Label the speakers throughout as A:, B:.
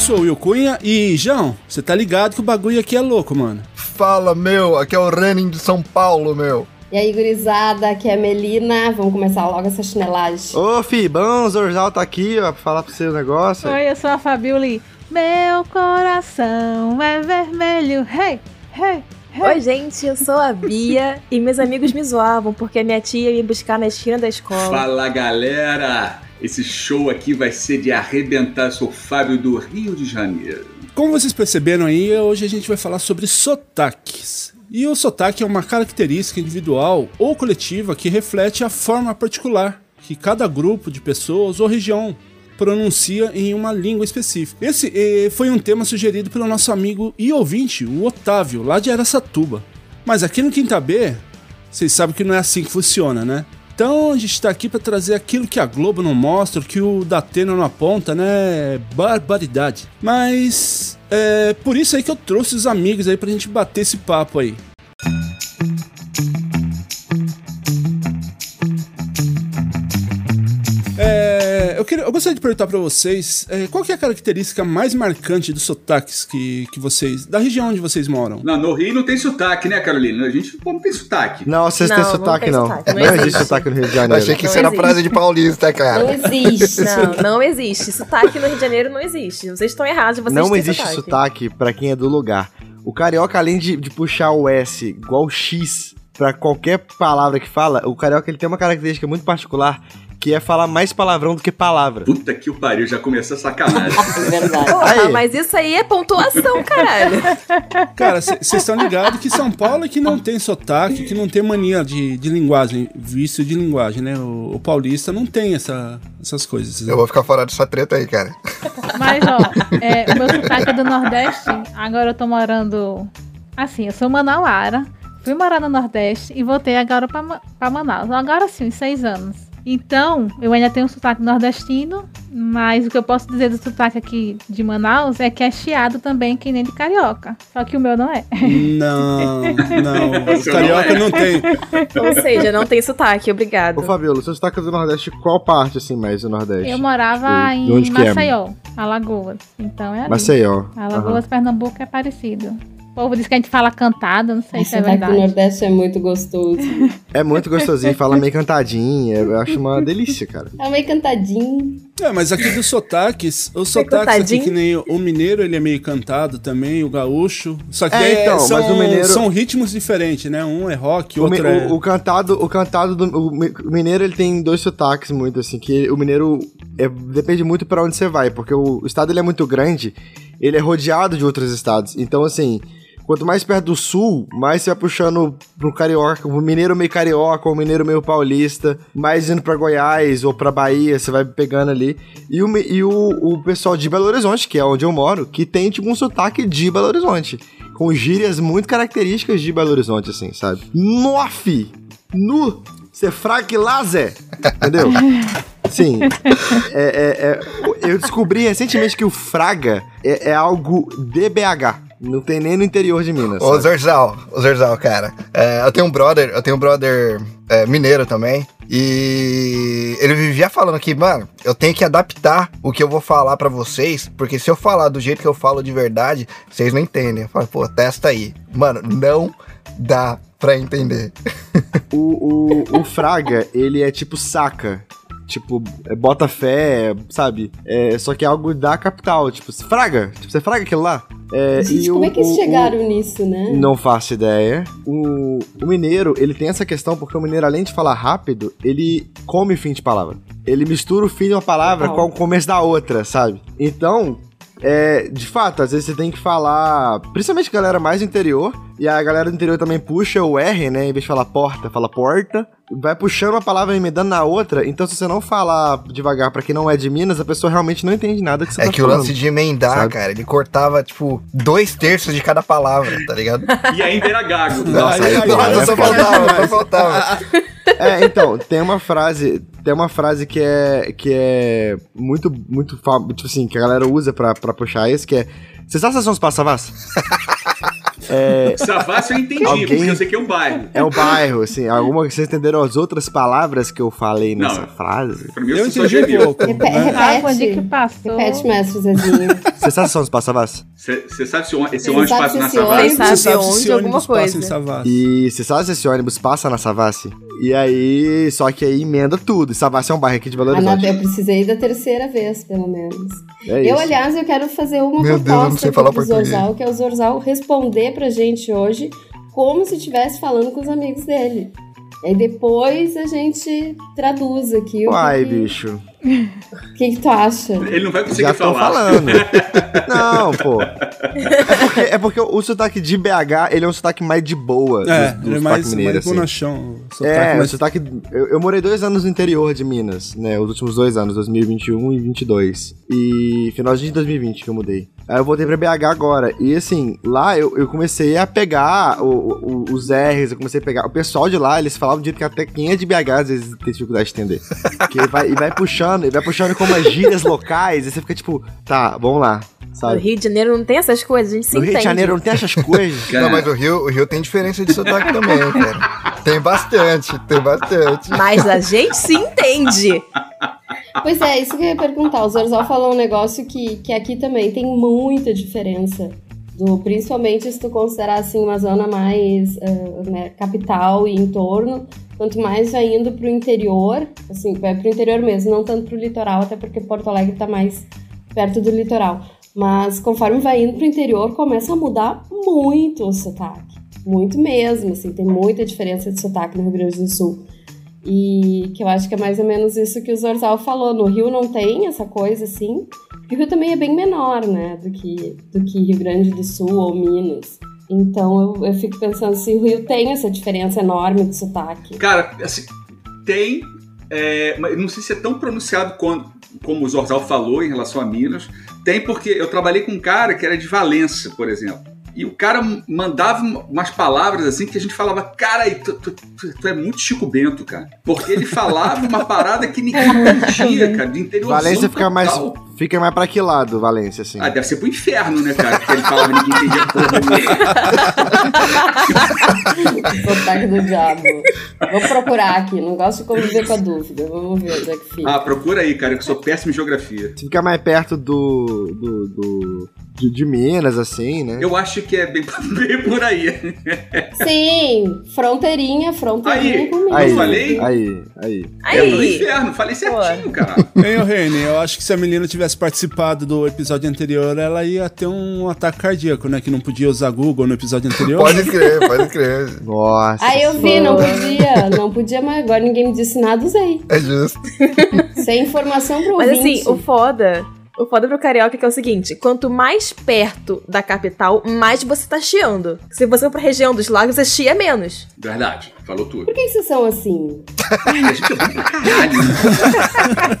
A: sou o Will Cunha e, João, você tá ligado que o bagulho aqui é louco, mano.
B: Fala, meu, aqui é o Renin de São Paulo, meu.
C: E aí, gurizada, aqui é a Melina. Vamos começar logo essa chinelagem.
D: Ô, fi, bom, o Zorzal tá aqui, ó, pra falar pro seu negócio.
E: Oi, eu sou a Fabiuli. Meu coração é vermelho. Hey, hey,
F: Oi, gente, eu sou a Bia e meus amigos me zoavam porque minha tia ia me buscar na esquina da escola.
G: Fala galera! Esse show aqui vai ser de arrebentar. Eu sou o Fábio do Rio de Janeiro.
A: Como vocês perceberam aí, hoje a gente vai falar sobre sotaques. E o sotaque é uma característica individual ou coletiva que reflete a forma particular que cada grupo de pessoas ou região pronuncia em uma língua específica. Esse eh, foi um tema sugerido pelo nosso amigo e ouvinte, o Otávio, lá de Aracatuba. Mas aqui no Quinta B, vocês sabem que não é assim que funciona, né? Então a gente tá aqui para trazer aquilo que a Globo não mostra, que o Datena não aponta, né? Barbaridade. Mas é por isso aí que eu trouxe os amigos aí pra gente bater esse papo aí. É, eu, queria, eu gostaria de perguntar pra vocês é, qual que é a característica mais marcante dos sotaques que, que vocês. da região onde vocês moram.
G: Não, no Rio não tem sotaque, né, Carolina? A gente pô, não tem sotaque.
D: Não, vocês
F: Não,
D: têm
F: não
D: sotaque,
F: tem
D: não.
F: sotaque, não
D: Não existe
F: existe.
D: sotaque no Rio de
B: Eu
D: Janeiro.
B: achei que isso
F: Não
B: era
F: existe.
B: frase de paulista,
C: Não
B: cara.
C: existe.
F: Não, não existe. Sotaque no Rio de Janeiro não existe. Vocês estão errados, vocês
D: não
F: têm
D: existe sotaque pra quem é do lugar. O carioca, além de, de puxar o S igual X pra qualquer palavra que fala, o carioca ele tem uma característica muito particular que é falar mais palavrão do que palavra.
G: Puta que o pariu, já começou a sacanagem.
C: É verdade.
F: Porra,
D: Aí.
F: mas isso aí é pontuação, caralho.
A: Cara, vocês estão ligados que São Paulo é que não tem sotaque, que não tem mania de, de linguagem, vício de linguagem, né? O, o paulista não tem essa, essas coisas. né?
B: Eu vou ficar fora dessa treta aí, cara.
E: Mas, ó, é, o meu sotaque é do Nordeste. Agora eu tô morando. Assim, eu sou manauara. Fui morar no Nordeste e voltei agora pra, Ma- pra Manaus. Agora sim, uns seis anos. Então, eu ainda tenho um sotaque nordestino, mas o que eu posso dizer do sotaque aqui de Manaus é que é chiado também, que nem de carioca. Só que o meu não é.
A: Não, não. O carioca
D: é.
A: não tem.
F: Ou seja, não tem sotaque, obrigado.
D: Ô, Fabiola, seu sotaque é do Nordeste, qual parte, assim, mais do Nordeste?
E: Eu morava
D: De onde
E: em
D: que é?
E: Maceió, Alagoas. Então é ali.
D: Maceió.
E: Alagoas, Pernambuco é parecido. O povo diz que a gente fala cantado, não sei
C: O
E: se é
C: sotaque do
E: verdade.
C: Nordeste é muito gostoso.
D: É muito gostosinho, fala meio cantadinho. Eu acho uma delícia, cara.
C: É meio cantadinho.
A: É, mas aqui dos sotaques,
F: é
A: os sotaques aqui
F: cantadinho.
A: que nem o mineiro, ele é meio cantado também, o gaúcho. Só que
D: É,
A: daí
D: então,
A: são,
D: mas o mineiro-
A: são ritmos diferentes, né? Um é rock,
D: O, mi-
A: outro é...
D: o- o cantado, o cantado do o mi- o mineiro, ele tem dois sotaques muito assim, que o mineiro é- depende muito pra onde você vai, porque o, o estado ele é muito grande, ele é rodeado de outros estados. Então assim, quanto mais perto do sul, mais você vai puxando pro carioca, o mineiro meio carioca, o mineiro meio paulista, mais indo pra Goiás ou pra Bahia, você vai pegando ali. E o mi- e o, o pessoal de Belo Horizonte, que é onde eu moro, que tem tipo um sotaque de Belo Horizonte com gírias muito características de Belo Horizonte, assim, sabe? Nof! Nu! Cê fraque lazé! Entendeu? Sim. É, é, é, eu descobri recentemente que o fraga é, é algo DBH. Não tem nem no interior de Minas.
B: Ô,
D: sabe?
B: Zorzal, ô, Zorzal, cara. É, eu tenho um brother, eu tenho um brother é, mineiro também. E ele vivia falando que, mano, eu tenho que adaptar o que eu vou falar pra vocês, porque se eu falar do jeito que eu falo de verdade, vocês não entendem. Eu falo, pô, testa aí. Mano, não dá pra entender.
D: O, o, o fraga, ele é tipo saca. Tipo, é bota fé, sabe? É, só que é algo da capital. Tipo, fraga. Tipo, você fraga aquilo lá? É,
C: Gente,
D: e
C: como
D: o-
C: é que eles
D: o- o-
C: chegaram nisso, né?
D: Não faço ideia. O, o mineiro, ele tem essa questão porque o mineiro, além de falar rápido, ele come fim de palavra. Ele mistura o fim de uma palavra com o começo da outra, sabe? Então, é, de fato, às vezes você tem que falar, principalmente a galera mais do interior, e a galera do interior também puxa o R, né? Em vez de falar porta, fala porta. Vai puxando uma palavra e emendando na outra. Então, se você não falar devagar pra quem não é de Minas, a pessoa realmente não entende nada que você
B: é
D: tá
B: que o
D: falando.
B: lance de emendar,
D: sabe?
B: cara, ele cortava, tipo, dois terços de cada palavra, tá ligado?
G: E ainda era gago.
D: Nossa, aí, aí,
B: Nossa,
D: aí
B: só
D: é foda.
B: faltava, só faltava.
D: É, então, tem uma frase, tem uma frase que é que é muito muito fam- tipo assim, que a galera usa pra, pra puxar isso, que é Você sabe se são os passavas? É,
G: Savassi eu entendi,
D: Alguém-
G: porque eu sei que é um bairro.
D: é o bairro, assim. Alguma, vocês entenderam as outras palavras que eu falei nessa
G: Não.
D: frase?
G: Pra mim,
A: Eu
G: eu sou
A: entendi
G: só
A: um
G: gêmeo.
A: pouco.
C: Repe-
A: né?
E: Água de que
C: repete.
E: passou.
C: Repete, mestre Zezinho.
D: Sensação dos passavas.
G: Você sabe se on- esse
C: Cê
G: ônibus
C: sabe
G: passa
C: se
G: na
C: esse ônibus-
G: Savassi?
F: Sabe
A: Você sabe
F: onde
A: se esse
F: alguma
A: ônibus passa em
F: coisa.
A: Savassi.
D: E você sabe se esse ônibus passa na Savassi? E aí, só que aí emenda tudo. E Savassi é um bairro aqui de Belo
C: Ah, não,
D: Horizonte.
C: eu precisei da terceira vez, pelo menos.
D: É isso.
C: Eu, aliás, eu quero fazer uma
B: Meu Deus, eu não
C: proposta
B: sei
C: aqui
B: falar
C: pro
B: português.
C: Zorzal, que é o Zorzal responder pra gente hoje como se estivesse falando com os amigos dele. E aí depois a gente traduz aqui o
D: Uai,
C: que,
D: bicho.
C: que, que que tu acha.
G: Ele não vai
D: Já
G: conseguir
D: tô
G: falar.
D: falando. não, pô. É porque, é porque o sotaque de BH, ele é um sotaque mais de boa.
A: É,
D: do, do
A: ele é
D: sotaque
A: mais,
D: mineiro,
A: mais
D: assim.
A: bonachão. o
D: é,
A: sotaque mais-
D: o sotaque. Eu, eu morei dois anos no interior de Minas, né? Os últimos dois anos, 2021 e 22. E finalzinho de 2020 que eu mudei. Aí eu voltei pra BH agora. E assim, lá eu, eu comecei a pegar o- o- o- os R's, eu comecei a pegar. O pessoal de lá, eles falavam de um jeito que até quem é de BH às vezes tem dificuldade de entender. Porque vai, e vai puxando, e vai puxando com umas gírias locais, e você fica tipo, tá, vamos lá.
F: No
D: Sabe?
F: Rio de Janeiro não tem essas coisas, a gente se
D: No
F: entende.
D: Rio de Janeiro não tem essas coisas.
G: Cara,
A: É.
B: Não, mas o Rio, o Rio tem diferença de sotaque também, cara. Tem bastante, tem bastante.
F: Mas a gente se entende.
D: É
C: Pois é, isso que eu ia perguntar. O Zorzal falou um negócio que, que aqui também tem muita diferença. Do, principalmente se tu considerar assim uma zona mais ah, né, capital e entorno, quanto mais vai indo pro interior, assim, vai pro interior mesmo, não tanto pro litoral, até porque Porto Alegre tá mais perto do litoral. Mas conforme vai indo pro interior, começa a mudar muito o sotaque. Muito mesmo, assim, tem muita diferença de sotaque no Rio Grande do Sul. E que eu acho que é mais ou menos isso que o Zorzal falou. No Rio não tem essa coisa assim. Porque o Rio também é bem menor, né? Do que, do que Rio Grande do Sul ou Minas. Então eu, eu fico pensando se o Rio tem essa diferença enorme de sotaque.
G: Cara, assim, tem. é, mas não sei se é tão pronunciado quando- como o Zorzal falou em relação a Minas. Tem porque eu trabalhei com um cara que era de Valença, por exemplo. E o cara mandava umas palavras assim que a gente falava, cara, tu, tu- tu- tu é muito Chico Bento, cara. Porque ele falava uma parada que ninguém entendia, cara, de interior.
D: Valência fica mais. Fica mais pra que lado, Valência, assim?
G: Ah, deve ser pro inferno, né, cara? Porque ele falava ninguém entendia porra nenhuma.
C: Sotaque do diabo. Vou procurar aqui, não gosto de conviver com a dúvida. Vamos ver onde é que fica.
G: Ah, procura aí, cara, que eu sou péssimo em geografia.
D: Se ficar mais perto do. do. do- de, de Minas, assim, né?
G: Eu acho que é bem, bem por aí.
C: Sim, fronteirinha, fronteirinha
G: Aí,
C: comigo.
G: aí. falei?
D: Aí, aí.
G: É pro
F: Aí,
G: inferno, falei certinho, cara.
A: Hein, ô Reni, eu acho que se a menina tivesse participado do episódio anterior, ela ia ter um ataque cardíaco, né? Que não podia usar Google no episódio anterior.
B: Pode crer, pode crer.
D: Nossa.
C: Aí eu vi, não podia, não podia, mas agora ninguém me disse nada, usei.
B: É justo.
C: Sem informação pro
F: mas
C: ouvinte.
F: assim, o foda. O foda pro carioca é que é o seguinte: quanto mais perto da capital, mais você tá chiando. Se você for pra região dos lagos, você chia menos.
G: Verdade, falou tudo.
C: Por que vocês são assim?
G: A gente é bom pra caralho.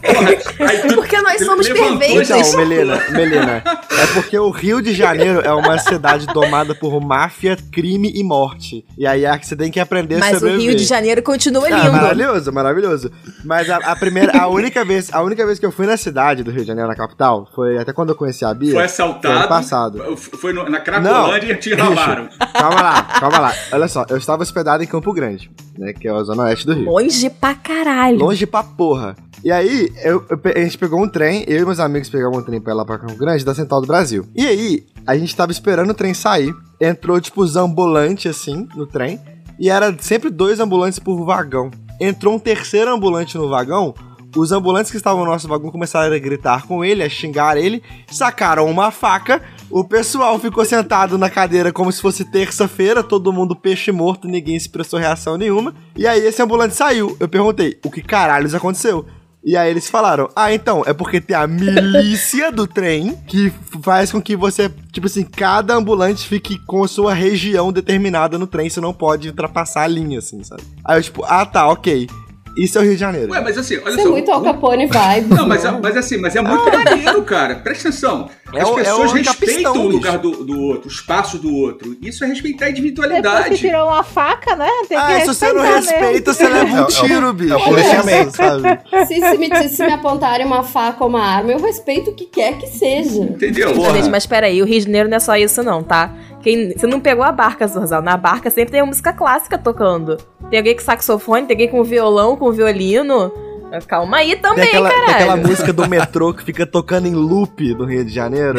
G: Porra, aí tu-
F: É Porque nós somos
G: Levantou,
F: perfeitos.
D: Então, Melina, Melina, é porque o Rio de Janeiro é uma cidade tomada por máfia, crime e morte. E aí é que você tem que aprender a
F: Mas o
D: sobreviver.
F: Rio de Janeiro continua
D: Ah,
F: lindo.
D: maravilhoso, maravilhoso. Mas a, a primeira, a única vez, a única vez que eu fui na cidade do Rio de Janeiro, na capital, foi até quando eu conheci a Bia.
G: foi
D: foi ano
G: assaltado.
D: passado.
G: Foi no- na Cracolândia e te
D: Bicho,
G: ralaram.
D: Calma lá, calma lá. Olha só, eu estava hospedado em Campo Grande, né? Que é a zona oeste do Rio.
F: Longe pra caralho.
D: Longe pra porra. E aí, eu- eu pe- a gente pegou um trem, eu e meus amigos pegamos um trem pra ir lá pra Campo Grande, da Central do Brasil. E aí, a gente tava esperando o trem sair, entrou, tipo, os ambulantes, assim, no trem, e era sempre dois ambulantes por vagão. Entrou um terceiro ambulante no vagão, os ambulantes que estavam no nosso vagão começaram a gritar com ele, a xingar ele, sacaram uma faca, o pessoal ficou sentado na cadeira como se fosse terça-feira, todo mundo peixe morto, ninguém expressou reação nenhuma. E aí esse ambulante saiu. Eu perguntei, o que caralhos aconteceu? E aí eles falaram, ah, então, é porque tem a milícia do trem que faz com que você, tipo assim, cada ambulante fique com a sua região determinada no trem, você não pode ultrapassar a linha, assim, sabe? Aí eu tipo, ah, tá, ok. Isso é o Rio de Janeiro.
G: Ué, mas assim, olha
C: Isso é
G: só.
C: muito Al Capone vibe.
G: Não, mas, é- mas assim, mas é muito maneiro, cara. Presta atenção.
D: É
G: As
D: o- é
G: pessoas
D: o
G: respeitam
D: capistão,
G: o lugar do, do outro, o espaço do outro. Isso é respeitar a
E: Depois que
G: individualidade.
E: tirou uma faca, né? Tem que
D: Ah, se você não
E: respeitar mesmo.
D: respeita, você leva
B: É
D: um
B: o-
D: tiro, bicho.
B: é o policiamento.
D: sabe?
C: Se, se me, se me apontarem uma faca ou uma arma, eu respeito o que quer que seja.
G: Entendeu?
F: Gente, mas peraí, o Rio de Janeiro não é só isso, não, tá? Quem, você não pegou a barca, Zorzal. Na barca sempre tem uma música clássica tocando. Tem alguém com saxofone, tem alguém com violão, com violino. Calma aí também,
D: Tem aquela, tem
F: caralho.
D: aquela música do metrô que fica tocando em loop no Rio de Janeiro.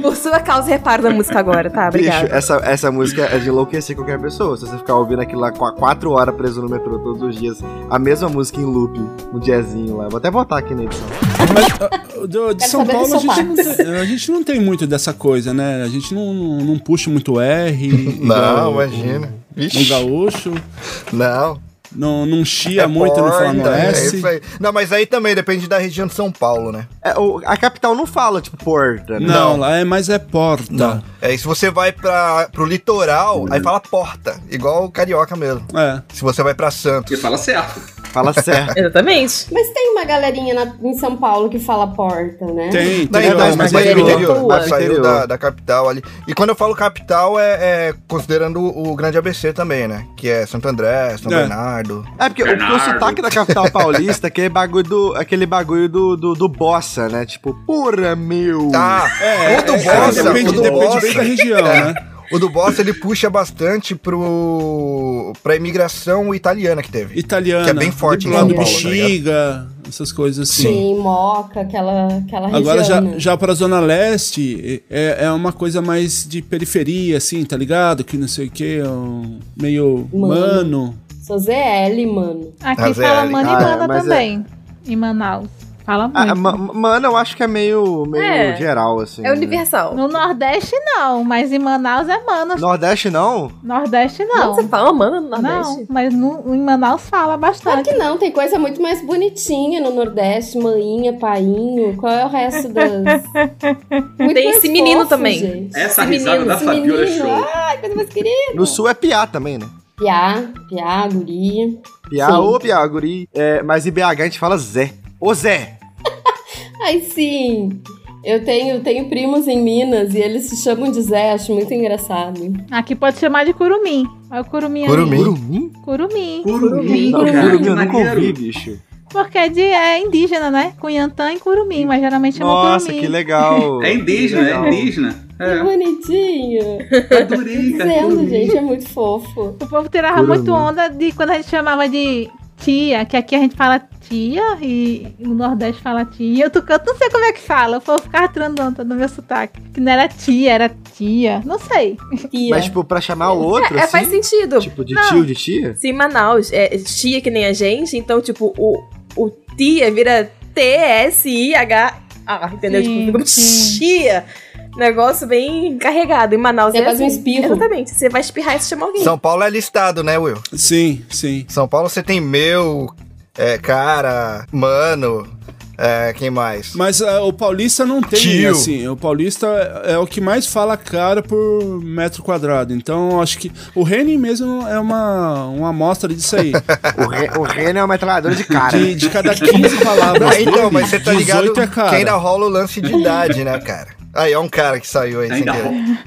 F: Por sua causa, reparo na música agora, tá?
D: Bicho,
F: Obrigada.
D: essa, essa música é de enlouquecer qualquer pessoa. Se você ficar ouvindo aquilo lá com a 4 horas preso no metrô todos os dias, a mesma música em loop, um jazzinho lá. Vou até botar aqui na edição.
A: Mas, ah, do- de
C: Quero
A: São
C: saber
A: Paulo
C: dos
A: a gente, não tem, a gente não tem muito dessa coisa, né? A gente não, não, não puxa muito R.
B: Não,
A: igual
B: imagina.
A: o- Um
B: Vixe,
A: gaúcho.
B: não.
A: Não, não chia
B: É
A: muito, não fala no
B: porta, é
A: S.
B: isso aí. Não, mas aí também depende da região de São Paulo, né?
D: É, o- a capital não fala, tipo, porta, né?
A: Não, lá é mais é porta.
B: Não. É, e se você vai pra, pro litoral, aí fala porta, igual o carioca mesmo.
A: É.
B: Se você vai pra
G: Porque
B: Santos.
G: fala certo.
D: Fala certo.
F: Exatamente.
C: Mas tem uma galerinha na- em São Paulo que fala porta, né?
A: Tem,
B: Não,
A: tem.
B: então,
D: mas
B: mas
D: é
B: saiu do
D: interior,
B: interior,
D: mas
B: mas saiu
D: interior.
B: da, da capital ali. E quando eu falo capital, é, é considerando o grande ABC também, né? Que é Santo André, São
A: É.
B: Bernardo.
D: É porque o, porque o
G: Bernardo.
D: sotaque da capital paulista é aquele bagulho do, aquele bagulho do, do, do bossa, né? Tipo, porra, meu.
B: Tá, o do
A: É,
B: Bossa,
A: depende
B: o do
A: depende bem
B: Bossa, É.
A: da região, né?
B: o do Bossa, ele puxa bastante pro, pra imigração italiana que teve.
A: Italiana.
B: Que é bem forte em
A: lá no
B: São Paulo, tá
A: Bexiga, essas coisas assim.
C: Sim, Moca, aquela, aquela
A: Agora, já,
C: região. né?
A: já para a Zona Leste, é, é uma coisa mais de periferia, assim, tá ligado? Que não sei o que, meio
C: Mano.
A: mano.
C: Sou ZL, mano.
E: Aqui
B: Mas é,
E: fala mano e
D: cara,
E: mana
D: mas é-
E: também. Em Manaus. Fala muito.
D: Ah, ma- ma- mano, eu acho que é meio, meio
F: É.
D: geral, assim.
F: É universal.
E: No Nordeste não, mas em Manaus é mana.
D: Né? Nordeste, não?
E: Nordeste
F: Não,
E: não.
F: você fala, mano, no Nordeste.
E: Não, mas no- em Manaus fala
C: Claro
E: bastante.
C: que não, tem coisa muito mais bonitinha no Nordeste, maninha, painho. Qual é o resto das. Muito
F: Tem
C: mais
F: esse menino
C: fofo,
F: também.
C: gente.
G: Essa
F: Esse
G: risada
F: menino,
G: da
C: Esse
G: Fabiola é
C: menino,
G: show.
C: ai, coisa mais querida.
D: No sul é piá também, né?
C: Piá, piá, guria.
D: Piá
C: Sim.
D: ou piá, guri. É, mas em BH a gente fala Zé. Ô Zé!
C: Ai, sim. Eu tenho, tenho primos em Minas e eles se chamam de Zé, acho muito engraçado.
E: Aqui pode chamar de curumim. Olha o curumim
B: Curumim.
D: Curumim?
E: ali. Curumim.
G: Curumim,
D: Não,
G: cara,
D: curumim
G: que
D: eu nunca
G: maneiro.
D: ouvi, bicho.
E: Porque é, de, é indígena, né? Cunhantã e curumim, mas geralmente chama
D: Nossa,
E: curumim.
D: que legal.
G: É indígena,
D: Que legal.
G: é indígena.
C: Que
G: É,
C: bonitinho.
G: adorei, cara.
C: Dizendo,
G: curumim.
C: gente, é muito fofo.
E: O povo tirava
D: Curumim.
E: muito onda de quando a gente chamava de tia, que aqui a gente fala tia e o Nordeste fala tia. Eu canto, não sei como é que fala. O povo ficava tirando onda no meu sotaque. Que não era tia, era tia. Não sei.
C: Tia.
D: Mas, tipo, pra chamar o outro,
F: É,
D: assim?
F: faz sentido.
D: Tipo, de
F: Não.
D: tio, de tia?
F: Se em Manaus é tia que nem a gente, então, tipo, o, o tia vira T-S-I-H. Ah, entendeu?
E: Sim,
F: tipo, fica um
E: sim.
F: tia. Negócio bem carregado. Em Manaus
C: Você
F: é
C: faz um
F: assim.
C: espirro.
F: Exatamente. Você vai espirrar e se chama alguém.
B: São Paulo é listado, né, Will?
A: Sim, sim.
B: São Paulo você tem meu, é, cara, mano, é, quem mais?
A: Mas ah, o paulista não tem,
B: Tio.
A: assim. O paulista é o que mais fala cara por metro quadrado. Então, eu acho que o Reni mesmo é uma, uma amostra disso aí.
D: O, Re, o Reno é uma metralhadora de cara.
A: De, de cada 15
B: Ah,
A: palavras.
B: então,
A: dele,
B: mas você tá ligado
A: 18 é
B: que
A: cara.
B: ainda rola o lance de idade, né, cara? Aí, é um cara que saiu aí, sem
G: Ainda
B: querer.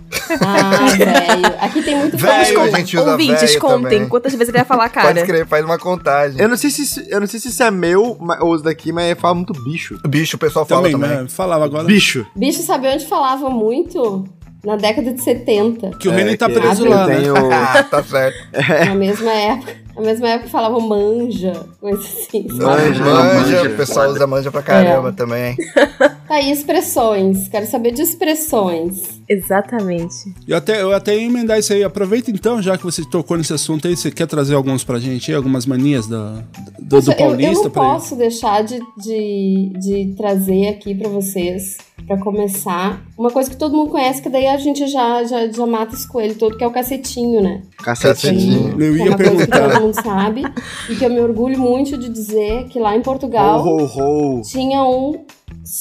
C: Ah, velho. Aqui tem muito
B: Véio,
C: fofo.
B: a gente usa
F: Ouvintes,
B: véio
F: contem
B: também.
F: quantas vezes ele vai falar,
B: Pode
F: cara.
B: escrever, faz uma contagem.
D: Eu não sei se isso, eu não sei se isso é meu ma- ou os daqui, mas fala muito bicho.
B: Bicho, o pessoal fala
A: Também,
B: também.
A: né? Falava agora.
D: Bicho.
C: Bicho, sabe onde falava muito? Na década de 70.
A: Que o Reni
B: É,
A: tá
D: É, que
A: preso
D: eu
A: lá, né?
D: tenho-
B: Ah, tá certo.
A: É.
C: Na mesma época. Na mesma época falavam manja. Coisa assim. sabe?
D: Manja,
B: Manja,
G: manja,
B: o pessoal
G: foda.
B: usa manja pra caramba
C: É.
B: também.
C: Tá aí expressões. Quero saber de expressões.
F: Exatamente.
A: Eu até, eu até ia emendar isso aí. Aproveita então, já que você tocou nesse assunto aí, você quer trazer alguns pra gente aí, algumas manias da, do, do
C: Nossa, eu, eu
A: paulista
C: não
A: pra
C: posso deixar de, de, de trazer aqui pra vocês, pra começar, uma coisa que todo mundo conhece, que daí a gente já, já, já mata esse coelho todo, que é o cacetinho, né?
D: Cacetinho.
A: Eu
C: É
A: ia
C: uma coisa que todo
A: perguntar.
C: mundo sabe e que eu me orgulho muito de dizer que lá em Portugal
D: Ho, ho, ho.
C: tinha um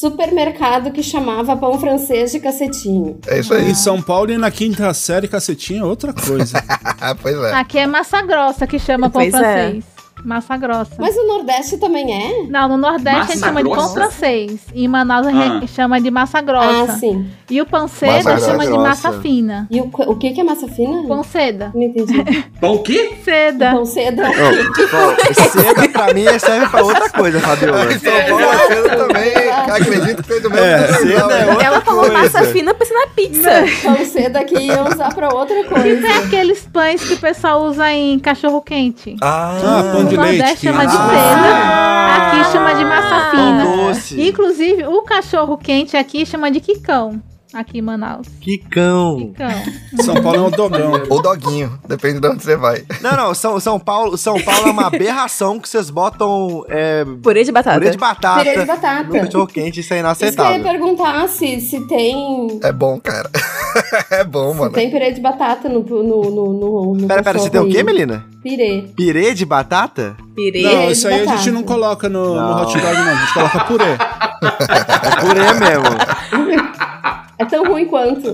C: supermercado que chamava pão francês de cacetinho.
B: É isso aí.
A: Em São Paulo e na quinta série, cacetinha é outra coisa.
B: Ah, pois é.
E: Aqui é massa grossa que chama pão
F: Pois é.
E: francês. Massa grossa.
C: Mas o Nordeste também é?
E: Não, no Nordeste a gente
G: Massa
E: chama de pão
G: grossa?
E: francês. E em Manaus a gente
G: Ah.
E: chama de massa
C: Ah,
E: grossa.
C: sim.
E: e o pão seda
B: Massa
E: chama de
D: grossa.
E: massa fina.
C: E o, que- o que que é massa fina?
E: Pão seda.
C: Não entendi.
G: Pão o quê?
E: Seda.
C: Pão cedo.
D: Ó, ó, Seda pra mim serve pra outra coisa, Fabiola.
B: São Paulo é cedo também,
C: Ah,
B: Acredito que foi do mesmo
A: É,
B: jornal,
D: cena é
B: né?
D: outra
F: Ela falou
D: coisa.
F: massa fina, pensa na pizza.
C: Tão cedo aqui ia usar pra outra
E: Que
C: coisa.
E: tem aqueles pães que o pessoal usa em cachorro-quente.
A: Ah, pão de
E: no
A: leite.
E: Nordeste
A: que-
E: chama de
A: Ah,
E: pena, aqui chama de massa fina.
D: Ah, Um doce.
E: Inclusive, o cachorro-quente aqui chama de quicão. Aqui em Manaus.
D: Que cão.
E: Quicão.
A: São Paulo é um dogão.
B: Ou doguinho, depende de onde você vai.
D: Não, não, São, São, Paulo, São Paulo é uma aberração que vocês botam é,
F: Purê de batata.
D: purê de batata,
C: Purê de batata.
D: no cachorro quente, isso é
C: Isso que eu ia
D: inaceitável.
C: perguntar se, se tem.
B: É bom, cara. é bom, mano.
C: Tem pirê de batata no. no, no, no, no
D: Pera, pera, você tem o quê,
C: cachorro aí.
D: Melina?
C: Pirê.
D: Pirê de batata?
F: Pirê.
A: Não, isso aí a
C: batata.
A: gente não coloca no, no
D: Não.
A: hot dog, não. A gente coloca purê.
D: É purê mesmo.
C: É tão ruim quanto.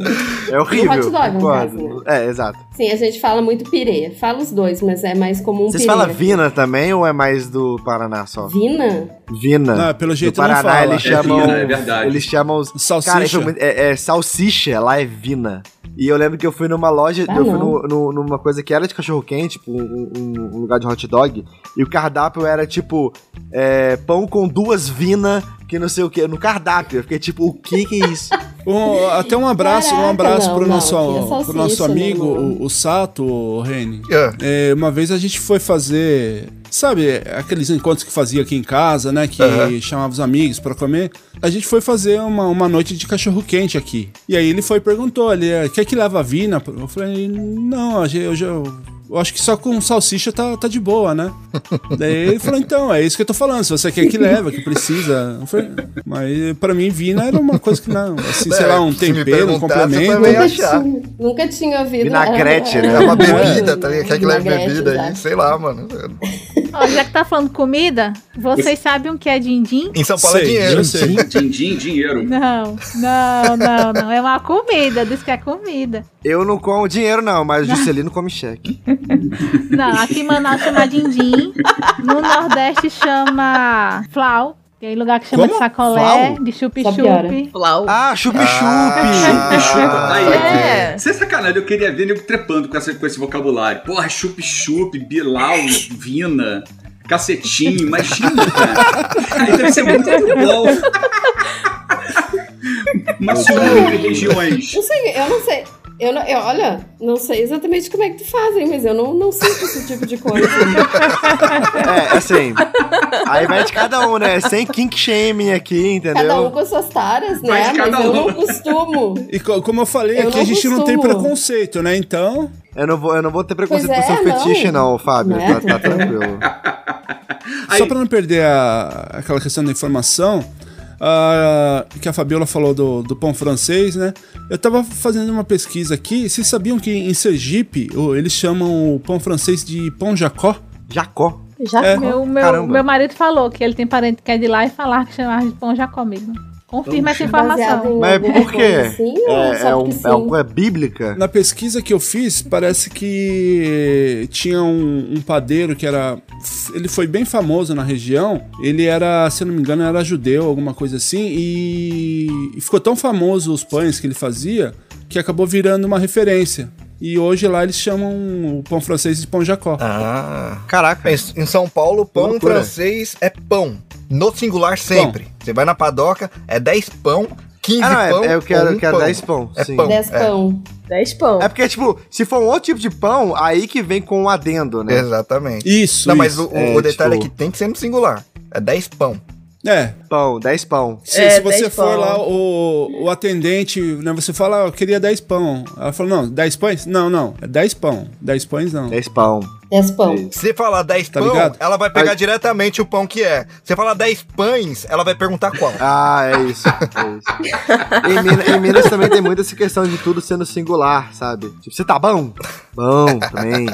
D: É horrível.
C: hot dog, no
D: concordo. É, exato.
C: Sim, a gente fala muito pirê. Fala os dois, mas é mais comum
D: Vocês
C: pirê.
D: falam Vina também ou é mais do Paraná só?
C: Vina?
D: Vina.
A: Não, pelo
D: do
A: jeito não
D: Paraná
A: fala.
D: eles
G: É
D: chamam.
G: Vina, é verdade.
D: Eles chamam os.
A: Salsicha.
D: Cara, isso é, muito- é- é salsicha, lá é Vina. E eu lembro que eu fui numa loja,
C: Ah,
D: eu fui
C: não.
D: no- no- numa coisa que era de cachorro-quente, tipo um, um- um lugar de hot dog, e o cardápio era tipo é, pão com duas Vina, que não sei o que, no cardápio. Eu fiquei tipo, o que que é isso?
A: Um- até um abraço, um
C: Caraca,
A: abraço
C: não,
A: pro,
C: não,
A: nosso,
C: aqui é salsicha,
A: pro nosso amigo,
C: né, mano?
A: o, o Sato, o Reni.
B: Ah,
A: É, uma vez a gente foi fazer, sabe, aqueles encontros que fazia aqui em casa, né? Que
B: Aham.
A: chamava os amigos pra comer. A gente foi fazer uma, uma noite de cachorro quente aqui. E aí ele foi e perguntou ali, "Ah, quer que leva vina? Eu falei, não, a gente- eu já. Eu acho que só com salsicha tá, tá de boa, né? Daí ele falou, então, é isso que eu tô falando. Se você quer que leva, que precisa. Eu falei, mas pra mim, vina era uma coisa que não. Assim, sei
B: É,
A: lá, um
B: se me
A: tempero, um
B: perguntasse, eu
A: complemento.
B: também
C: Nunca
B: achar.
C: tinha, nunca tinha ouvido.
D: Vinagrete, né?
B: É uma
C: É.
B: bebida, tá ligado? Quer que leve
C: Vinagrete,
B: bebida aí?
C: exato.
B: Sei lá, mano.
E: Ó, já que tá falando comida, vocês sabem o que é din-din?
B: Em São Paulo é
A: Sei,
B: dinheiro.
A: eu sei.
G: Dindim, dinheiro.
E: Não, não, não, não. É uma comida, diz que é comida.
D: Eu não como dinheiro, não, mas o Juscelino come cheque.
E: Não, aqui em Manaus chama din-din. No Nordeste chama flau. Tem lugar que chama
A: Como?
E: de sacolé,
D: Flau?
E: de
C: Só piora.
E: chup-chup.
F: Flau.
D: Ah, chup-chup!
B: Ah,
G: Aí,
F: É.
G: Você é sacanagem, eu queria ver nego trepando com, essa- com esse vocabulário. Porra, chup-chup, Bilal, Vina, cacetinho, imagina, cara. Aí deve ser muito bom. Uma surra entre regiões.
C: Não sei, eu não sei. Eu não, eu- olha, não sei exatamente como é que tu fazem, mas eu não, não sinto esse tipo de coisa.
D: É, assim. Aí vai de cada um, né? Sem kink shaming aqui, entendeu?
C: Cada um com suas taras, né? Mas,
G: Mas cada
C: eu
G: um.
C: não costumo.
A: E co- como eu falei
C: Eu
A: aqui, a
C: não
A: gente não tem
C: costumo.
A: preconceito, né? Então.
D: Eu não vou, eu não vou ter preconceito
C: É. Pois
D: com
C: é,
D: seu
C: não.
D: fetiche, não, Fábio.
C: Não é,
D: Tá, tá
C: doutor?
D: tranquilo.
G: Aí-
A: Só pra não perder a- aquela questão da informação, ah, que a Fabiola falou do, do pão francês, né? Eu tava fazendo uma pesquisa aqui. Vocês sabiam que em Sergipe o- eles chamam o pão francês de pão jacó?
D: Jacó.
F: Já
A: É.
F: comeu.
E: Meu, meu,
D: Então, Caramba.
E: meu marido falou que ele tem parente que é de lá e falar que chamava de pão Jacó mesmo. Confirma essa
C: Baseado
E: informação.
C: em
D: Mas
C: alguma
D: por quê?
C: coisa Assim, ou
D: É,
C: só
D: é,
C: porque
D: um,
C: sim?
D: é uma coisa bíblica?
A: Na pesquisa que eu fiz, parece que tinha um, um padeiro que era. Ele foi bem famoso na região. Ele era, se eu não me engano, era judeu, alguma coisa assim. E, e ficou tão famoso os pães que ele fazia que acabou virando uma referência. E hoje lá eles chamam o pão francês de pão Jacó.
B: Ah.
D: Caraca.
B: Em em São Paulo, pão
D: Loucura.
B: francês é pão. No singular sempre. Você vai na padoca, é 10 pão, 15
D: Ah, não,
B: pão.
D: é, é, eu quero,
B: ou
D: eu
B: um
D: quero
B: pão.
D: 10 pão.
B: É
D: sim.
B: pão.
C: Dez
B: É.
C: pão.
F: 10 pão.
D: É porque, tipo, se for um outro tipo de pão, aí que vem com um adendo, né?
B: Exatamente.
A: Isso,
B: não, mas
A: isso.
B: o, o
D: É,
B: detalhe
D: tipo-
B: é que tem que ser no singular. É 10 pão.
A: É,
D: Pão, 10 pão.
A: se,
F: É,
A: se você
F: 10
A: for
F: pão.
A: lá, o, o atendente, né, você fala, "Ah, eu queria 10 pão. Ela falou, não, 10 pães? Não, não, é 10 pão. 10 pães não.
D: 10 pão.
C: Dez pão.
B: Se falar 10
A: Tá
B: pão,
A: ligado?
B: ela vai pegar
D: Aí-
B: diretamente o pão que é. Se falar 10 pães, ela vai perguntar qual.
D: Ah, é isso. É isso. em, Minas, em Minas também tem muito essa questão de tudo sendo singular, sabe? Tipo, você tá bom? Bom, também.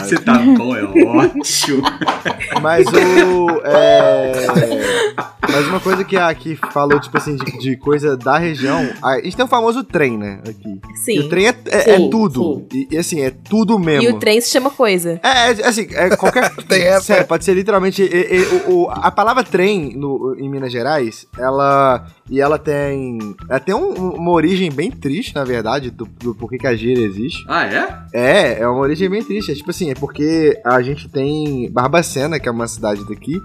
G: Você tá bom, é ótimo.
D: Mas o. é, Mas uma coisa que a que falou, tipo assim, de, de coisa da região. A gente tem o famoso trem, né? Aqui. E
F: Sim.
D: o trem é, é- é
C: Sim,
D: tudo. E, e, assim, é tudo mesmo.
F: E o trem se chama coisa.
D: É, é, assim, é qualquer.
B: Tem essa.
D: Sério, pode ser literalmente. e- e- o- o- a palavra trem no, em Minas Gerais, ela. E ela tem. Ela tem um- uma origem bem triste, na verdade, do, do porquê que a gíria existe.
G: Ah, é?
D: É, é uma origem bem triste. É tipo assim, é porque a gente tem Barbacena, que é uma cidade daqui,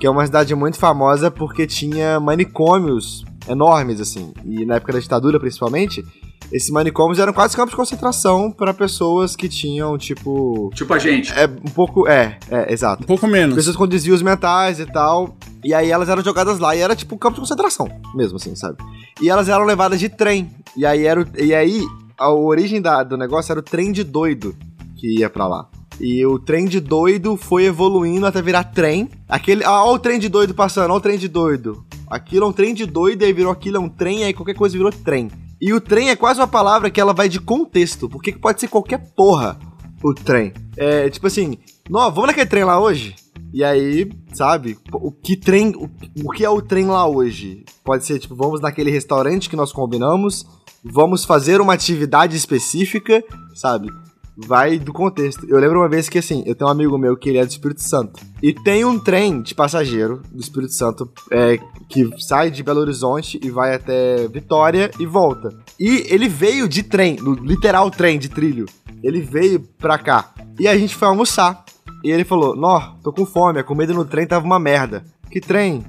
D: que é uma cidade muito famosa porque tinha manicômios enormes, assim. E na época da ditadura, principalmente, esses manicômios eram quase campos de concentração para pessoas que tinham, tipo.
G: Tipo a gente.
D: É um pouco. É, é, exato.
A: Um pouco menos.
D: Pessoas com desvios mentais e tal. E aí elas eram jogadas lá e era tipo um campo de concentração, mesmo assim, sabe? E elas eram levadas de trem. E aí era o- e aí a origem da- do negócio era o trem de doido que ia pra lá. E o trem de doido foi evoluindo até virar trem. Aquele, ah, ó o trem de doido passando, ó o trem de doido. Aquilo é um trem de doido, aí virou aquilo é um trem, aí qualquer coisa virou trem. E o trem é quase uma palavra que ela vai de contexto, porque que pode ser qualquer porra o trem. É, tipo assim, não, vamos naquele trem lá hoje? E aí, sabe, pô, o que trem, o, o que é o trem lá hoje? Pode ser tipo, vamos naquele restaurante que nós combinamos, vamos fazer uma atividade específica, sabe? Vai do contexto. Eu lembro uma vez que assim, eu tenho um amigo meu que ele é do Espírito Santo. E tem um trem de passageiro do Espírito Santo é, que sai de Belo Horizonte e vai até Vitória e volta. E ele veio de trem, do literal trem de trilho. Ele veio pra cá. E a gente foi almoçar. E ele falou: Nó, tô com fome, a comida no trem tava uma merda. Que trem?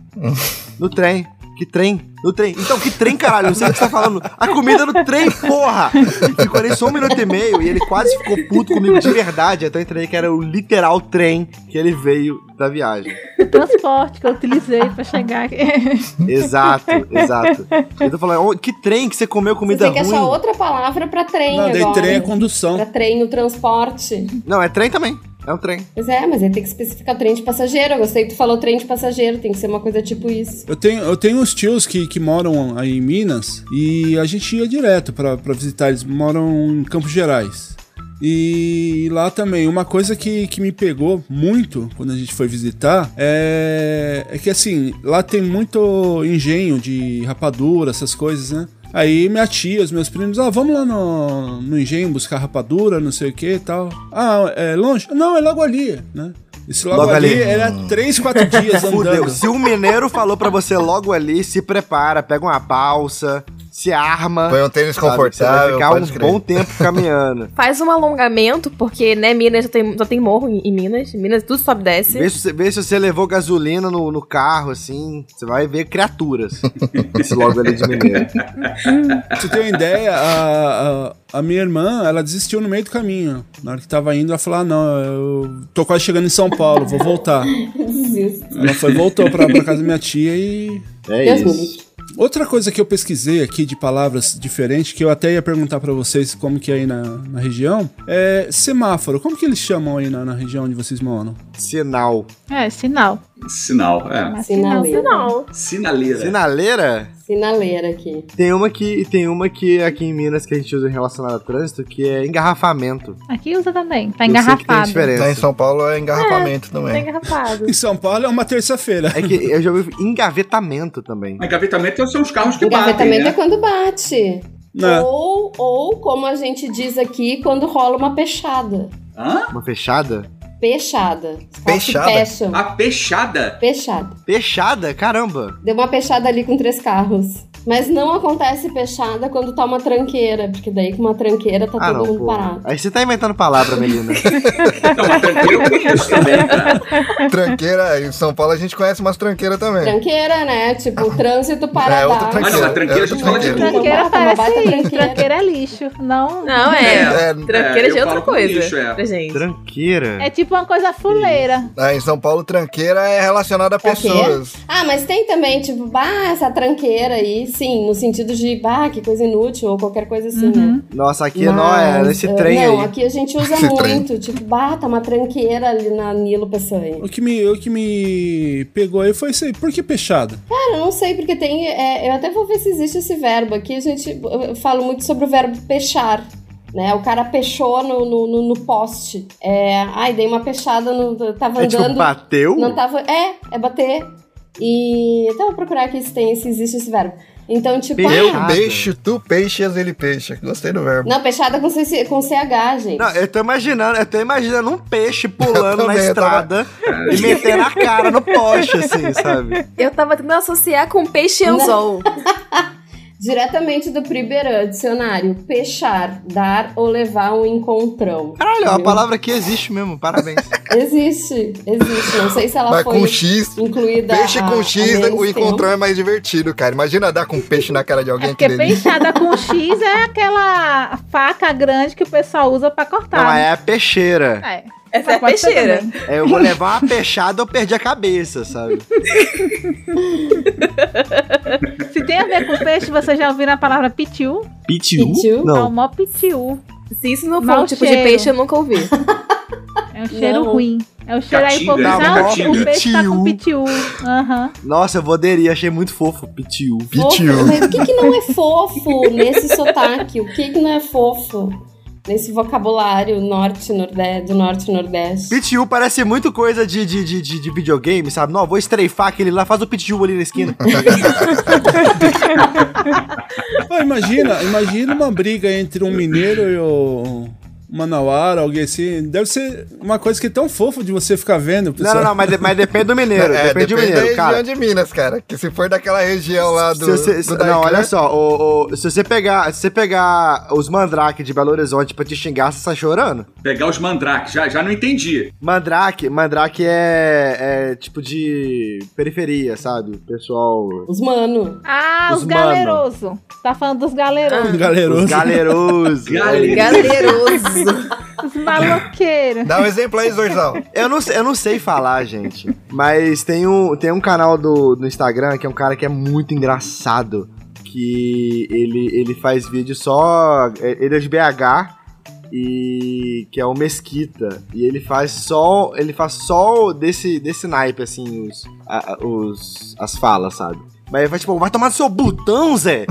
D: No trem. Que trem? No trem. Então, que trem, caralho? Não sei o que você tá falando. A comida no trem, porra! Ficou ali só um minuto e meio e ele quase ficou puto comigo de verdade. Até eu entrei que era o literal trem que ele veio da viagem.
E: O transporte que eu utilizei pra chegar aqui.
D: Exato, exato. Eu tô falando, "Ô, é que trem que você comeu
C: Você
D: comida
C: tem que
D: ruim?
C: achar outra palavra pra trem
A: Não, daí
C: agora.
A: trem é condução.
C: Pra trem, o transporte.
D: Não, é trem também. É um trem.
C: Pois é, mas aí tem que especificar trem de passageiro. Eu gostei que tu falou trem de passageiro, tem que ser uma coisa tipo isso.
A: Eu tenho, eu tenho uns tios que, que moram aí em Minas e a gente ia direto pra pra visitar. Eles moram em Campos Gerais. E lá também, uma coisa que, que me pegou muito quando a gente foi visitar é, é que assim, lá tem muito engenho de rapadura, essas coisas, né? Aí minha tia, os meus primos, ah, vamos lá no, no engenho buscar rapadura, não sei o que e tal. Ah, é longe? Não, é logo ali, né? Esse logo,
D: Logo
A: ali,
D: ali.
A: era 3, 4 dias
D: Fudeu.
A: andando.
D: Se um mineiro falou pra você logo ali, se prepara, pega uma balsa, se arma.
B: Põe um tênis
D: sabe?
B: confortável,
D: Você vai
B: pode
D: ficar um
B: crer.
D: bom tempo caminhando.
F: Faz um alongamento, porque, né, Minas já tem, já tem morro em, em Minas. Minas tudo sobe e desce.
D: Vê se, você- vê se você levou gasolina no, no carro, assim. Você vai ver criaturas. Esse logo ali é de mineiro.
A: Pra você ter uma ideia, a, a, a minha irmã, ela desistiu no meio do caminho. Na hora que tava indo, ela falou: ah, não, eu tô quase chegando em São Paulo, vou voltar.
C: Desisto.
A: Ela foi, voltou pra, pra casa da minha tia e.
D: É
C: Deus me
D: isso.
C: livre.
A: Outra coisa que eu pesquisei aqui de palavras diferentes, que eu até ia perguntar pra vocês como que é aí na, na região, é semáforo. Como que eles chamam aí na, na região onde vocês moram?
D: Sinal.
E: É, sinal.
G: Sinal, é.
E: Mas
C: Sinal.
E: sinal.
F: Não.
D: É.
G: Sinaleira.
D: Sinaleira?
C: Sinaleira aqui.
D: Tem uma que tem uma que aqui em Minas que a gente usa relacionada a trânsito, que é engarrafamento.
E: Aqui usa também. Tá
D: Eu sei que tem
E: engarrafado.
B: Lá em
D: diferença.
B: São Paulo é engarrafamento
F: Tá
B: também.
F: engarrafado.
A: Em São Paulo é uma terça-feira.
D: É que eu já ouvi engavetamento também.
G: Engavetamento são os carros que batem,
C: Engavetamento é
G: né?
C: quando bate.
A: Né?
C: Ou, ou, como a gente diz aqui, quando rola uma pechada.
G: né? Hã?
D: Uma fechada?
C: Pechada. Os caras se
B: Pechada?
C: Fecham.
G: A peixada.
C: Pechada.
D: Fechada? Caramba!
C: Deu uma pechada ali com três carros. Mas não acontece pechada quando tá uma tranqueira, porque daí com uma tranqueira tá todo mundo
D: Ah, pô.
C: parado.
D: Aí você tá inventando palavra, menina.
G: Então, tranquilo com isso também, tá?
B: Tranqueira, em São Paulo a gente conhece umas tranqueiras também.
C: Tranqueira, né? Tipo, o trânsito parado.
B: É, outra
G: Ah, não,
B: tranqueira.
G: mas tranqueira,
B: é
G: a gente
B: outra
G: fala de
B: tranqueira.
G: tudo.
E: Tranqueira
C: Uma baita, uma baita
E: parece.
C: tranqueira.
E: Tranqueira é lixo. Não.
F: Não, é.
B: É,
F: Tranqueira
G: É, eu
F: já é
G: falo
F: outra
G: com
F: coisa.
G: lixo, é.
F: Pra gente.
D: Tranqueira?
E: É tipo uma coisa fuleira.
B: Ah, em São Paulo, tranqueira é relacionada a
C: Tranqueira?
B: pessoas.
C: Ah, mas tem também, tipo, bah, essa tranqueira aí, sim, no sentido de, bah, que coisa inútil, ou qualquer coisa assim,
E: Uhum.
C: né?
D: Nossa, aqui
C: Mas,
D: não é nesse
C: eh,
D: trem
C: Não,
D: aí.
C: aqui a gente usa
B: Esse
C: muito, tipo, bah, tá uma tranqueira ali na Nilo Peçanha.
A: O que, me, o que me pegou aí foi isso aí. Por que peixada?
C: Cara, eu não sei, porque tem, é, eu até vou ver se existe esse verbo aqui, a gente, eu eu falo muito sobre o verbo pechar. Né, o cara pechou no, no, no- no poste. É, ai, dei uma pechada no. Tava
D: É tipo,
C: andando.
D: bateu?
C: Não tava. É, é bater. E. Então, eu vou procurar aqui se tem, se existe esse verbo. Então, tipo.
D: Pechou.
C: ah,
D: Nada.
B: Peixe, tu peixas, ele peixa. Gostei do verbo.
C: não, peixada com, CC com CH, gente.
D: Não, eu tô imaginando, eu tô imaginando um peixe pulando na
B: também, eu tava-
D: estrada e metendo a cara no poste, assim, sabe?
F: Eu tava tentando associar com peixe e anzol.
C: Diretamente do Pribeirã, dicionário, pechar, dar ou levar um encontrão.
D: Caralho, é uma
C: Entendeu?
D: palavra que existe mesmo, parabéns.
C: Existe, existe. Não sei se ela
B: Mas
C: foi
B: com X.
C: incluída.
B: Peixe
C: há-
B: com
C: há
B: X,
C: menos
B: o encontrão é mais divertido, cara. Imagina dar com peixe na cara de
E: É
B: alguém que
E: porque
B: delícia.
E: peixada com X é aquela faca grande que o pessoal usa pra cortar.
D: Não, mas
E: né?
D: é a peixeira.
E: é.
F: Essa é a
E: Pode ser
F: peixeira.
E: também.
D: É, eu vou levar uma peixada, eu perdi a cabeça, sabe?
E: Se tem a ver com peixe, vocês já ouviram a palavra pitiu?
D: Pitiu?
C: Pitiu?
E: É
D: Não.
E: o mó pitiu.
F: Se isso não for
E: Mau
F: um tipo de
E: cheiro.
F: peixe, eu nunca ouvi.
E: É um cheiro
C: Não.
E: ruim. É o cheiro aí
G: Caatinga,
E: por
D: né?
E: ah, o
D: Caatinga.
E: peixe tá com
D: Pitiu.
E: pitiu. Aham.
D: Nossa, eu vou aderir, achei muito fofo, pitiu.
C: Fofo,
B: Pitiu.
C: Mas o que, que não é fofo nesse sotaque? O que, que não é fofo nesse vocabulário norte, nordeste, do norte e nordeste?
D: Pitiu parece muito coisa de, de, de, de, de videogame, sabe? Não, vou estreifar aquele lá, faz o pitiu ali na esquina.
A: Ah, imagina, imagina uma briga entre um mineiro e o manauara, alguém assim. Deve ser uma coisa que é tão fofa de você ficar vendo,
D: não,
A: pessoal.
D: não, não, mas, de- mas depende do mineiro,
B: É,
D: depende, do
B: da
D: mineiro,
B: região
D: cara.
B: de Minas, cara. Que se for daquela região lá do.
D: Se você-
B: do né?
D: se-
B: Daikran,
D: não, olha só, o- o- se você pegar, se você pegar os mandrake de Belo Horizonte pra te xingar, você tá chorando?
G: Pegar os mandrakes, já, já não entendi.
D: Mandrake, mandrake é, é tipo de periferia, sabe? Pessoal
C: Os mano.
E: Ah, os,
D: Os mano.
E: galerosos. Tá falando dos galerosos.
A: Galeroso.
D: Os galeroso.
G: Galeroso.
E: Ah.
F: Galeroso.
E: Os maloqueiros.
B: Dá um exemplo aí, Zorzal.
D: Eu não, sei- eu não sei falar, gente. Mas tem um, tem um canal do, do Instagram que é um cara que é muito engraçado. Que ele, ele faz vídeo só. é- Ele é de BH e. que é o Mesquita. E ele faz só. Ele faz só desse, desse naipe, assim, os, a- a- os. as falas, sabe? Mas ele faz tipo, vai tomar no seu botão, Zé!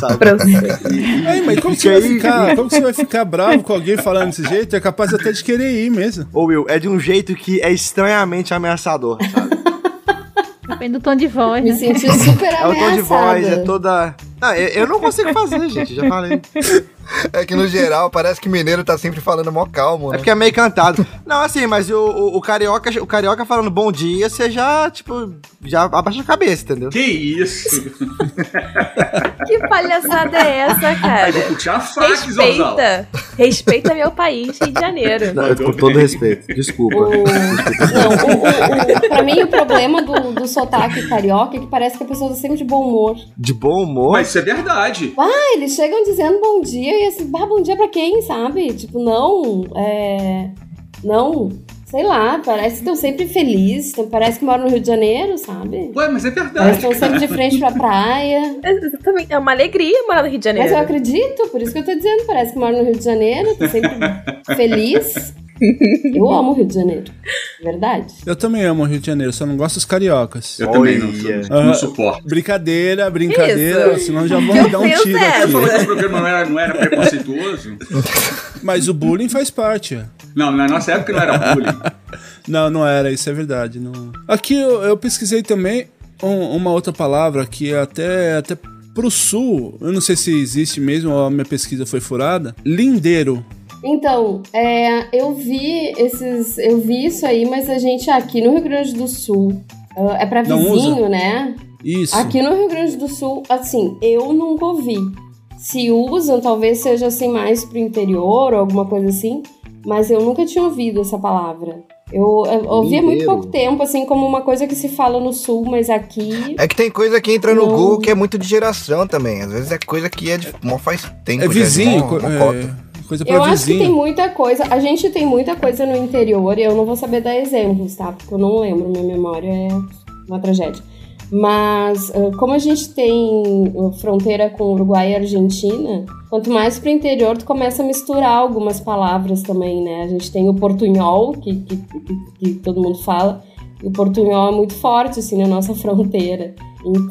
D: Sabe?
A: Aí, mas como que você vai ficar? Como que você vai ficar bravo com alguém falando desse jeito? É capaz até de querer ir mesmo.
D: Ou Will, é de um jeito que é estranhamente ameaçador, sabe?
E: Depende do tom de voz,
C: Me
E: né?
C: senti super
D: É o tom de voz, é
C: ameaçada.
D: toda. Não, eu, eu não consigo fazer, gente, já falei.
B: É que no geral parece que mineiro tá sempre falando mó calmo,
D: É
B: né?
D: porque é meio cantado. Não, assim, mas o, o, o carioca, o carioca falando bom dia, você já, tipo, já abaixa a cabeça, entendeu?
G: Que isso?
F: que palhaçada é essa,
G: Aí
F: cara?
G: vou puxar a faca, Zorzal.
F: Respeita. Respeita meu país, Rio de Janeiro.
D: Não, com todo respeito, desculpa.
C: O- Não, o, o, o- pra mim o problema do, do sotaque carioca é que parece que a pessoa tá sempre de bom humor.
D: De bom humor.
G: Mas isso é verdade.
C: Ah, eles chegam dizendo bom dia e assim, bah, bom dia pra quem, sabe? Tipo, não, é. Não, sei lá, parece que estão sempre felizes, então parece que moram no Rio de Janeiro, sabe?
G: Ué, mas é
C: Parece
G: verdade.
C: que estão sempre de frente pra praia.
F: É, Exatamente. É uma alegria morar no Rio de
C: Mas eu
F: Janeiro.
C: acredito, por isso que eu tô dizendo, parece que moram no Rio de Janeiro, tô sempre feliz. Eu amo o Rio de Janeiro, verdade.
A: Eu também amo o Rio de Janeiro, só não gosto dos cariocas.
G: Eu também não,
D: Olha.
G: não,
A: Ah.
G: suporto.
A: Brincadeira, brincadeira,
F: Isso.
A: senão já vão me dar um
F: ofensa
A: tiro
F: é
G: Você falou
A: aqui.
G: que o programa não era, não era preconceituoso?
A: Mas o bullying faz parte. é. ó.
G: Não, na nossa época não era bullying.
A: Não, não era, isso é verdade. Não... Aqui eu, eu pesquisei também um- uma outra palavra que é até, até pro sul, eu não sei se existe mesmo, ou a minha pesquisa foi furada. Lindeiro.
C: Então, é, eu vi esses, eu vi isso aí, mas a gente aqui no Rio Grande do Sul ah, é pra
A: Não
C: vizinho, né?
A: Isso.
C: Aqui no Rio Grande do Sul, assim, eu nunca ouvi. Se usam, talvez seja assim mais pro interior ou alguma coisa assim, mas eu nunca tinha ouvido essa palavra. Eu, eu ouvi há muito
D: Mineiro.
C: pouco tempo, assim, como uma coisa que se fala no sul, mas aqui.
B: É que tem coisa que entra no
C: Não.
B: Google que é muito de geração também. Às vezes é coisa que é de. Mó faz tempo.
A: É
B: já, de
A: vizinho,
B: mó-
A: co-
B: mó
A: é,
B: cota.
A: coisa pra
C: Eu acho que
A: vizinho.
C: tem muita coisa. A gente tem muita coisa no interior e eu não vou saber dar exemplos, tá? Porque eu não lembro, minha memória é uma tragédia. Mas ah, como a gente tem ah, fronteira com Uruguai e Argentina, quanto mais pro interior, tu começa a misturar algumas palavras também, né? A gente tem o portunhol, que, que, que- que todo mundo fala, e o portunhol é muito forte, assim, na nossa fronteira.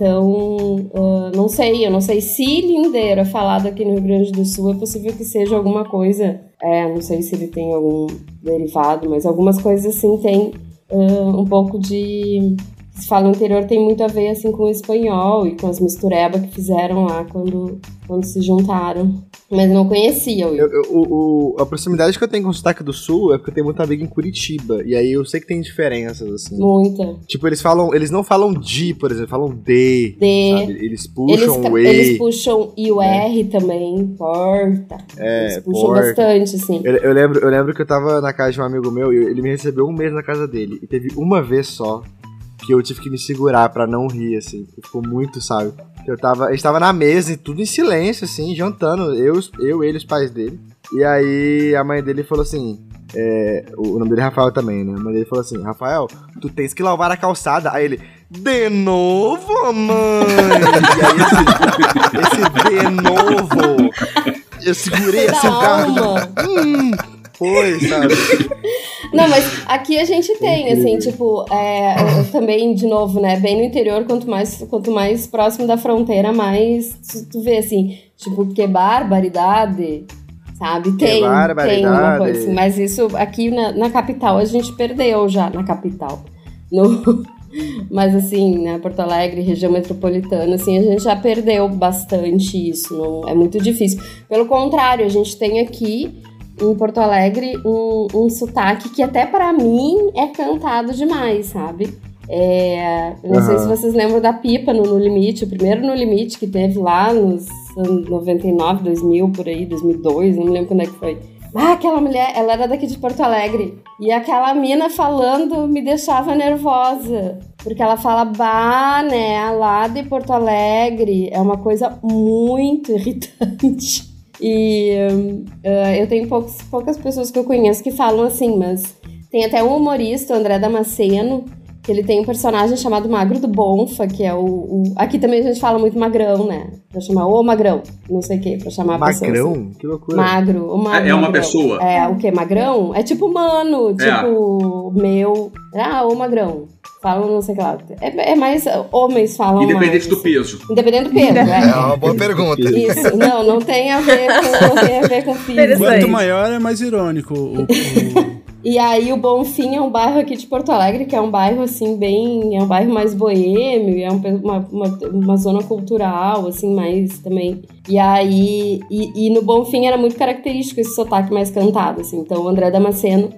C: Então, ah, não sei, eu não sei se lindeiro é falado aqui no Rio Grande do Sul, é possível que seja alguma coisa, é, não sei se ele tem algum derivado, mas algumas coisas assim tem ah, um pouco hum, de se fala anterior tem muito a ver assim com o espanhol e com as mistureba que fizeram lá quando, quando se juntaram. Mas não conhecia o
D: Eu- eu- o- o- a proximidade que eu tenho com o sotaque do sul é porque eu tenho muita amiga em Curitiba. E aí eu sei que tem diferenças, assim.
C: Muita.
D: Tipo, eles falam. Eles não falam de, por exemplo, falam de.
A: É.
C: De,
D: Sabe? Eles
C: eles,
D: puxam
C: ca-
D: o
C: eles
D: E.
C: puxam e o R também, porta.
D: É,
C: eles puxam
D: porta.
C: bastante, assim.
D: Eu, eu lembro, eu lembro que eu tava na casa de um amigo meu e ele me recebeu um mês na casa dele. E teve uma vez só que eu tive que me segurar pra não rir, assim. que Ficou muito, sabe? Que Eu tava, a gente tava na mesa e tudo em silêncio, assim, jantando. Eu, os- eu ele e os pais dele. E aí a mãe dele falou assim. é, o nome dele é Rafael também, né? A mãe dele falou assim: Rafael, tu tens que lavar a calçada. Aí ele, de novo, mãe! e aí assim, esse, esse de novo. Eu segurei
C: Foi
D: assim o
C: da
D: carro.
C: alma.
D: Hum,
C: um-
D: foi, sabe?
C: Não, mas aqui a gente tem, assim, tipo, é, eu também, de novo, né? Bem no interior, quanto mais, quanto mais próximo da fronteira, mais tu- tu vê, assim, tipo, que barbaridade, sabe? Tem, tem uma
D: barbaridade.
C: coisa, assim, mas isso aqui na, na capital a gente perdeu já, na capital. No- mas assim, né, Porto Alegre, região metropolitana, assim, a gente já perdeu bastante isso, não, é muito difícil. Pelo contrário, a gente tem aqui em Porto Alegre um, um sotaque que até pra mim é cantado demais, sabe? É, eu não sei
D: Aham.
C: se vocês lembram da Pipa no No Limite, o primeiro No Limite que teve lá nos anos 99, 2000, por aí, 2002, não me lembro quando é que foi. Ah, aquela mulher, ela era daqui de Porto Alegre. E aquela mina falando me deixava nervosa. Porque ela fala, bah, né, lá de Porto Alegre. É uma coisa muito irritante. E hum, ah, eu tenho poucos, poucas pessoas que eu conheço que falam assim, mas tem até um humorista, o André Damasceno, que ele tem um personagem chamado Magro do Bonfa, que é o. o- aqui também a gente fala muito magrão, né? Pra chamar o magrão, não sei o quê, pra chamar a pessoa. assim.
D: Magrão? Que loucura.
C: Magro, o magro.
G: É uma
C: magrão.
G: pessoa.
C: É, o que? Magrão? É tipo mano,
G: É.
C: tipo meu. Ah, o magrão. Falam não sei o que lá. É, é mais. Homens falam. mais,
G: Independente do
C: assim.
G: peso.
C: Independente do peso,
B: É
C: é.
B: uma boa pergunta.
C: Isso, não, não tem a ver com, não tem a ver com físico.
F: Interessante.
A: Quanto
F: aí.
A: maior é mais irônico. O- o-
C: E aí o Bonfim é um bairro aqui de Porto Alegre, que é um bairro assim bem, é um bairro mais boêmio, é um pe- uma, uma, uma zona cultural assim mais também. E aí e, e no Bonfim era muito característico esse sotaque mais cantado assim. Então o André Damasceno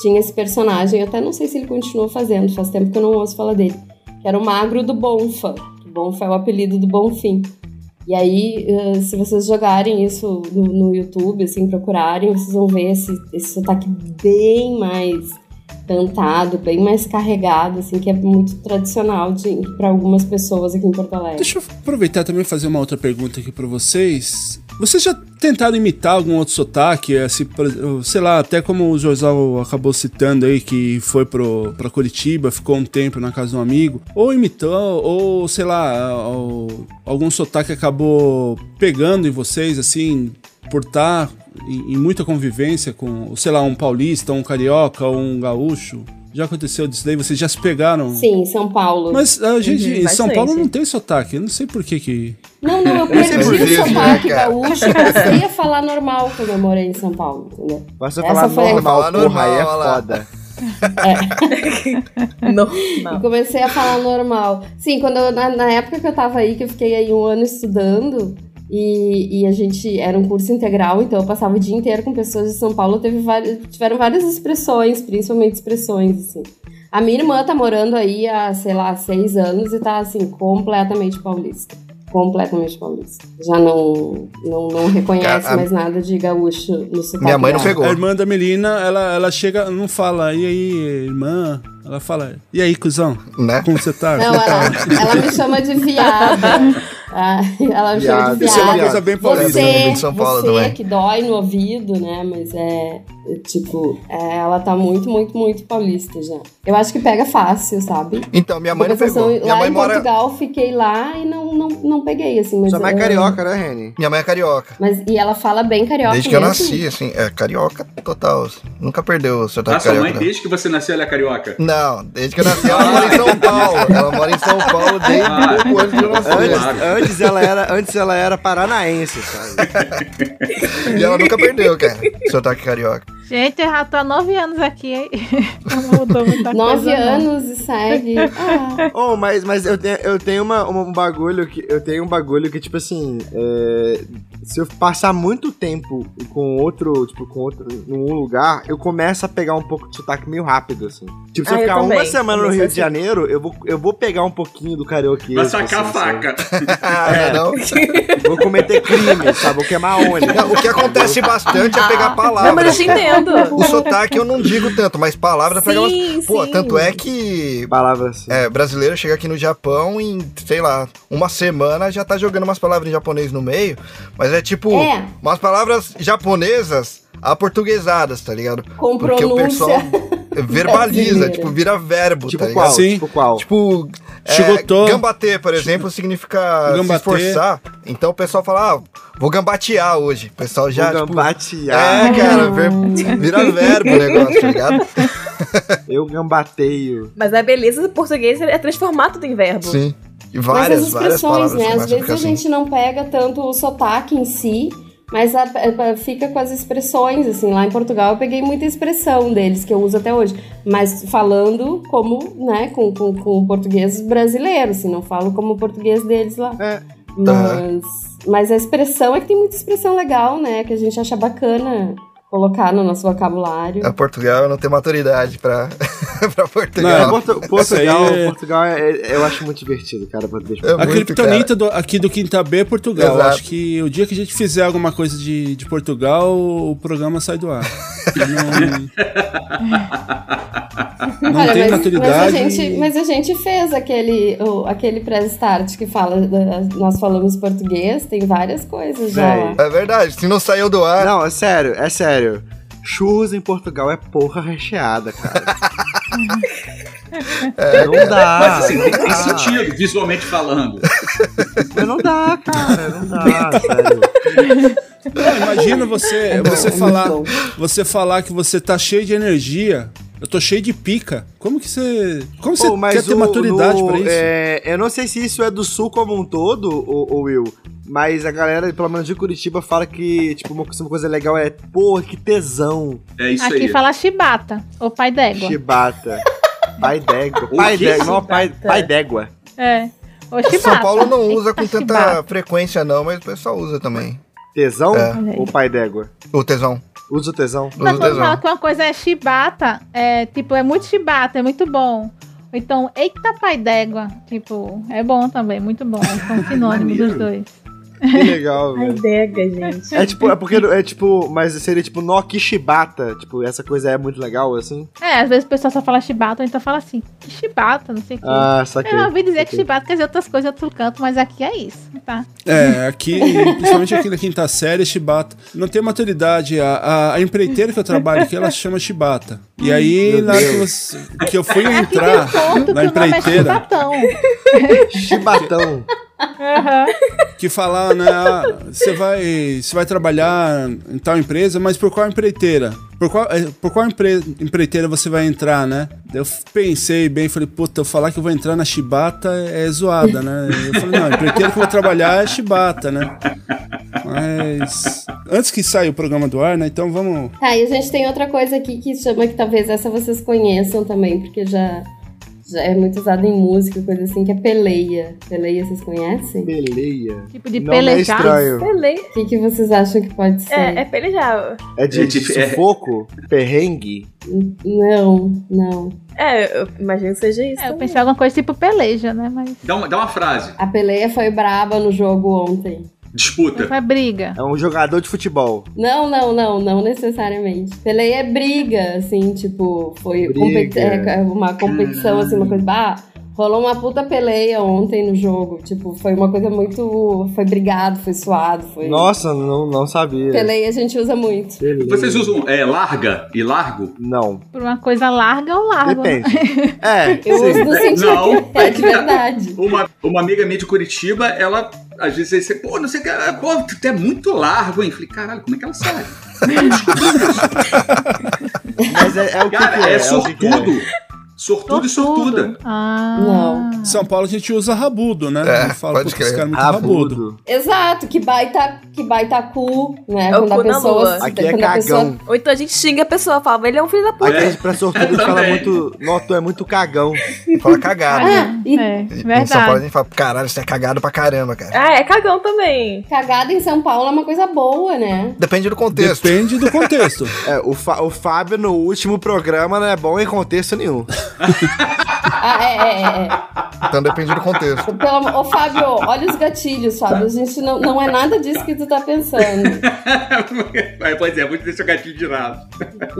C: tinha esse personagem, eu até não sei se ele continuou fazendo, faz tempo que eu não ouço falar dele, que era o Magro do Bonfa. que Bonfa é o apelido do Bonfim. E aí, eh, se vocês jogarem isso no, no YouTube, assim, procurarem, vocês vão ver esse, esse sotaque bem mais cantado, bem mais carregado, assim, que é muito tradicional para algumas pessoas aqui em Porto Alegre.
A: Deixa eu aproveitar também e fazer uma outra pergunta aqui pra vocês. Vocês já tentaram imitar algum outro sotaque? Assim, por- sei lá, até como o Josal acabou citando aí, que foi pro, pra Curitiba, ficou um tempo na casa de um amigo. Ou imitou, ou sei lá, ou- algum sotaque acabou pegando em vocês, assim, por estar em, em muita convivência com, sei lá, um paulista, um carioca, um gaúcho. Já aconteceu disso daí? Vocês já se pegaram?
C: Sim, São Paulo.
A: Mas a gente, em São
C: é
F: bastante.
A: Paulo não tem sotaque. Eu não sei por que que.
C: Não, não, eu
B: Esse é
C: perdi o
B: burguês, né,
C: sotaque
B: cara?
C: gaúcho e passei a falar normal quando eu morei em São Paulo, entendeu?
D: Basta
C: Essa
D: falar
C: foi a-
D: normal,
B: Falar
D: porra, aí é
B: normal, olha lá.
D: foda.
C: E
F: Normal.
C: comecei a falar normal. Sim, quando eu- na, na época que eu tava aí, que eu fiquei aí um ano estudando, e, e a gente era um curso integral, então eu passava o dia inteiro com pessoas de São Paulo, teve várias, tiveram várias expressões, principalmente expressões, assim. A minha irmã tá morando aí há, sei lá, seis anos e tá, assim, completamente paulista. Completamente paulista. Já não, não, não reconhece
B: Cara, a-
C: mais nada de gaúcho no sotaque.
B: Minha mãe não
C: dela.
B: pegou.
A: A irmã da Melina, ela, ela chega, não fala, e aí, irmã? Ela fala, e aí, cuzão?
B: Né?
A: Como você tá?
C: Não,
A: Como tá?"
C: ela, ela me chama de viada. Ah, ela me chama de
D: Viada.
C: viada.
A: Isso é uma coisa bem paulista.
B: também
C: Você,
B: né? de São Paulo,
C: você
B: não é?
C: que dói no ouvido, né? Mas é, é, tipo, é, ela tá muito, muito, muito paulista já. Eu acho que pega fácil, sabe?
B: Então, minha mãe não
C: Compensação,
B: pegou. Minha
C: lá
B: mãe
C: em
B: mora.
C: Portugal, fiquei lá e não, não, não peguei, assim. Mas
D: Sua mãe é
C: eu-
D: carioca, né, Reni?
B: Minha mãe é carioca.
C: Mas, e ela fala bem carioca
B: Desde que eu
C: mesmo.
B: nasci, assim. É carioca total. Nunca perdeu o
D: Tá
G: Ah,
B: sotaque
G: sua mãe,
B: carioca. não.
G: desde que você nasceu, ela é carioca.
B: Não, desde que eu nasci, ela mora em São Paulo. Ela mora em São Paulo desde
G: Ah.
B: pouco antes de eu nascer.
D: Antes,
G: Claro.
D: antes ela era, antes ela era paranaense, sabe?
B: E ela nunca perdeu, cara. Sotaque carioca.
E: Gente, eu já tô há nove anos aqui. hein? Não mudou muita
C: Nove
E: coisa, não.
C: anos e segue. Ah,
D: Oh, mas, mas eu tenho, eu tenho uma, uma- um bagulho que. Eu tenho um bagulho que, tipo assim. é, se eu passar muito tempo com outro, tipo, com outro num lugar, eu começo a pegar um pouco de sotaque meio rápido, assim. Tipo, se
F: Ah,
D: eu
F: eu
D: ficar uma
F: também.
D: semana no
F: Comecei
D: Rio de
F: assim.
D: Janeiro, eu vou, eu vou pegar um pouquinho do karaokê.
G: Vai sacar a
D: assim, sabe?
G: faca.
B: Ah,
D: É.
B: não.
D: Vou cometer crime, sabe? Vou queimar ônibus.
B: Não, O que acontece bastante é pegar
F: Ah. Não, mas eu
B: palavras.
F: te entendo.
B: O sotaque eu não digo tanto, mas palavras pegar umas...
F: sim,
B: Pô,
F: sim.
B: tanto é que
D: Palavra assim.
B: é, brasileiro chega aqui no Japão em, sei lá, uma semana já tá jogando umas palavras em japonês no meio, mas é tipo
C: É.
B: umas palavras japonesas aportuguesadas, tá ligado?
C: com
B: Porque o
C: pronúncia.
B: pessoal
F: É,
B: verbaliza,
C: Brasileira.
B: tipo, vira verbo,
D: Tipo
B: tá ligado?
D: qual?
A: Sim.
D: Tipo qual?
B: Tipo, é,
A: Chigotô.
B: gambatê, por exemplo, significa
A: Gambatê.
B: se esforçar. Então o pessoal fala, ah, vou gambatear hoje. O pessoal já,
D: Vou
B: tipo,
D: gambatear.
B: é, cara, ver, vira verbo o negócio, tá ligado?
D: Eu gambateio.
F: Mas a beleza do português é transformar tudo em verbo.
B: Sim. E
C: mas
B: várias,
C: as
B: várias
C: expressões,
B: palavras
C: né?
B: começam
C: Às vezes
B: ficar
C: a
B: assim.
C: gente não pega tanto o sotaque em si, mas a- a- fica com as expressões, assim. Lá em Portugal eu peguei muita expressão deles, que eu uso até hoje. Mas falando como, né, com, com, com o português brasileiro, assim. Não falo como o português deles lá.
D: É.
C: Mas, mas a expressão é que tem muita expressão legal, né? Que a gente acha bacana colocar no nosso vocabulário.
B: A É, Portugal não tem maturidade pra, pra
D: É,
B: Portugal.
D: Portu-
A: Essa aí
D: Portugal,
A: é-
D: Portugal é- é- eu acho muito divertido, cara. pra deixar-
B: É
A: A
B: muito,
A: criptonita do- aqui do Quinta B é Portugal.
B: Exato.
A: Acho que o dia que a gente fizer alguma coisa de, de Portugal, o programa sai do ar. Não, não
C: Olha,
A: tem
C: mas,
A: maturidade.
C: Mas a, gente, mas a gente fez aquele, o- aquele press start que fala, da- nós falamos português, tem várias coisas já.
D: Véi.
C: lá.
B: É verdade, se não saiu do ar,
D: Não, é sério, é sério. Churros em Portugal é porra recheada, cara. não
G: É.
D: dá.
G: Mas assim, tem, tem
D: Ah,
G: sentido, visualmente falando.
D: mas não dá, cara. Não dá, sério.
A: Não, imagina você,
C: bom,
A: você
C: é muito
A: falar,
C: bom.
A: você falar que você tá cheio de energia. Eu tô cheio de pica. Como que você, como você
D: Pô, mas
A: quer ter
D: o-
A: maturidade
D: no-
A: pra isso?
D: é, eu não sei se isso é do sul como um todo, ou, Will, mas a galera, pelo menos de Curitiba, fala que, tipo, uma uma coisa legal é, porra, que tesão,
G: É isso
E: Aqui
G: aí.
E: fala chibata, ou pai d'égua.
D: chibata. Pai d'égua.
G: O
D: Pai
G: quê?
D: d'égua. Não, pai,
F: Chibata.
D: pai d'égua.
E: É. Ou chibata.
B: São Paulo não
E: Tem que
B: usa com
E: estar
B: tanta
E: chibata.
B: frequência, não, mas o pessoal usa também.
D: Tesão
B: É.
E: Olha aí.
D: ou pai d'égua?
B: O tesão.
D: Usa o tesão.
B: Usa
E: Mas
B: o
E: quando fala
B: tesão.
E: que uma coisa é chibata, é tipo, é muito chibata, é muito bom. Ou Então, eita pai d'égua, tipo, é bom também, muito bom. São sinônimos
G: Maneiro.
E: dos dois.
D: Que legal, velho.
F: Adega, gente.
D: É tipo, é porque é tipo, mas seria tipo no Kishibata, tipo, essa coisa é muito legal, assim.
E: É, às vezes o pessoal só fala chibata, ou então fala assim, que chibata, não sei o quê.
D: Ah, saquei.
E: Eu já ouvi dizer que
D: saquei.
E: chibata quer dizer outras coisas em outro canto, mas aqui é isso, tá?
A: É, aqui, principalmente aqui na quinta série, chibata. Não tem maturidade. A, a, a empreiteira que eu trabalho aqui, ela chama chibata. E aí,
D: Meu
A: na hora que,
D: Deus.
A: você- que eu fui
E: Aqui tem um
A: entrar
E: ponto
A: na
E: que o nome é
A: empreiteira,
E: chibatão.
D: Chibatão.
E: Aham.
A: que falar, né? ah, Você vai, você vai trabalhar em tal empresa, mas por qual empreiteira? Por qual, eh, por qual empre- empreiteira você vai entrar, né? Eu f- pensei bem, falei, puta, eu falar que eu vou entrar na chibata é zoada, né? Eu falei, não, a empreiteira que eu vou trabalhar é chibata, né? Mas. Antes que saia o programa do ar, né? Então vamos.
C: Tá, e a gente tem outra coisa aqui que chama, que talvez essa vocês conheçam também, porque já, já é muito usado em música, coisa assim, que é peleia. Peleia, vocês conhecem?
D: Peleia.
E: Tipo de
D: Não é
E: pelejar.
D: estranho.
F: Pele...
C: O que, que vocês acham que pode ser?
F: É, é pelejar.
D: É de,
G: É
D: de
G: dif- é.
D: sufoco? Perrengue?
C: Não, não.
F: É, eu imagino que seja isso.
E: É, eu
F: também.
E: pensei em alguma coisa tipo peleja, né? Mas
G: Dá uma, dá uma frase.
C: A peleia foi braba no jogo ontem.
G: Disputa.
E: foi briga.
D: É um jogador de futebol.
C: Não, não, não, não necessariamente. Peleia é briga, assim, tipo, foi
D: Briga.
C: competi- é, uma competição, assim, uma coisa. Ah, rolou uma puta peleia ontem no jogo. Tipo, foi uma coisa muito. Foi brigado, foi suado, foi.
D: Nossa, não, não sabia.
C: Peleia a gente usa muito.
D: Peleia.
G: Vocês usam é, larga e largo?
D: Não.
E: Por uma coisa larga ou largo. né?
D: Depende. É.
C: Eu uso no sentido
G: Não.
C: que é de verdade.
G: Uma, uma amiga minha de Curitiba, ela às vezes aí você, pô, não sei o que, ela, pô, tu é muito largo, hein? Falei, caralho, como é que ela sabe?
D: Mas é, é o que,
G: Cara,
D: que é.
G: é
D: o que que é.
G: sortudo. Sortudo, e sortuda.
E: Ah.
C: Não.
A: Em São Paulo a gente usa rabudo, né?
B: É,
A: Eu falo,
B: pode
A: putz,
B: crer.
A: esse cara é muito rabudo.
D: tá Rabudo.
C: Exato, que baita, que baita cu, né?
F: É o
C: quando a
F: cu na
C: pessoa.
F: lua.
C: se-
D: Aqui é
C: quando a pessoa
D: cagão.
F: Ou então a gente xinga a pessoa, fala, ele é um filho da
D: Aqui
F: puta.
D: a gente, pra sortudo, fala
G: também.
D: muito. Nossa, tu é muito cagão.
B: Fala cagado. né?
C: Ah, e
E: É,
B: Em São Paulo a
E: verdade.
B: gente fala, caralho, você é cagado pra caramba, cara.
F: Ah, é cagão também.
C: cagada em São Paulo é uma coisa boa, né?
B: Depende do contexto.
A: Depende do contexto.
D: É, o, Fa- o Fábio no último programa não é bom em contexto nenhum.
C: Ah, é, é, é, é.
B: Então depende do contexto.
C: Pelo amor- Ô, Fábio, olha os gatilhos, Fábio. A gente não, não é nada disso que tu tá pensando.
G: Mas, pois é, vou te deixar o gatilho de lado.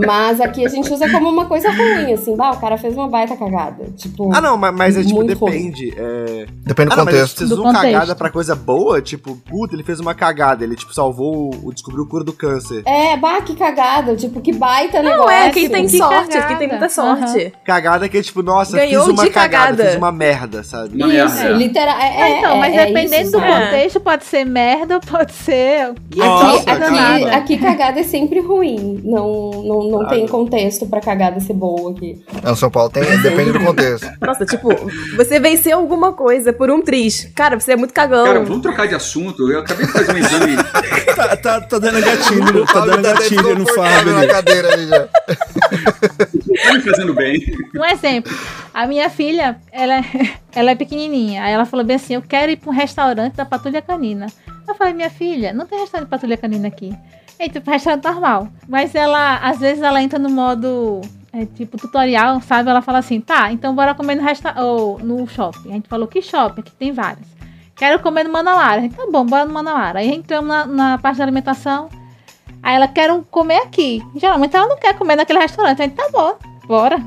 C: Mas aqui a gente usa como uma coisa ruim, assim. Bah, o cara fez uma baita cagada. Tipo,
D: Ah, não, ma- mas, é tipo,
C: Muito ruim.
D: depende. É...
B: Depende
D: Ah,
B: do
D: não, mas
B: contexto.
D: vocês
E: Do
D: usam
E: contexto.
D: cagada pra coisa boa? Tipo, puta, ele fez uma cagada. Ele, tipo, salvou o. descobriu a cura do câncer.
C: é, bah, que cagada. Tipo, que baita
F: Não
C: negócio.
F: é, quem tem
E: que
F: sorte,
E: cagada.
F: quem tem muita sorte.
D: Cagada que é tipo, nossa,
F: Ganhou
D: fiz uma
F: de
D: cagada,
F: cagada.
D: fiz uma merda, sabe?
G: Uma merda,
C: Isso,
G: é.
C: literal. É,
E: Ah,
C: é,
E: então,
C: é,
E: mas
C: é
E: dependendo
C: isso,
E: do
C: sabe?
E: contexto, pode ser merda, pode ser. Que
D: Nossa,
E: coisa
C: Aqui,
E: nada.
D: cagada.
C: aqui cagada é sempre ruim. Não, não, não tem contexto pra cagada ser boa aqui.
B: Não, É, São Paulo tem. Depende do contexto.
F: Nossa, tipo, você venceu alguma coisa por um triz. Cara, você é muito cagão.
G: Cara, vamos trocar de assunto. Eu acabei de fazer um exame.
A: tá, tá, tá dando gatilho, tá
B: Fábio
A: dando
B: até
A: gatilho no
B: desconfortável
A: Fábio.
B: na
A: ali.
B: cadeira ali já.
G: tá me fazendo bem.
E: Um exemplo. A minha filha, ela, ela é pequenininha. Aí ela falou bem assim: eu quero ir para um restaurante da Patrulha Canina. Eu falei: minha filha, não tem restaurante de Patrulha Canina aqui. É tipo restaurante normal. Mas ela, às vezes, ela entra no modo. é, tipo tutorial, sabe? Ela fala assim: tá, então bora comer no, resta ou no shopping. A gente falou: que shopping? Aqui tem vários. Quero comer no Manauara. A gente, Tá bom, bora no Manauara. Aí entramos na, na parte da alimentação. Aí ela quer comer aqui. Geralmente ela não quer comer naquele restaurante. A gente, tá bom, bora.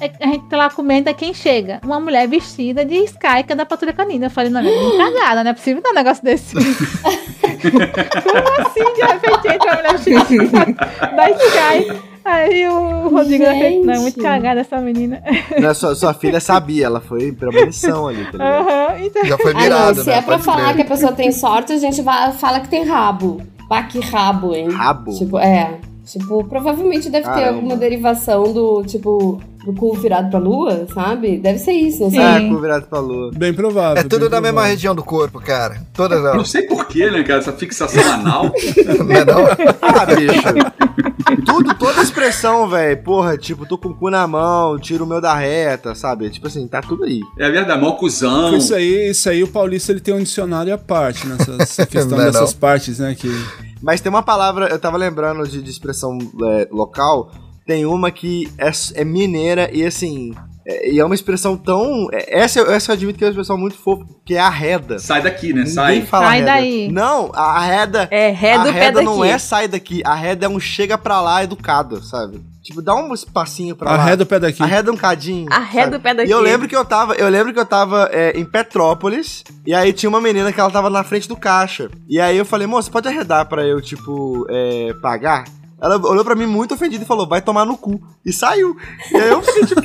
E: Aí A gente tá lá comendo, aí quem chega? Uma mulher vestida de Sky, que é da Patrulha Canina. Eu falei, não, não é cagada, não é possível dar um negócio desse. Como assim, de repente, entra uma mulher vestida da Sky? Aí o Rodrigo,
C: Gente.
E: não, é muito cagada essa menina.
B: é
D: Né, sua,
C: Ah,
D: sua filha sabia, ela foi premonição ali, tá ligado?
E: Aham, então...
B: Já foi
C: Ah, não,
B: virado,
C: se
B: né?
C: é pra
B: Pode
C: falar
B: crer.
C: que a pessoa tem sorte, a gente vai, fala que tem rabo. Bah, que rabo, hein?
D: Rabo.
C: Tipo, é. Tipo, provavelmente deve ter
D: Caramba.
C: alguma derivação do, tipo, do cu virado pra lua, sabe? Deve ser isso, não sei.
D: Ah,
E: Sim.
D: com virado pra lua.
A: Bem provável.
B: É tudo
A: bem
B: da mesma
A: provável.
B: região do corpo, cara. Todas
G: Não
B: elas.
G: sei porquê, né, cara? Essa fixação anal.
B: Não é não?
D: Ah, bicho. Tudo, toda expressão, velho. Porra, tipo, tô com o cu na mão, tiro o meu da reta, sabe? Tipo assim, tá tudo aí.
G: É verdade, mó cuzão.
A: Isso aí, isso aí, o paulista ele tem um dicionário à parte nessas essa questão
B: Não é
A: dessas partes, né? Que
D: Mas tem uma palavra, eu tava lembrando de, de expressão é, local, tem uma que é, s- é mineira e assim. é- E é, uma expressão tão. é- Essa, eu- essa eu admito que é uma expressão muito fofa, que é arreda.
G: Sai daqui, né?
D: Ninguém
G: Sai.
D: fala
E: Sai
D: arreda.
E: daí.
D: Não, a arreda.
F: É, ré
D: a
F: do pé
D: arreda
F: daqui.
D: não é sai daqui. A arreda é um chega pra lá educado, sabe? Tipo, dá um espacinho pra
G: Ah.
D: lá.
A: arreda o pé daqui.
D: Arreda um cadinho.
F: A ré
D: sabe?
F: do pé daqui.
D: E eu lembro que eu tava, eu lembro que eu tava é, em Petrópolis, e aí tinha uma menina que ela tava na frente do caixa. E aí eu falei, moça, pode arredar pra eu, tipo, é, pagar? Ela olhou pra mim muito ofendida e falou, vai tomar no cu. E saiu. E aí eu fiquei, tipo,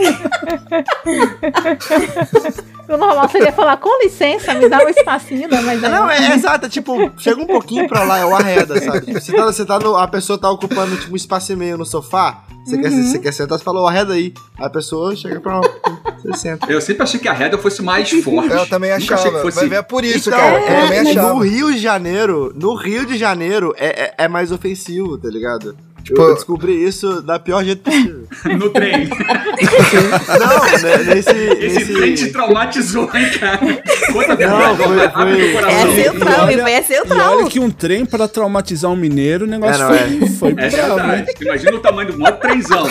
E: O normal seria falar, com licença, me dá um espacinho, né? Mas aí-
D: não, é, é exato, é tipo, chega um pouquinho pra lá, eu arreda, sabe? Tipo, você tá, você tá no, a pessoa tá ocupando, tipo, um espaço e meio no sofá, você, quer, você quer sentar, você fala, "Ô, arreda aí. Aí a pessoa chega pra lá, você senta.
G: Eu sempre achei que a reda fosse mais forte.
B: Eu também
G: Nunca
B: achava.
G: achei que fosse
B: Vai ver, é por isso,
D: Então,
B: cara. eu
D: é,
B: também
D: mas no
B: achava.
D: Rio de Janeiro, no Rio de Janeiro é, é, é mais ofensivo, tá ligado?
B: Tipo-
D: eu descobri isso da pior jeito possível.
G: no trem.
D: Não, né, nesse.
G: Esse,
D: nesse-
G: trem te traumatizou, hein, cara? Conta a
D: Não,
G: verdade,
D: foi-
G: rápido
D: foi-
G: o
F: É
G: coração.
A: Não, e
F: central,
A: olha-
F: Ivan, é
A: E olha
F: central.
A: que um trem pra traumatizar um mineiro, o negócio
D: É, não,
A: foi, foi
G: É
A: bravo, hein?
G: verdade. Imagina o tamanho do maior trenzão.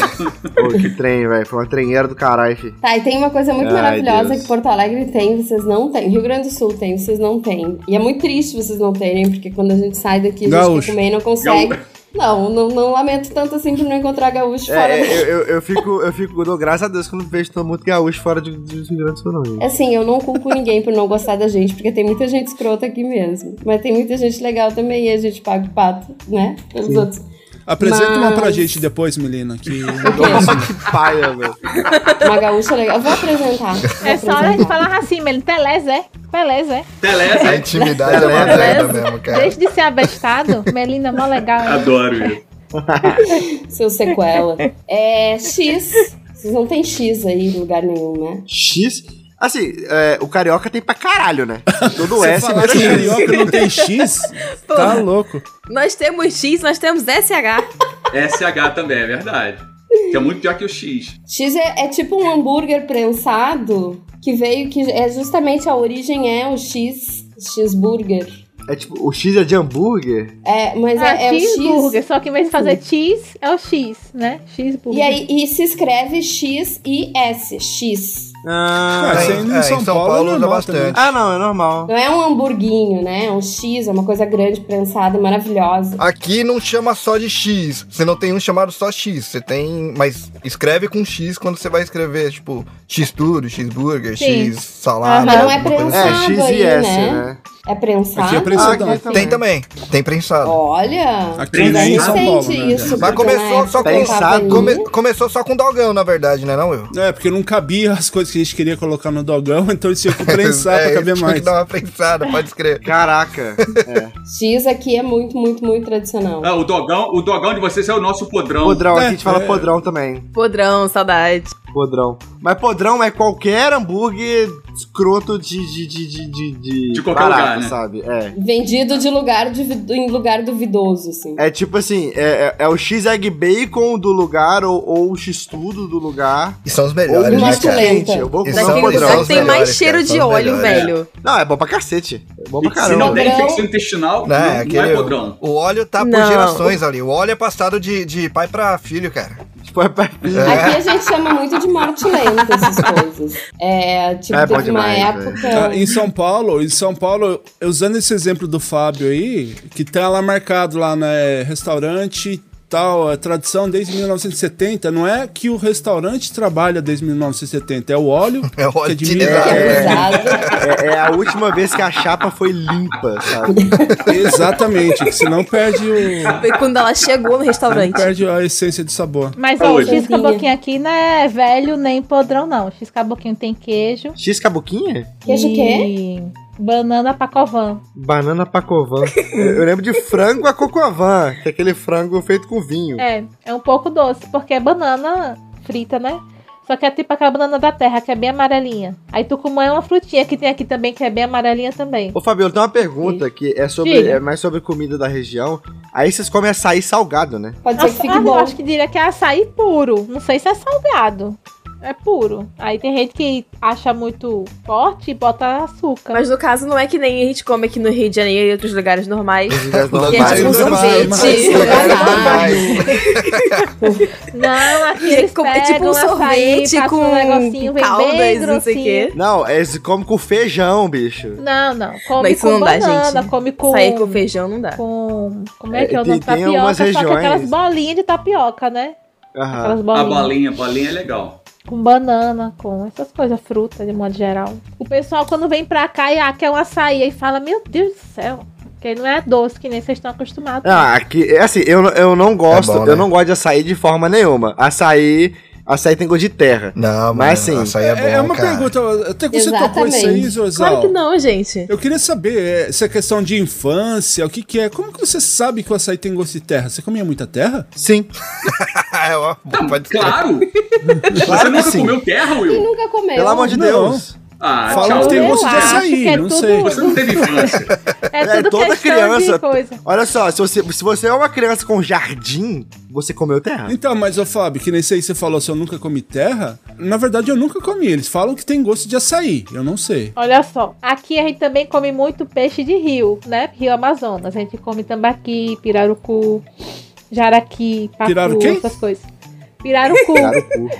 D: Pô, que trem, velho. Foi uma trenheira do caralho, fi.
C: Tá, e tem uma coisa muito
D: Ai,
C: maravilhosa
D: Deus.
C: que Porto Alegre tem, vocês não têm. Rio Grande do Sul tem, vocês não têm. E é muito triste vocês não terem, porque quando a gente sai daqui, a gente
A: Gaúcho.
C: quer comer e não consegue. Não, não, não lamento tanto assim por não encontrar gaúcho fora
D: É,
C: do
D: eu, eu, eu fico, eu fico, eu dou graças a Deus que eu não vejo tão muito gaúcho fora de, de Rio Grande do Sul, não, gente.
C: Assim, eu não culpo ninguém por não gostar da gente, porque tem muita gente escrota aqui mesmo. Mas tem muita gente legal também e a gente paga o pato, né? Pelos outros.
A: Apresenta uma pra
C: Mas-
A: gente depois, Melina, que
D: Nossa, que paia, velho.
C: Uma gaúcha legal. Eu Vou apresentar. Vou
E: É só a gente
C: apresentar.
E: falar assim, ele Pelé, é Pelé, é
G: Teleza.
B: A intimidade é uma
F: Beleza.
B: merda mesmo, cara.
E: Desde de ser abestado, Melinda, mó legal. hein?
G: Adoro isso.
C: Seu sequela. É X. Vocês não tem X aí em lugar nenhum, né?
D: X? Assim, é, o carioca tem pra caralho, né? Todo
B: é,
A: Você
D: S
A: falar
D: vira
A: que
D: X.
A: carioca não tem X, tá
F: Porra.
A: louco.
F: Nós temos X, nós temos SH.
G: SH também, é verdade. Que é muito pior que o X.
C: X é, é tipo um hambúrguer prensado que veio que é justamente a origem é o X, X-burger.
D: É tipo, o X é de hambúrguer?
C: É, mas
E: Ah,
C: é, é o
E: cheeseburger,
C: X.
E: só que em vez de fazer cheese, é o X, né? Cheeseburger.
C: E aí e se escreve X I S, X.
A: Ah,
D: Ah,
A: isso aí
B: é,
A: em
B: é, em
A: São,
B: São
A: Paulo,
B: Paulo
A: é
B: usa
A: normal
B: bastante.
A: também.
D: ah, não, é normal.
C: Não é um hamburguinho, né? É um X, é uma coisa grande, prensada, maravilhosa.
B: Aqui não chama só de X. Você não tem um chamado só X. Você tem. Mas escreve com X quando você vai escrever, tipo, X tudo, X burger,
E: Sim.
B: X salada.
C: Aham. Não é
B: alguma coisa
C: prensado.
D: É,
B: assim.
D: X e
C: aí,
D: S,
C: né?
D: né?
C: É prensado?
A: Aqui é prensado.
D: Ah, aqui
B: Tem também. Tem prensado.
C: Olha,
A: Aqui
G: em
C: recente
G: São
A: Paulo, né?
C: isso.
B: Mas
C: porque
B: começou só
C: na época
B: com-
C: eu tava
D: Pensado,
C: ali.
B: Ah, Come- começou só com dogão, na verdade, né, não, eu?
A: É, porque não cabia as coisas que a gente queria colocar no dogão, então eles tinham que prensar
D: é,
A: pra caber
B: É, Tinha que
A: mais.
B: dar uma prensada, pode escrever.
D: Caraca.
C: X aqui é muito, muito, muito tradicional.
G: Ah, o, dogão, o dogão de vocês é o nosso podrão.
D: Podrão, aqui
A: É,
D: a gente fala
A: é.
D: podrão também.
F: Podrão, saudade.
D: Podrão. Mas podrão é qualquer hambúrguer escroto de. de, de, de, de,
G: De qualquer lugar, né?
D: sabe? É.
C: Vendido de lugar duvido- em lugar duvidoso, assim.
D: É tipo assim, é, é- é o X-Egg Bacon do lugar ou, ou o X-Tudo do lugar.
B: E são os
D: Ou
B: melhores,
D: o
C: uma
B: né, cara?
C: chuleta.
D: X-Quente. Eu vou
B: Isso São
D: comer um
B: é
F: Daqui,
B: podrão,
F: daqui
D: podrão.
B: os
F: tem mais
B: melhores,
F: cheiro
B: cara,
F: de
B: são os
F: óleo,
B: melhores.
F: velho.
D: Não, é bom pra cacete. É bom pra
G: Se
D: caramba.
G: não tem
C: Podrão.
G: infecção intestinal,
B: Não,
G: não,
B: é,
G: não
B: aquele,
G: é podrão.
B: O óleo tá por
F: Não.
B: gerações ali. O óleo é passado de, de pai pra filho, cara.
D: Tipo, é pra-
C: Aqui a gente chama muito de morte lenta essas coisas. É, tipo,
D: É, bom
C: teve uma
D: demais,
C: época.
A: Ah, em São Paulo, em São Paulo, usando esse exemplo do Fábio aí, que tá lá marcado lá, né, restaurante tal, é tradição desde 1970, não é que o restaurante trabalha desde 1970, é o óleo,
B: É o
A: que
B: óleo
A: é de
B: de-
A: milho.
C: que é pesado.
D: é, é a última vez que a chapa foi limpa, sabe?
A: Exatamente, que senão perde o
F: Foi quando ela chegou no restaurante.
A: perde a essência de sabor.
E: Mas ó, o
G: Hoje.
E: X Caboquinho aqui não é velho nem podrão, não. O X Caboquinho tem queijo.
D: X caboquinha?
C: Queijo o quê?
E: e Banana pacovan.
D: Banana pacovan. Eu lembro de frango a cocovan, que é aquele frango feito com vinho.
E: É, é um pouco doce, porque é banana frita, né? Só que é tipo aquela banana da terra, que é bem amarelinha. Aí tucumã é uma frutinha que tem aqui também, que é bem amarelinha também.
D: Ô Fabiola, tem uma pergunta que é sobre
E: Diga.
D: é mais sobre comida da região. Aí vocês comem açaí salgado, né?
C: Pode ser que
E: Ah,
C: fique
E: eu
C: bom.
E: acho que diria que é açaí puro. Não sei se é salgado. É puro. Aí tem gente que acha muito forte e bota açúcar.
F: Mas no caso, não é que nem a gente come aqui no Rio de Janeiro e outros lugares normais. Que é
B: Mas
F: tipo um
B: não
F: sorvete.
B: vai,
C: sorvete.
B: mas não
C: Caralho.
B: vai.
E: Não, aqui
F: É
E: eles
F: como-
E: pegam
F: é tipo um
E: açaí,
F: sorvete
E: passam
F: com
E: um negocinho, vem bem
F: caldas, não sei o
E: grossinho.
F: quê.
D: Não, eles comem com feijão, bicho.
E: Não, não. Come
F: Mas isso
E: com
F: não dá,
E: banana,
F: gente.
E: come com...
F: Sair com feijão não dá.
E: com- Como é
D: É,
E: que é o
D: tem-
E: nome?
D: tem
E: Tapioca,
D: algumas
E: só que aquelas
D: regiões. Ah.
E: bolinhas de tapioca, né?
D: Aham.
E: Aquelas
G: A
E: bolinhas.
G: bolinha, a bolinha é legal.
E: Com banana, com essas coisas, fruta, de modo geral. O pessoal, quando vem pra cá e ah, quer um açaí, aí fala, meu Deus do céu. Porque não é doce, que nem vocês estão acostumados.
D: Ah, aqui, é assim, eu, eu não gosto,
B: É bom, né?
D: eu não gosto de açaí de forma nenhuma. Açaí, açaí tem gosto de terra.
B: Não,
D: Mas
B: mas mano,
D: sim.
B: açaí é bom,
A: É, é uma
B: cara.
A: pergunta, até que você tocou isso aí,
C: Exatamente.
A: Zorzal.
F: Claro que não, gente.
A: Eu queria saber é, se é questão de infância, o que que é? Como que você sabe que o açaí tem gosto de terra? Você comia muita terra?
D: Sim.
B: é, ó, pode ser.
G: Claro! Você
D: Claro que
G: nunca
D: sim.
G: comeu terra,
C: Quem
G: Will?
C: nunca comeu?
D: Pelo amor de
A: Não.
D: Deus.
G: Ah,
A: Falam
G: tchau.
A: que tem
E: Eu
A: gosto de
E: acho que
A: açaí,
E: é
A: não
E: tudo-
A: sei.
G: Você não teve infância.
E: É tudo
D: toda
E: questão
D: criança-
E: de coisa.
D: Olha só, se você, se você é uma criança com jardim, você comeu terra.
A: Então, mas ô Fábio, que nem sei se você falou se eu nunca comi terra. Na verdade, eu nunca comi. Eles falam que tem gosto de açaí. Eu não sei.
E: Olha só, aqui a gente também come muito peixe de rio, né? Rio Amazonas. A gente come tambaqui, pirarucu, jaraqui, pacu,
A: Piraru quê?
E: essas coisas. Pirarucu.
A: Ah,
D: Cara, o cu.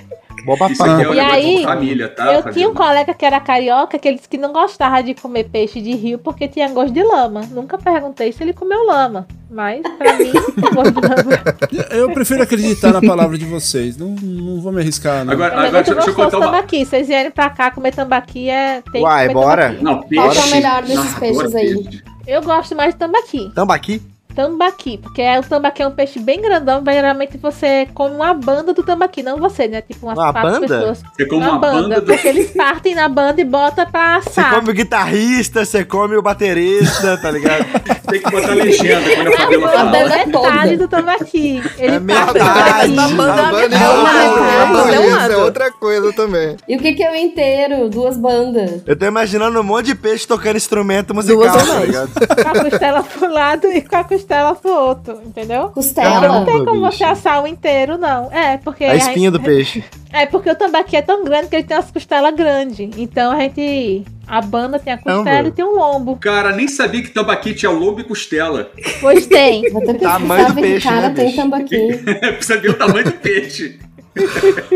D: Bom
G: Isso aqui é
D: papai.
G: um
E: E
G: negócio
E: aí,
G: de família, tá?
E: Eu tinha um
G: Fabiana?
E: colega que era carioca que ele disse que não gostava de comer peixe de rio porque tinha gosto de lama. Nunca perguntei se ele comeu lama, mas pra mim tem gosto de lama.
A: Eu prefiro acreditar na palavra de vocês. Não, não vou me arriscar, não.
G: Agora,
E: Mas é
G: agora
E: muito
G: deixa, deixa eu
E: gostoso
G: contar uma.
E: tambaqui. Vocês vierem pra cá comer tambaqui é tem
D: Uai,
E: que comer
D: bora?
E: tambaqui.
G: Não, peixe.
C: Qual que é o melhor desses
G: Ah,
C: peixes
G: adoro
C: aí?
G: peixe.
E: Eu gosto mais de tambaqui.
D: Tambaqui?
E: Tambaqui, porque é- o tambaqui é um peixe bem grandão, mas geralmente você come uma banda do tambaqui, não você, né? Tipo umas
D: Uma
E: quatro
D: banda?
E: pessoas.
G: Você come uma banda do.
E: porque eles partem na banda e botam pra
D: Você
E: assar.
D: come o guitarrista, você come o baterista, tá ligado?
G: Tem que botar legenda quando a Fabiola
E: É, O
G: fala.
E: detalhe do Tambaqui. Ele
D: mesmo.
E: passa
F: Rapaz,
E: o Tambaqui.
F: tá
B: A
F: mandando
B: banda
F: a
B: não,
E: né?
F: metade,
B: não,
F: não
B: isso é
F: anda.
B: outra coisa também.
C: E o que, que é o inteiro? Duas bandas.
D: Eu tô imaginando um monte de peixe tocando instrumento musical,
F: Duas ou
D: tá
F: mais.
D: ligado?
E: Com a costela pro lado e com a costela pro outro, entendeu? Não
C: Costela.
D: Caramba.
E: tem como
D: bicho.
E: você assar o inteiro, não. É, porque.
D: A espinha do peixe.
E: É porque o tambaqui é tão grande que ele tem as costelas grandes. Então a gente. A banda
A: É um
E: tem a costela
D: Caramba.
E: e tem o lombo.
G: Cara, nem sabia que tambaqui tinha lombo e costela.
E: Pois tem.
C: Vou até
D: Tamanho
C: pesquisar ver
D: do
C: que
D: peixe,
C: cara
D: né,
C: tem
D: bicho?
C: tambaqui.
G: Sabia o tamanho do peixe.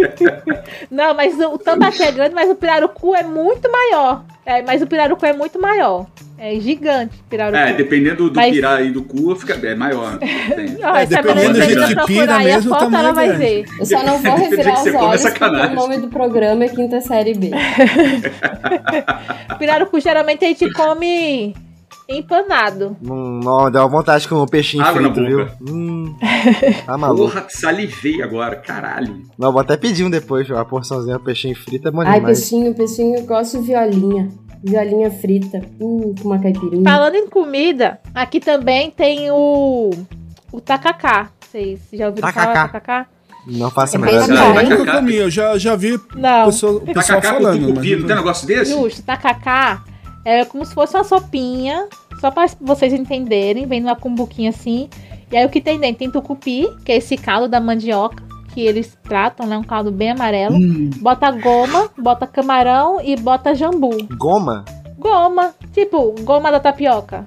E: Não, mas o, o tambaqui é grande, mas o pirarucu é muito maior. É, mas o pirarucu é muito maior. É gigante o pirarucu.
G: É, dependendo do
E: Mas-
G: pirá e do cu, fica é maior. Tem.
E: Ó,
A: É,
E: essa
A: dependendo
E: menina
G: do jeito
E: precisa
A: que
E: procurar
A: pira
E: aí a
A: mesmo, o
E: foto
A: tamanho
E: ela
A: é
E: vai
A: grande.
E: ver.
C: Eu só não vou
G: Tem que
C: revirar os
G: ser com
C: olhos porque
G: sacanagem.
C: o nome do programa é Quinta Série B.
E: O pirarucu geralmente a gente come empanado.
D: Hum, não, dá uma vontade com o peixinho
G: Água na
D: frito, viu?
G: boca.
D: Hum, tá maluco.
G: Porra, salivei agora, caralho.
D: Não, vou até pedir um depois, uma porçãozinha, um peixinho frito é bom
C: Ai,
D: demais.
C: peixinho, peixinho, eu gosto de violinha. Violinha frita. Hum, com uma caipirinha.
E: Falando em comida, aqui também tem o. O tacacá. Vocês já ouviram falar
D: Tacacá.
E: tacacá?
D: Não faça
C: É
D: a
C: bem
D: menor
C: Tá
G: Tá,
A: Não, eu
C: bom.
A: nunca comi, eu já, já vi o
E: Não.
A: pessoal, o pessoal
G: Tacacá com
A: falando. né? Mas
G: tucupi, não tem um negócio desse?
E: Justo, tacacá é como se fosse uma sopinha, só pra vocês entenderem, vem numa cumbuquinha assim. E aí o que tem dentro? Tem tucupi, que é esse caldo da mandioca, que eles tratam, né? Um caldo bem amarelo.
G: Hum,
E: Bota goma, bota camarão e bota jambu.
D: Goma?
E: Goma, tipo, goma da tapioca.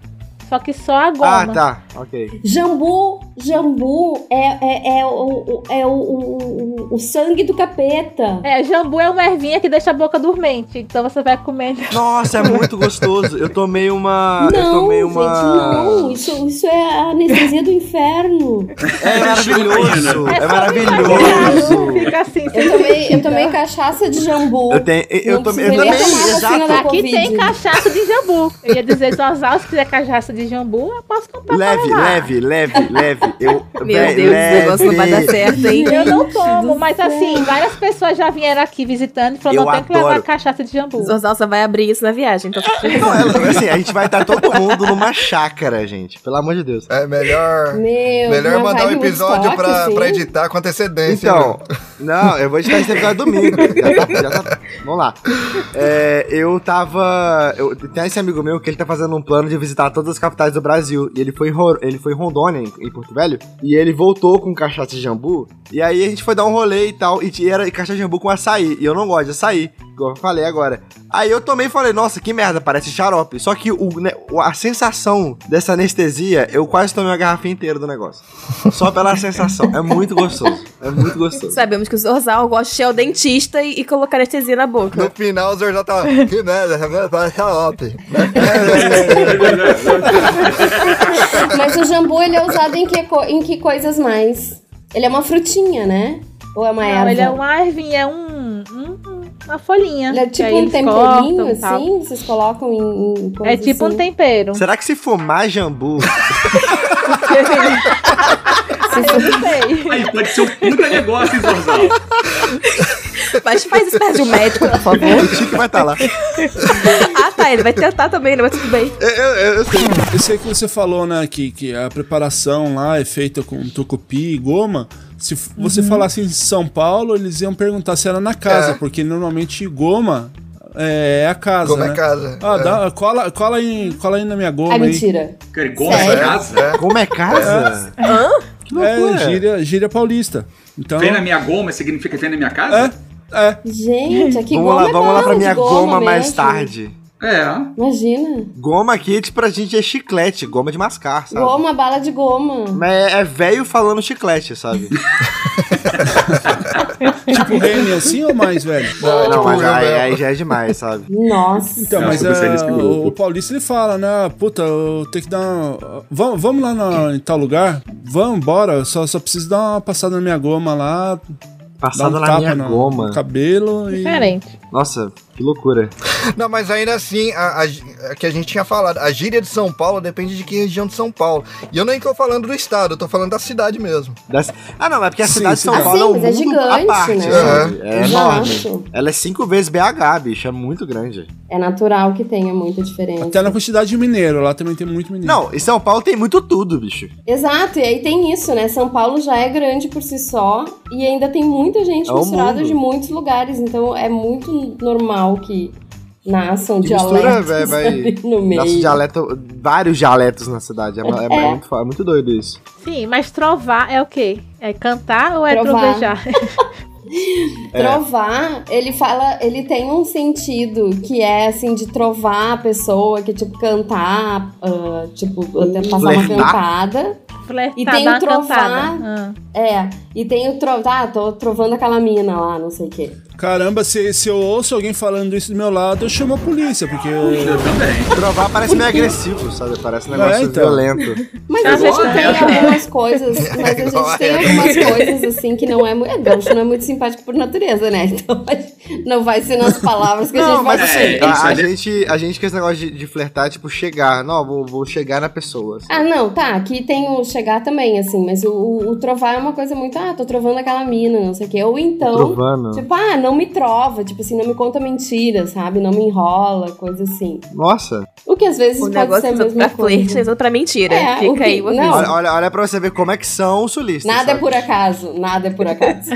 E: Só que só a goma.
D: Ah, tá. Ok.
C: Jambu, jambu é, é, é, o, o- é o, o, o- o sangue do capeta.
E: É, jambu é uma ervinha que deixa a boca dormente. Então você vai comendo.
D: Nossa, é muito gostoso. Eu tomei uma. Ah, eu
C: Não,
D: tomei
C: gente, não.
D: uma.
C: Isso, isso é a anestesia do inferno.
D: É maravilhoso.
E: É
D: É
E: só
D: maravilhoso.
E: Fica assim,
C: Eu tomei, eu tomei cachaça de jambu.
D: Eu tenho. Eu
C: Não
D: tomei. Eu
C: precisa nem
D: também.
C: tomar vacina da
D: Exato.
E: assim, né? Aqui tem
C: Covid.
E: cachaça de jambu. Eu ia dizer, Zozal, se quiser cachaça de jambu, eu posso comprar pra
D: Leve,
E: levar.
D: leve, leve, leve. Eu,
F: Meu
D: véi,
F: Deus, esse negócio não vai dar
D: leve.
F: certo, hein?
E: Eu não tomo,
C: do
E: mas
C: céu.
E: assim, várias pessoas já vieram aqui visitando e
D: Eu
E: falaram, não tem que levar
D: adoro.
E: cachaça de jambu.
F: Zorzal só vai abrir isso na viagem. Então...
D: Não, ela, assim, a gente vai estar todo mundo numa chácara, gente. Pelo amor de Deus.
B: É melhor,
C: Meu,
B: melhor
C: uma
B: mandar um
C: vibe
B: episódio
C: Woodstock,
B: pra,
C: assim.
B: pra editar com antecedência.
D: Então, não, eu vou editar esse episódio domingo. Já tá, já tá- vamos lá. É, eu tava. Eu, tem esse amigo meu que ele tá fazendo um plano de visitar todas as capitais do Brasil. E ele foi em, Ro- ele foi em Rondônia, em, em Porto Velho. E ele voltou com cachaça de jambu. E aí a gente foi dar um rolê e tal. E t- era cachaça de jambu com açaí. E eu não gosto de açaí, igual eu falei agora. Aí eu tomei e falei, nossa, que merda, parece xarope. Só que o, né, o- a sensação dessa anestesia, eu quase tomei uma garrafinha inteira do negócio. Só pela sensação. É muito gostoso. É muito gostoso.
F: Sabemos que o Zorzal gosta de ir ao dentista e, e colocar anestesia na
B: No
F: boca.
B: final, o Zor já tá. Que merda, essa merda parece xarope.
D: né?
C: Mas o jambu, ele é usado em que, co- em que coisas mais? Ele é uma frutinha, né? Ou é uma
E: Não,
C: erva?
E: ele é uma ervinha, é um, um- uma folhinha.
C: Ele é
E: que aí
C: tipo um
E: eles
C: temperinho,
E: cortam e tal.
C: assim? Vocês colocam em, em coisas
E: É tipo um
C: assim?
E: tempero.
D: Será que se fumar jambu.
E: Eu não sei.
G: Aí pode ser um puta negócio, hein, Zorzal?
F: Mas faz isso perto de um médico, por favor.
D: O Chico vai estar lá.
F: Ah, tá. Ele vai tentar também, né? Mas tudo bem.
D: Eu, eu- eu sei.
A: Eu sei que você falou, né, que, que a preparação lá é feita com tucupi e goma. Se f- você falasse em São Paulo, eles iam perguntar se era na casa,
B: Uhum. É.
A: porque normalmente goma é é a casa,
B: Como
A: né?
B: é casa?
A: Ah,
B: É.
A: dá, cola, cola, aí, cola aí na minha goma
C: Ah,
A: aí.
C: mentira.
G: Cara, goma de
C: Sério?
G: casa?
D: Como é casa? Que
A: É,
D: loucura.
A: gíria, gíria paulista. Então,
G: Vem na minha goma significa vem na minha
A: é,
G: casa?
A: é.
C: Gente, aqui
D: vamos
C: goma
D: lá,
C: é
D: vamos lá
C: bom
D: pra
C: de
D: minha goma, mais
C: mesmo.
D: tarde.
G: É.
C: Imagina.
D: Goma aqui, tipo, pra gente é chiclete, goma de mascar, sabe?
C: Goma, bala de goma.
D: Mas é, é velho falando chiclete, sabe?
A: Tipo Remy assim ou mais, velho?
D: Não,
B: tipo,
D: mas aí,
B: eu-
D: aí já é demais, sabe?
C: Nossa.
A: Então,
G: Não,
A: mas
G: eu pensei nesse
A: é,
G: grupo.
A: o paulista ele fala, né? Puta, eu tenho que dar. uma- Vamos, vamos lá na- em tal lugar? Vamos, bora. eu Só, só preciso dar uma passada na minha goma lá, dar
D: Passada
A: um
D: na
A: tapa
D: minha
A: no,
D: goma.
A: no cabelo e.
E: Diferente.
D: Nossa, que loucura.
B: Não, mas ainda assim, a, a gí- a que a gente tinha falado, a gíria de São Paulo depende de que região de São Paulo. E eu nem tô falando do estado, eu tô falando da cidade mesmo.
D: Das- Ah, não, é porque a
A: Sim,
D: cidade de São
A: sim.
D: Paulo é um
C: Ah, sim, mas é
D: mundo à
C: gigante,
D: parte,
C: né?
D: sabe? É enorme.
C: Exato.
D: Ela é cinco vezes BH, bicho, é muito grande.
C: É natural que tenha muita diferença.
A: Até na quantidade de mineiro, lá também tem muito mineiro.
D: Não, e São Paulo tem muito tudo, bicho.
C: É. Exato, e aí tem isso, né? São Paulo já é grande por si só e ainda tem muita gente
D: É o
C: misturada
D: mundo.
C: de muitos lugares, então é muito normal que nasçam
D: Que mistura,
C: dialetos
D: vai- vai-
C: ali no meio.
D: Nosso dialeto, vários dialetos na cidade. É, é- é muito, é muito doido isso.
E: Sim, mas trovar é o quê? É cantar ou é
C: Trovar.
E: trovejar?
D: É.
C: Trovar, ele fala, ele tem um sentido que é assim de trovar a pessoa, que é tipo cantar, ah, tipo até passar uma
D: Flertar?
C: cantada.
E: Flertar,
C: E tem
E: dar uma
C: trovar.
E: cantada. Ah.
C: É, e tem o trovar, ah, tô trovando aquela mina lá, não sei o quê.
A: Caramba, se, se eu ouço alguém falando isso do meu lado, eu chamo a polícia, porque eu-
G: Eu também.
D: Trovar parece meio agressivo, sabe? Parece um negócio
A: É, então.
D: violento.
C: Mas
E: É
C: a gente
G: igual
C: tem
G: a
D: né?
C: algumas coisas,
D: É
C: mas a
B: igual a
C: gente tem
B: Hebe.
C: algumas coisas assim que não é muito. é, Gaúcho não é muito simpático por natureza, né? Então a gente- não vai ser nas palavras que a
D: Não,
C: gente vai
D: mas
G: É,
D: assim,
G: isso
C: dizer.
D: a, a
G: é-
D: gente, a gente com esse negócio de, de flertar, tipo, chegar. Não, vou, vou chegar na pessoa. assim.
C: Ah, não, tá. Aqui tem o chegar também, assim, mas o, o- o trovar é uma coisa muito. Ah, tô trovando aquela mina, não sei o quê. Ou então,
D: Trovando.
C: tipo, ah, não me trova, tipo assim, não me conta mentira, sabe? Não me enrola, coisa assim.
D: Nossa.
C: O que às vezes
F: O
C: pode ser
F: negócio
C: a
F: é pra
C: mesma
F: flerte,
C: coisa.
F: é pra mentira.
C: É, o que-
F: Fica aí o
C: não.
D: Olha, olha, olha pra você ver como é que são os sulistas.
C: Nada é
D: sabe?
C: por acaso, nada é por acaso.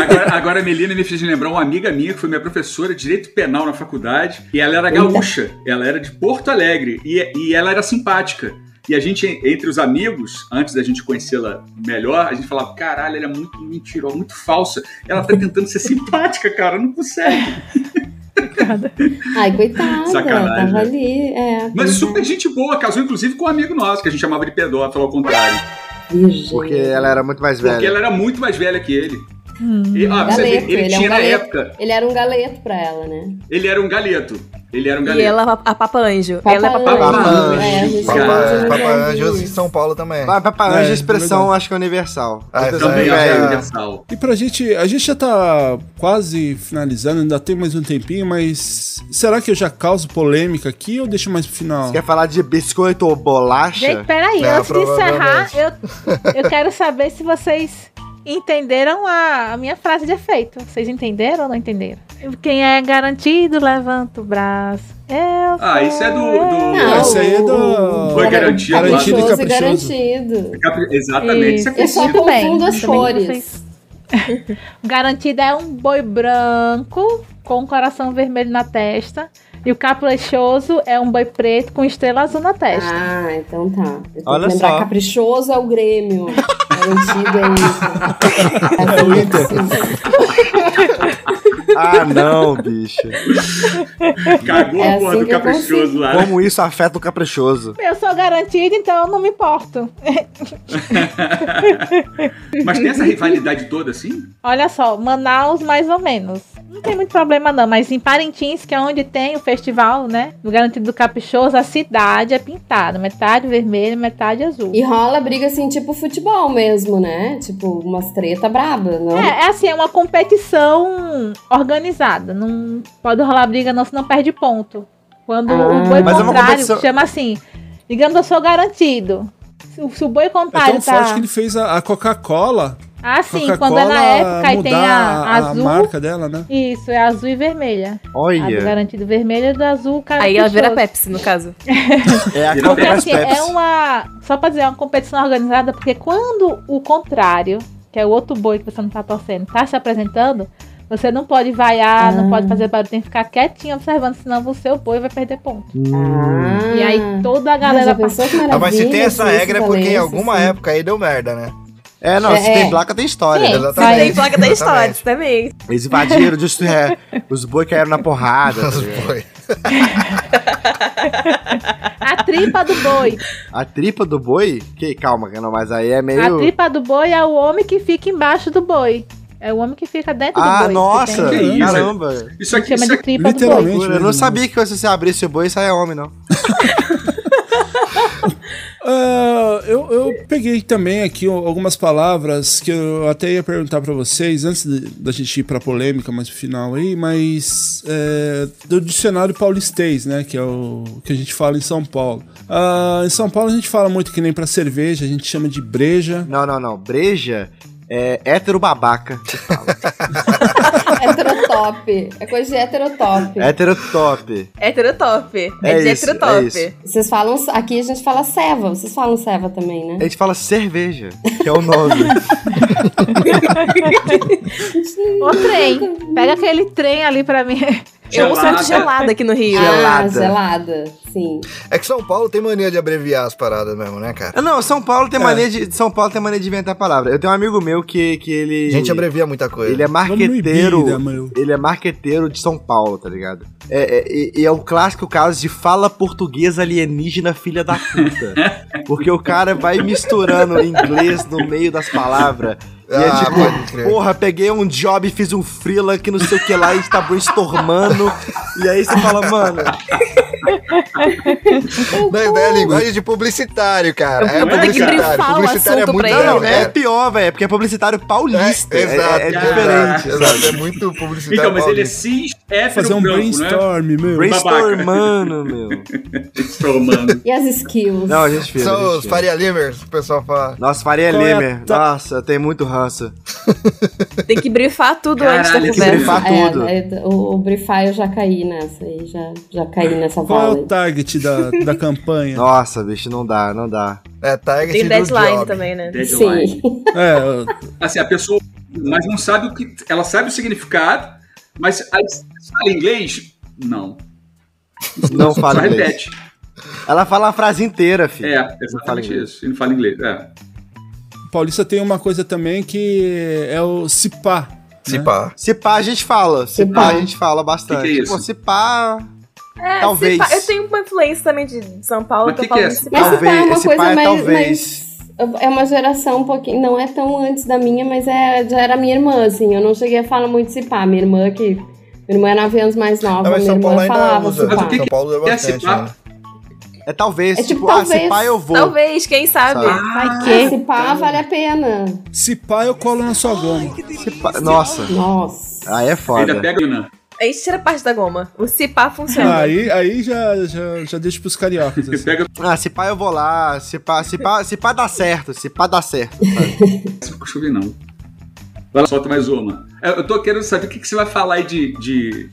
G: Agora, agora a Melina me fez lembrar uma amiga minha que foi minha professora de direito penal na faculdade. E ela era
C: Eita.
G: gaúcha. Ela era de Porto Alegre. E, e ela era simpática. E a gente, entre os amigos, antes da gente conhecê-la melhor, a gente falava: caralho, ela é muito mentirosa, muito falsa. Ela tá tentando ser simpática, cara, não consegue.
C: Ai, coitada,
G: Sacanagem,
C: tava
G: né?
C: ali. É,
G: Mas
C: pois é.
G: super gente boa, casou inclusive com um amigo nosso, que a gente chamava de pedófilo, ao contrário.
C: Virgem.
D: Porque ela era muito mais velha.
G: Porque ela era muito mais velha que ele.
E: Hum.
G: E, ó, pra
C: Galeto,
G: você ver, ele,
C: ele é
G: tinha
C: um
G: na
C: galeto.
G: época,
C: Ele era um galeto pra ela, né?
G: ele era um galeto. Ele era um
F: E
G: galeto.
F: ela, a Papa Anjo. ela é Papa
C: Anjo.
F: Anjo.
G: Anjo.
C: É, a gente
B: Papa,
G: Cara.
C: chama de
B: Papa
C: Anjo.
B: Anjos em é São Paulo também.
D: Pa- Papa Anjo é
A: É,
D: expressão,
A: verdade.
D: acho que é universal.
B: Ah, também,
D: Eu
G: Também
D: também,
G: ela era
B: velho.
G: universal.
A: E pra gente, a gente já tá quase finalizando, ainda tem mais um tempinho, mas será que eu já causo polêmica aqui ou deixo mais pro final?
D: Você quer falar de biscoito ou bolacha?
E: Gente, peraí,
B: Não,
E: antes de encerrar,
B: provavelmente.
E: eu, eu quero saber se vocês entenderam a, a minha frase de efeito. Vocês entenderam ou não entenderam? Quem é garantido, levanta o braço. Eu
G: Ah, isso é do- do-
C: Não,
A: Esse aí é
C: o-
A: do.
G: Foi garantido,
A: garantido e
C: Caprichoso e
A: caprichoso.
C: garantido.
G: Capri- Exatamente. Isso é
C: Eu só
G: conhecido.
C: confundo as cores.
E: Garantida é um boi branco com um coração vermelho na testa. E o caprichoso é um boi preto com estrela azul na testa.
C: Ah, então tá. Eu tenho
D: Olha
C: que lembrar,
D: só.
C: caprichoso é o Grêmio. Garantido é isso. É assim, assim.
D: Ah, não, bicho.
G: Cagou
C: É
G: a porra
C: assim
G: do
C: que eu
G: caprichoso
C: consigo.
G: lá. né?
D: Como isso afeta o caprichoso?
E: Eu sou garantida, então eu não me importo.
G: Mas tem essa rivalidade toda assim?
E: Olha só, Manaus mais ou menos. Não tem muito problema não, mas em Parintins, que é onde tem o festival, né? No Garantido do Caprichoso, a cidade é pintada. Metade vermelha, metade azul.
C: E rola briga assim, tipo futebol mesmo, né? Tipo, umas treta braba, não?
E: É, é assim, é uma competição organizada. Não pode rolar briga não, senão perde ponto. Quando
C: Ah.
E: o boi
D: Mas é uma
E: contrário,
D: competição-
E: chama assim, digamos, eu sou garantido. Se, o- se o boi
A: É
E: contrário
A: tão
E: tá...
A: forte que ele fez a, a Coca-Cola.
E: Ah, sim,
A: Coca-Cola
E: quando é na época e
A: mudar
E: tem a,
A: a,
E: azul...
A: marca dela, né?
E: Isso, é azul e vermelha. A do
D: Olha,
E: garantido vermelho e do azul, cara.
F: Aí ela vira
E: caprichoso.
F: Pepsi, no caso.
D: é a
G: Porque
D: Coca
E: Porque
D: das
E: assim,
D: Pepsi.
E: é uma. Só pra dizer, é uma competição organizada, porque quando o contrário, que é o outro boi que você não tá torcendo, tá se apresentando, você não pode vaiar,
C: Ah.
E: não pode fazer barulho, tem que ficar quietinho observando, senão o seu boi vai perder ponto.
D: Hum.
C: Ah,
E: E aí toda a galera.
C: mas já pensou que
B: Ah, mas se
C: maravilha,
B: tem essa
C: assim,
B: regra é porque em
C: valesse,
B: alguma
C: assim.
B: época aí deu merda, né?
D: É, não, se
C: É,
D: tem
C: é.
D: placa, tem história.
E: Sim.
F: Mas
B: Exatamente.
F: tem placa da história também.
D: Eles invadiram, just- é, os boi caíram na porrada. tá ligado?
B: Foi.
E: A tripa do boi.
D: a tripa do boi? Que, calma, não, mas aí é
E: A
D: meio...
E: tripa do boi é o homem que fica embaixo do boi. É o homem que fica dentro do
D: Ah,
E: boi. que
D: nossa,
E: tem-
G: Que isso?
D: caramba.
G: Isso aqui,
E: Chama
G: isso
E: de
G: aqui
E: tripa do boi.
A: Literalmente.
D: é Eu não sabia que se você abrisse o boi, saia homem, não.
A: Ah, eu, eu peguei também aqui algumas palavras que eu até ia perguntar pra vocês antes de- da gente ir pra polêmica mais no final aí, mas é, do dicionário paulistês, né, que é o que a gente fala em São Paulo. Ah, em São Paulo a gente fala muito que nem pra cerveja, a gente chama de breja.
D: Não, não, não. Breja é hétero babaca. que fala.
C: É Heterotop. É coisa de heterotop.
B: É
D: hétero top.
F: Heterotop. É,
D: É
F: de
D: isso, é
F: heterotop.
D: isso.
C: Vocês falam. Aqui a gente fala ceva. Vocês falam ceva também, né?
D: A gente fala cerveja, que é o nome.
E: O trem. Pega aquele trem ali pra mim.
F: Eu uso
G: Gelada.
F: muito gelada aqui no Rio.
C: Ah,
D: Gelada.
C: gelada. Sim.
B: É que São Paulo tem mania de abreviar as paradas mesmo, né, cara?
D: Ah, Não, São Paulo tem mania de. São Paulo tem mania de inventar palavra. Eu tenho um amigo meu que, que ele.
B: A gente abrevia muita coisa.
D: Ele é
A: Vamos no
D: marqueteiro.
A: Ibira, meu.
D: Ele é marqueteiro de São Paulo, tá ligado? É, é, e- e é um clássico caso de fala portuguesa alienígena filha da puta. Porque o cara vai misturando inglês no meio das palavras. E é
B: Ah, pode
D: tipo,
B: crer.
D: porra, peguei um job, e fiz um freela que não sei o que lá, e a gente tá brainstormando. e aí você fala, mano,
B: Não, é a linguagem de publicitário, cara. É
F: Eu vou ter que
B: publicitário.
F: brifar o
B: Publicitário
F: assunto pra
B: não,
F: ele,
D: não,
B: não,
D: é pior, velho, porque é publicitário paulista. É,
B: exato,
D: é- é
G: cara.
D: diferente.
B: É, exato, é muito publicitário.
G: Então, mas ele é
B: paulista.
G: cis, hétero,
A: Fazer um
G: branco, né?
A: brainstorm, meu.
D: Brainstormando, meu.
G: Brainstormando.
C: E as skills?
D: Não, a gente fez. a gente
B: São os
D: fez.
B: Faria Limers, o pessoal fala.
D: Nossa, Faria
A: Qual é a
D: Lemer.
A: ta-
D: Nossa, tem muito ranço.
F: Tem que brifar tudo
G: Caralho,
F: antes da
G: tem que
F: conversa.
D: brifar.
C: é,
D: tudo.
C: é, o, o brifar eu já caí nessa aí, já, já caí nessa
A: Qual é
C: vala.
A: o target da, da campanha?
D: Nossa, bicho, não dá, não dá.
B: É, Target
F: Tem
B: do
F: deadline
B: job.
F: também, né?
G: Deadline.
C: Sim.
A: É,
G: Assim, a pessoa, mas não sabe o que. Ela sabe o significado, mas aí você fala inglês? Não.
D: Não fala
G: Só
D: inglês.
G: repete.
D: Ela fala a frase inteira, filho.
G: É,
D: Não fala
G: exatamente
D: inglês.
G: isso. E não fala inglês. É.
A: Paulista tem uma coisa também que é o cipá.
B: Se
A: né?
B: pá. Ah,
D: Se pá, a gente fala. Se
C: Se
D: pá,
C: pá.
D: a gente fala bastante.
G: Que que é isso?
D: Pô, se pá.
F: É, se
D: Talvez.
F: pá- Eu tenho uma influência também de São Paulo,
G: Mas
F: tô
G: que que é
F: falando
G: essa?
F: se pá.
C: Mas se
D: Talvez,
C: pá, é uma
D: esse
C: coisa
D: pá é
C: mais,
D: talvez.
C: mais- É uma geração um pouquinho. Não é tão antes da minha, mas é, já era minha irmã, assim. Eu não cheguei a falar muito se pá. Minha irmã, que. Minha irmã é 9 anos mais nova.
B: Ah, mas
C: minha
B: São Paulo
C: irmã
B: ainda
C: falava
B: usa.
C: se
G: Mas
C: pá.
G: o que
B: São Paulo usa
G: é se
B: bastante.
G: pá?
B: né?
D: É talvez.
C: É tipo,
D: tipo, ah, se
C: talvez,
D: pá eu vou.
F: Talvez, quem sabe?
D: Sabe?
E: Vai
G: é?
C: Ah,
E: que.
C: se
D: Tá.
C: pá, vale a pena.
A: Cipá eu colo na sua goma.
D: Se pá- Nossa.
C: Nossa.
D: Aí é
G: Ainda
D: foda.
G: pega Ana.
F: A gente tira parte da goma. O se pá
D: Então.
F: funciona.
A: Ah, Aí, aí já, já, já deixa pros cariocas.
G: Você
A: assim.
G: pega
D: Ah, se pá eu vou lá. Se pá, se pá, se pá dá certo. Se pá dá certo.
G: Não chover, não. Vai lá, solta mais uma. É, Eu eu tô querendo saber o que, que você vai falar aí de. de...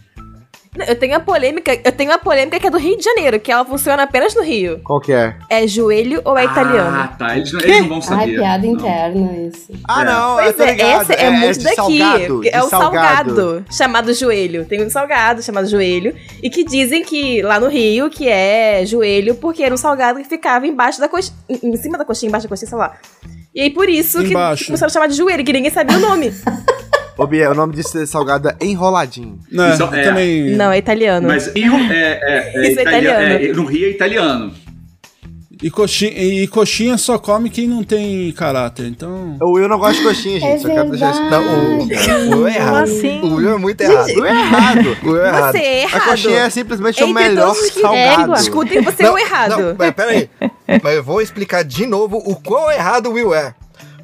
F: Eu tenho a polêmica, eu tenho a polêmica que é do Rio de Janeiro, que ela funciona apenas no Rio.
D: Qual que é?
F: É joelho ou é
G: Ah,
F: italiano?
G: tá. Eles, não- eles não vão saber.
C: Ai, Ah, piada
G: Não.
C: interna isso.
D: Ah,
G: É.
D: não. eu
F: Pois
D: tô
F: é,
D: ligado.
F: essa é, muito
D: de
F: daqui.
D: Salgado,
F: que é
D: de
F: o salgado, chamado joelho. Tem um salgado chamado joelho. E que dizem que lá no Rio que é joelho, porque era um salgado que ficava embaixo da coxinha. Em em cima da coxinha, embaixo da coxinha, sei lá. E aí por isso que
A: Embaixo.
F: começaram a chamar de joelho, que ninguém sabia o nome.
D: Ô, Bia, o nome desse salgado é enroladinho.
A: Né,
G: Isso é.
A: também.
F: Não, é italiano.
G: Mas Rio é, é, é
F: Isso é
G: italiano.
F: italiano.
G: é, no Rio é italiano.
A: E, coxinha, e e coxinha só come quem não tem caráter. Então.
D: O Will não gosta de coxinha, gente.
C: É
D: só quero deixar isso.
B: Não, o, o Will é
E: Como
B: errado.
E: assim?
B: O Will é muito errado.
D: O Will é errado.
B: O Will é errado.
F: Você é errado.
D: A coxinha é simplesmente o
F: Entre
D: melhor
F: todos os que-
D: salgado.
E: Égua.
F: Escutem, você é o errado.
B: Não, mas peraí. mas eu vou explicar de novo o quão errado o Will é.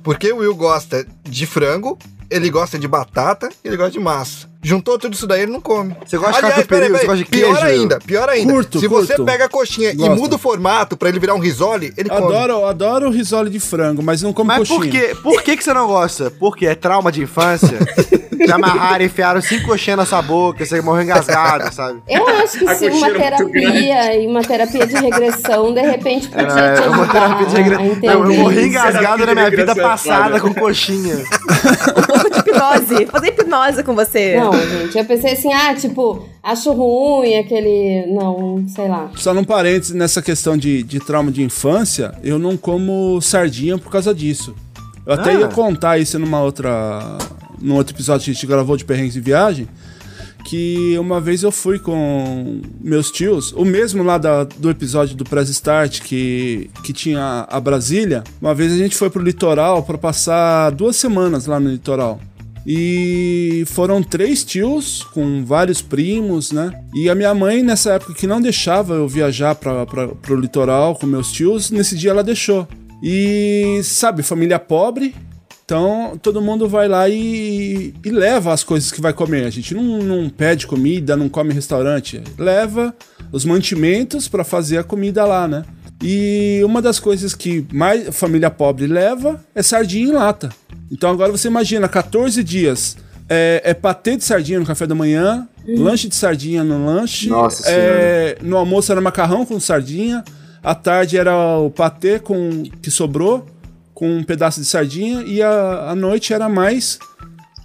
B: Porque o Will gosta de frango, ele gosta de batata, ele gosta de massa. Juntou tudo isso daí, ele não come.
D: Você gosta de catupiry, você gosta de
B: pior
D: queijo, Will?
B: ainda, pior ainda.
A: Curto,
B: Se
A: curto.
B: você pega a coxinha
A: Gosto.
B: e muda o formato pra ele virar um risole, ele come.
A: Adoro, adoro o risole de frango, mas não como
D: Mas
A: coxinha.
D: por quê? Por que, que você não gosta? Porque é trauma de infância. Te amarraram, enfiaram cinco coxinhas na sua boca, você morreu engasgado, sabe?
C: Eu acho que
G: A
C: se uma
G: coxinha era Tá muito
C: terapia e uma terapia de regressão, de repente, podia
A: É,
D: Era
C: te
D: uma
C: ajudar
D: terapia de
C: a
D: regressão.
C: entender
D: Eu morri
C: isso.
D: engasgado na minha
G: Terapia de
D: vida
G: regressão, cara.
D: passada com coxinha.
F: Um pouco de hipnose. Fazer hipnose com você.
C: Não, gente, eu pensei assim, ah, tipo, acho ruim aquele. Não, sei lá.
A: Só num parênteses, nessa questão de, de trauma de infância, eu não como sardinha por causa disso. Eu até
D: Ah.
A: ia contar isso numa outra. num outro episódio que a gente gravou de perrengues de viagem. Que uma vez eu fui com meus tios, o mesmo lá da- do episódio do Press Start que, que tinha a Brasília. Uma vez a gente foi pro litoral pra passar duas semanas lá no litoral. E foram três tios com vários primos, né? E a minha mãe, nessa época que não deixava eu viajar para o litoral com meus tios, nesse dia ela deixou. E sabe, família pobre, então todo mundo vai lá e, e leva as coisas que vai comer. A gente não, não pede comida, não come em restaurante, leva os mantimentos para fazer a comida lá, né? E uma das coisas que mais família pobre leva é sardinha em lata. Então agora você imagina, 14 dias é, é patê de sardinha no café da manhã, lanche de sardinha no lanche,
D: Nossa
A: é, no almoço era macarrão com sardinha, à tarde era o patê com que sobrou com um pedaço de sardinha e a, à noite era mais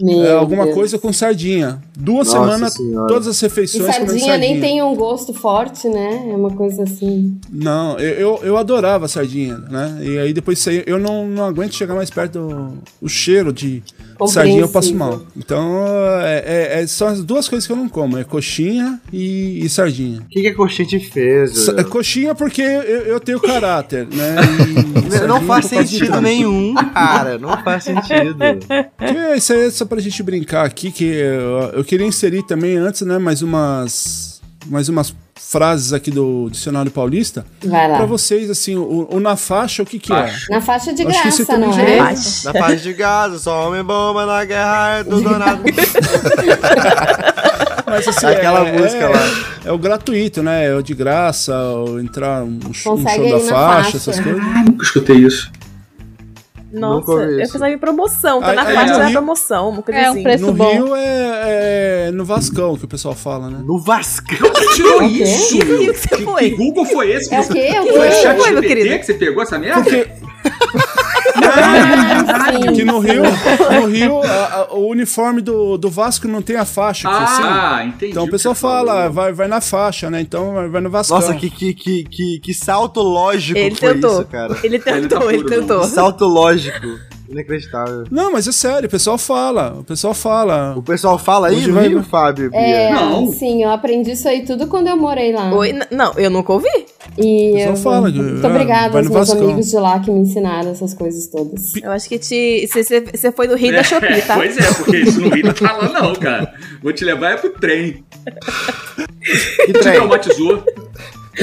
C: Meu
A: é, alguma
C: Deus.
A: coisa com sardinha. Duas
D: Nossa
A: semanas,
D: Senhora.
A: todas as
C: E
A: refeições comendo
C: sardinha nem tem um gosto forte, né? É uma coisa assim.
A: Não, eu, eu, eu adorava sardinha, né? E aí depois isso aí, eu não, não aguento chegar mais perto do o cheiro de sardinha, eu passo mal. Então, é, é- é- são as duas coisas que eu não como, é coxinha e, e sardinha.
D: O que, que a coxinha te fez?
A: Sa-
D: velho?
A: coxinha porque eu, eu tenho caráter, né? E
H: Não,
A: sardinha
H: não faz
A: por causa de
H: sentido
A: trânsito.
H: nenhum, cara. Não faz sentido.
A: Que isso aí é só pra gente brincar aqui, que eu, eu queria inserir também antes, né, mais umas, mais umas frases aqui do Dicionário Paulista.
C: Vai
A: Pra
C: lá.
A: vocês, assim, o, o na faixa, o que que é?
G: Acho.
C: Na faixa de
A: Acho que você
C: graça,
A: também
C: não
A: já
C: é?
F: Mas-
H: Na paz de Gaza, só homem bomba na guerra do Donado.
A: Mas, assim,
H: Aquela
A: é-
H: música
A: é-
H: lá.
A: É o gratuito, né? É o de graça, o entrar um, um show da
C: Consegue
A: faixa,
C: aí na faixa.
A: essas coisas.
G: Ah, nunca escutei isso.
F: Nossa,
D: Nunca ouvi
F: eu
D: isso.
F: precisava em promoção. Tá
A: Aí-
F: na
A: aí
F: faixa
A: no
F: da
A: Rio-
F: promoção, uma coisa
E: É, um
F: assim.
E: preço-
A: No
E: bom.
A: Rio é, é no Vascão que o pessoal fala, né?
H: No Vasco.
G: Você tirou
C: O quê?
G: isso,
F: Que
G: meu?
F: Rio que você
G: que,
F: foi?
G: que Google foi esse?
C: É o quê? É o
G: Foi
C: quê?
G: chat
F: Foi, meu
G: GPT
F: querido.
G: que você pegou essa merda?
A: Porque
C: Ah, Sim.
A: que no Rio, no Rio a- a- o uniforme do, do Vasco não tem a faixa. que você-
G: Ah, entendi.
A: então o
G: que
A: pessoal
G: você
A: fala,
G: falou.
A: vai, vai na faixa, né? Então vai- vai no Vascão.
H: Nossa, que, que, que, que, que salto lógico
F: Ele
H: foi
F: tentou.
H: isso, cara.
F: Ele tentou, ele
G: Ele tá puro,
F: tentou.
H: Que salto lógico.
D: Inacreditável.
A: Não, mas é sério, o pessoal fala, o pessoal fala.
D: O pessoal fala aí
A: Hoje
D: no
A: vai-
B: né?
D: Rio, Fábio.
C: É,
G: Não.
C: sim, eu aprendi isso aí tudo quando eu morei lá.
F: Oi, n- não, eu nunca ouvi.
C: E
A: Só
C: eu
A: fala que-
C: muito
A: ah,
C: obrigada
A: vai
C: aos
A: no
C: meus
A: Vascão.
C: amigos de lá que me ensinaram essas coisas todas.
F: Eu acho que te. Você foi no Rio
G: É,
F: da Shopee, tá?
G: Pois é, porque isso no Rio não tá lá, não, cara. Vou te levar é pro trem. Te
D: Que trem?
G: traumatizou.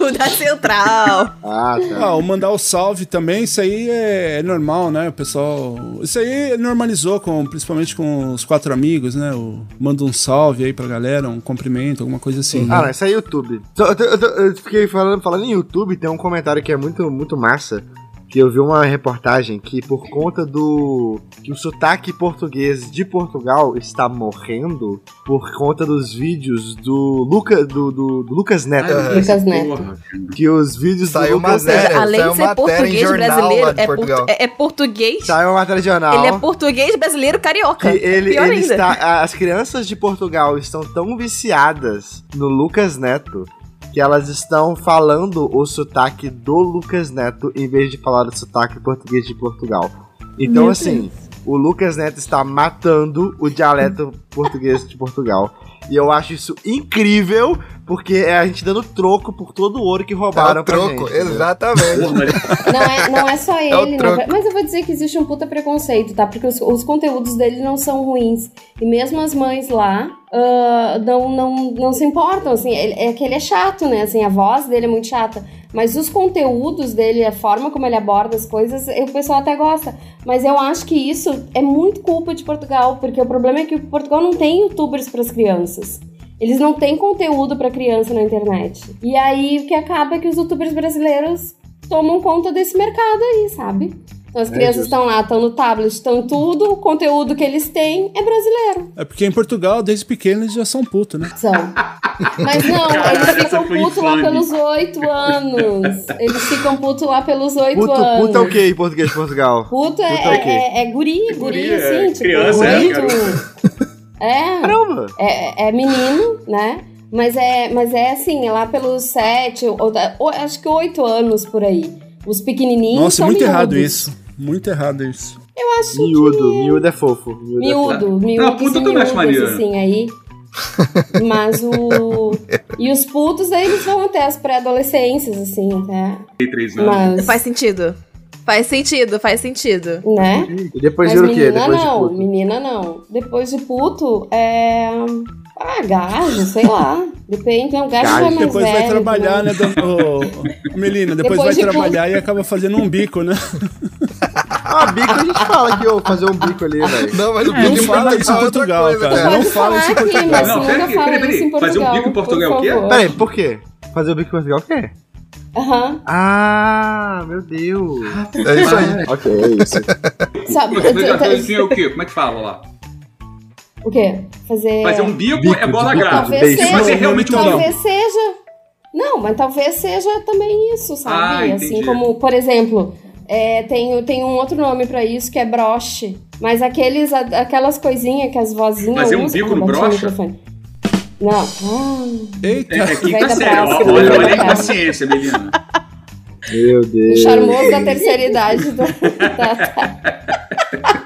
F: O da Central.
D: Ah, tá.
A: Ah, o mandar o salve também, isso aí é, é normal, né? O pessoal. Isso aí normalizou, com, principalmente com os quatro amigos, né? O, manda um salve aí pra galera, um cumprimento, alguma coisa assim. né?
D: Ah, não, isso é YouTube. Só- Eu, tô- eu tô- eu fiquei falando, falando em YouTube, tem um comentário que é muito, muito massa. Que eu vi uma reportagem que, por conta do. que o sotaque português de Portugal está morrendo por conta dos vídeos do, Luca, do, do- do Lucas
A: É,
D: Neto.
B: Ah,
C: Lucas Neto.
G: Porra.
D: Que os vídeos
B: Saiu
D: do Lucas
B: uma
D: Neto.
B: matéria,
F: Seja, além
B: saiu
F: de ser
B: matéria em
F: português
B: jornal
F: brasileiro,
B: lá de
F: é, portu-
B: Portugal.
F: é- é português.
D: Saiu uma matéria de jornal.
F: Ele é português brasileiro carioca.
D: Que ele,
F: Pior
D: ele
F: ainda.
D: está, a- as crianças de Portugal estão tão viciadas no Lucas Neto que elas estão falando o sotaque do Lucas Neto em vez de falar o sotaque português de Portugal. Então,
E: Meu
D: assim, o Lucas Neto está matando o dialeto português de Portugal. E eu acho isso incrível, porque é a gente dando troco por todo o ouro que
B: É
D: roubaram
B: o
D: pra
B: troco,
D: gente. né? entendeu?
B: exatamente.
G: Porra, mas
C: Não é, não é só ele,
B: o
C: na
B: troco.
C: verdade. mas eu vou dizer que existe um puta preconceito, tá? Porque os, os conteúdos dele não são ruins. E mesmo as mães lá ah, não, não, não se importam, assim. Ele- é que ele é chato, né? Assim, a voz dele é muito chata. Mas os conteúdos dele, a forma como ele aborda as coisas, eh, o pessoal até gosta. Mas eu acho que isso é muito culpa de Portugal, porque o problema é que Portugal não tem youtubers para as crianças. Eles não têm conteúdo para criança na internet. E aí o que acaba é que os youtubers brasileiros tomam conta desse mercado aí, sabe? Então as
D: É
C: crianças
D: justo.
C: estão lá, estão no tablet, estão em tudo, o conteúdo que eles têm é brasileiro.
A: É porque em Portugal, desde pequeno, eles já são putos, né?
C: São. Mas não,
G: Caralho,
C: eles
G: essa
C: ficam
G: foi
C: putos lá
G: infame.
C: pelos oito anos. Eles ficam putos lá pelos oito
D: Puto,
C: anos.
D: puta é o que em português de Portugal?
C: Puto é,
D: Puta é o quê?
C: é, é guri, guri,
G: Guri, é
C: assim, tipo,
G: criança,
D: é,
C: bonito. é,
D: Caramba!
C: é, é menino, né? Mas é, mas é assim, é lá pelos sete, ou, da- ou- acho que oito anos por aí. Os pequenininhos
A: Nossa,
C: são
A: muito errado
C: miúdos.
A: isso. Muito errado isso.
C: Acho que-
D: Miúdo, miúdo é fofo. Miúdo. é fofo.
C: Miúdo, miúdo.
G: Não, puta eu também acho maneiro.
C: Assim, aí. Mas o. E os putos, aí eles vão até as pré-adolescências, assim, até.
G: Ah. tem três anos.
C: Mas.
F: Faz sentido. Faz sentido, faz sentido.
C: né?
D: E depois
C: Mas
D: vira o quê?
C: menina
D: Depois
C: não,
D: de puto.
C: menina não. Depois de puto, é... Ah, gajo, sei lá. Depende, é um gajo já
D: Gajo.
C: é mais
A: Depois vai
C: velho,
A: trabalhar, né, dona ô, Melina? Depois,
C: Depois
A: vai
C: de
A: trabalhar e acaba fazendo um bico, né?
D: Ah, bico a gente fala que eu fazer um bico ali, velho.
B: Não, mas o
A: Não
B: bico
A: fala isso em
B: é outra
A: Portugal,
B: coisa,
A: cara.
C: Pode
A: Não fala isso em
C: falar aqui,
A: Portugal.
C: mas
G: Não, peraí,
C: nunca fala
G: peraí,
C: isso em
G: peraí.
C: Portugal.
G: Fazer um bico em Portugal é o quê?
D: Peraí, por quê? Fazer o bico em Portugal o quê?
C: Aham.
D: Ah, meu Deus.
B: É isso aí.
D: Ok, é isso.
C: Sabe, Tá,
G: Mas assim é o quê? Como é que fala lá?
C: o quê? Fazer...
G: Fazer um bico,
D: Bico
G: é bola
D: de bico.
G: grávida.
C: Talvez
D: beijo.
C: seja.
G: Mas é realmente um
A: Então
G: bico.
C: Talvez seja. Não, mas talvez seja também isso,
G: Ah,
C: sabe?
G: entendi.
C: assim como, por exemplo, é, tem, tem um outro nome pra isso que é broche. Mas aqueles, a- aquelas coisinhas que as vozinhas.
G: Fazer um
C: usam
G: bico
C: pra
G: no
C: bater
G: broche?
C: microfone. Não. Ah,
A: Eita,
G: É, é quinta
C: Vai da
G: série. ó.
C: próxima, né?
G: Olha,
C: vai
G: olha a
C: da
G: inconsciência, menina.
D: Meu
C: o
D: Deus.
C: charmoso da terceira idade do- Tá, da- da-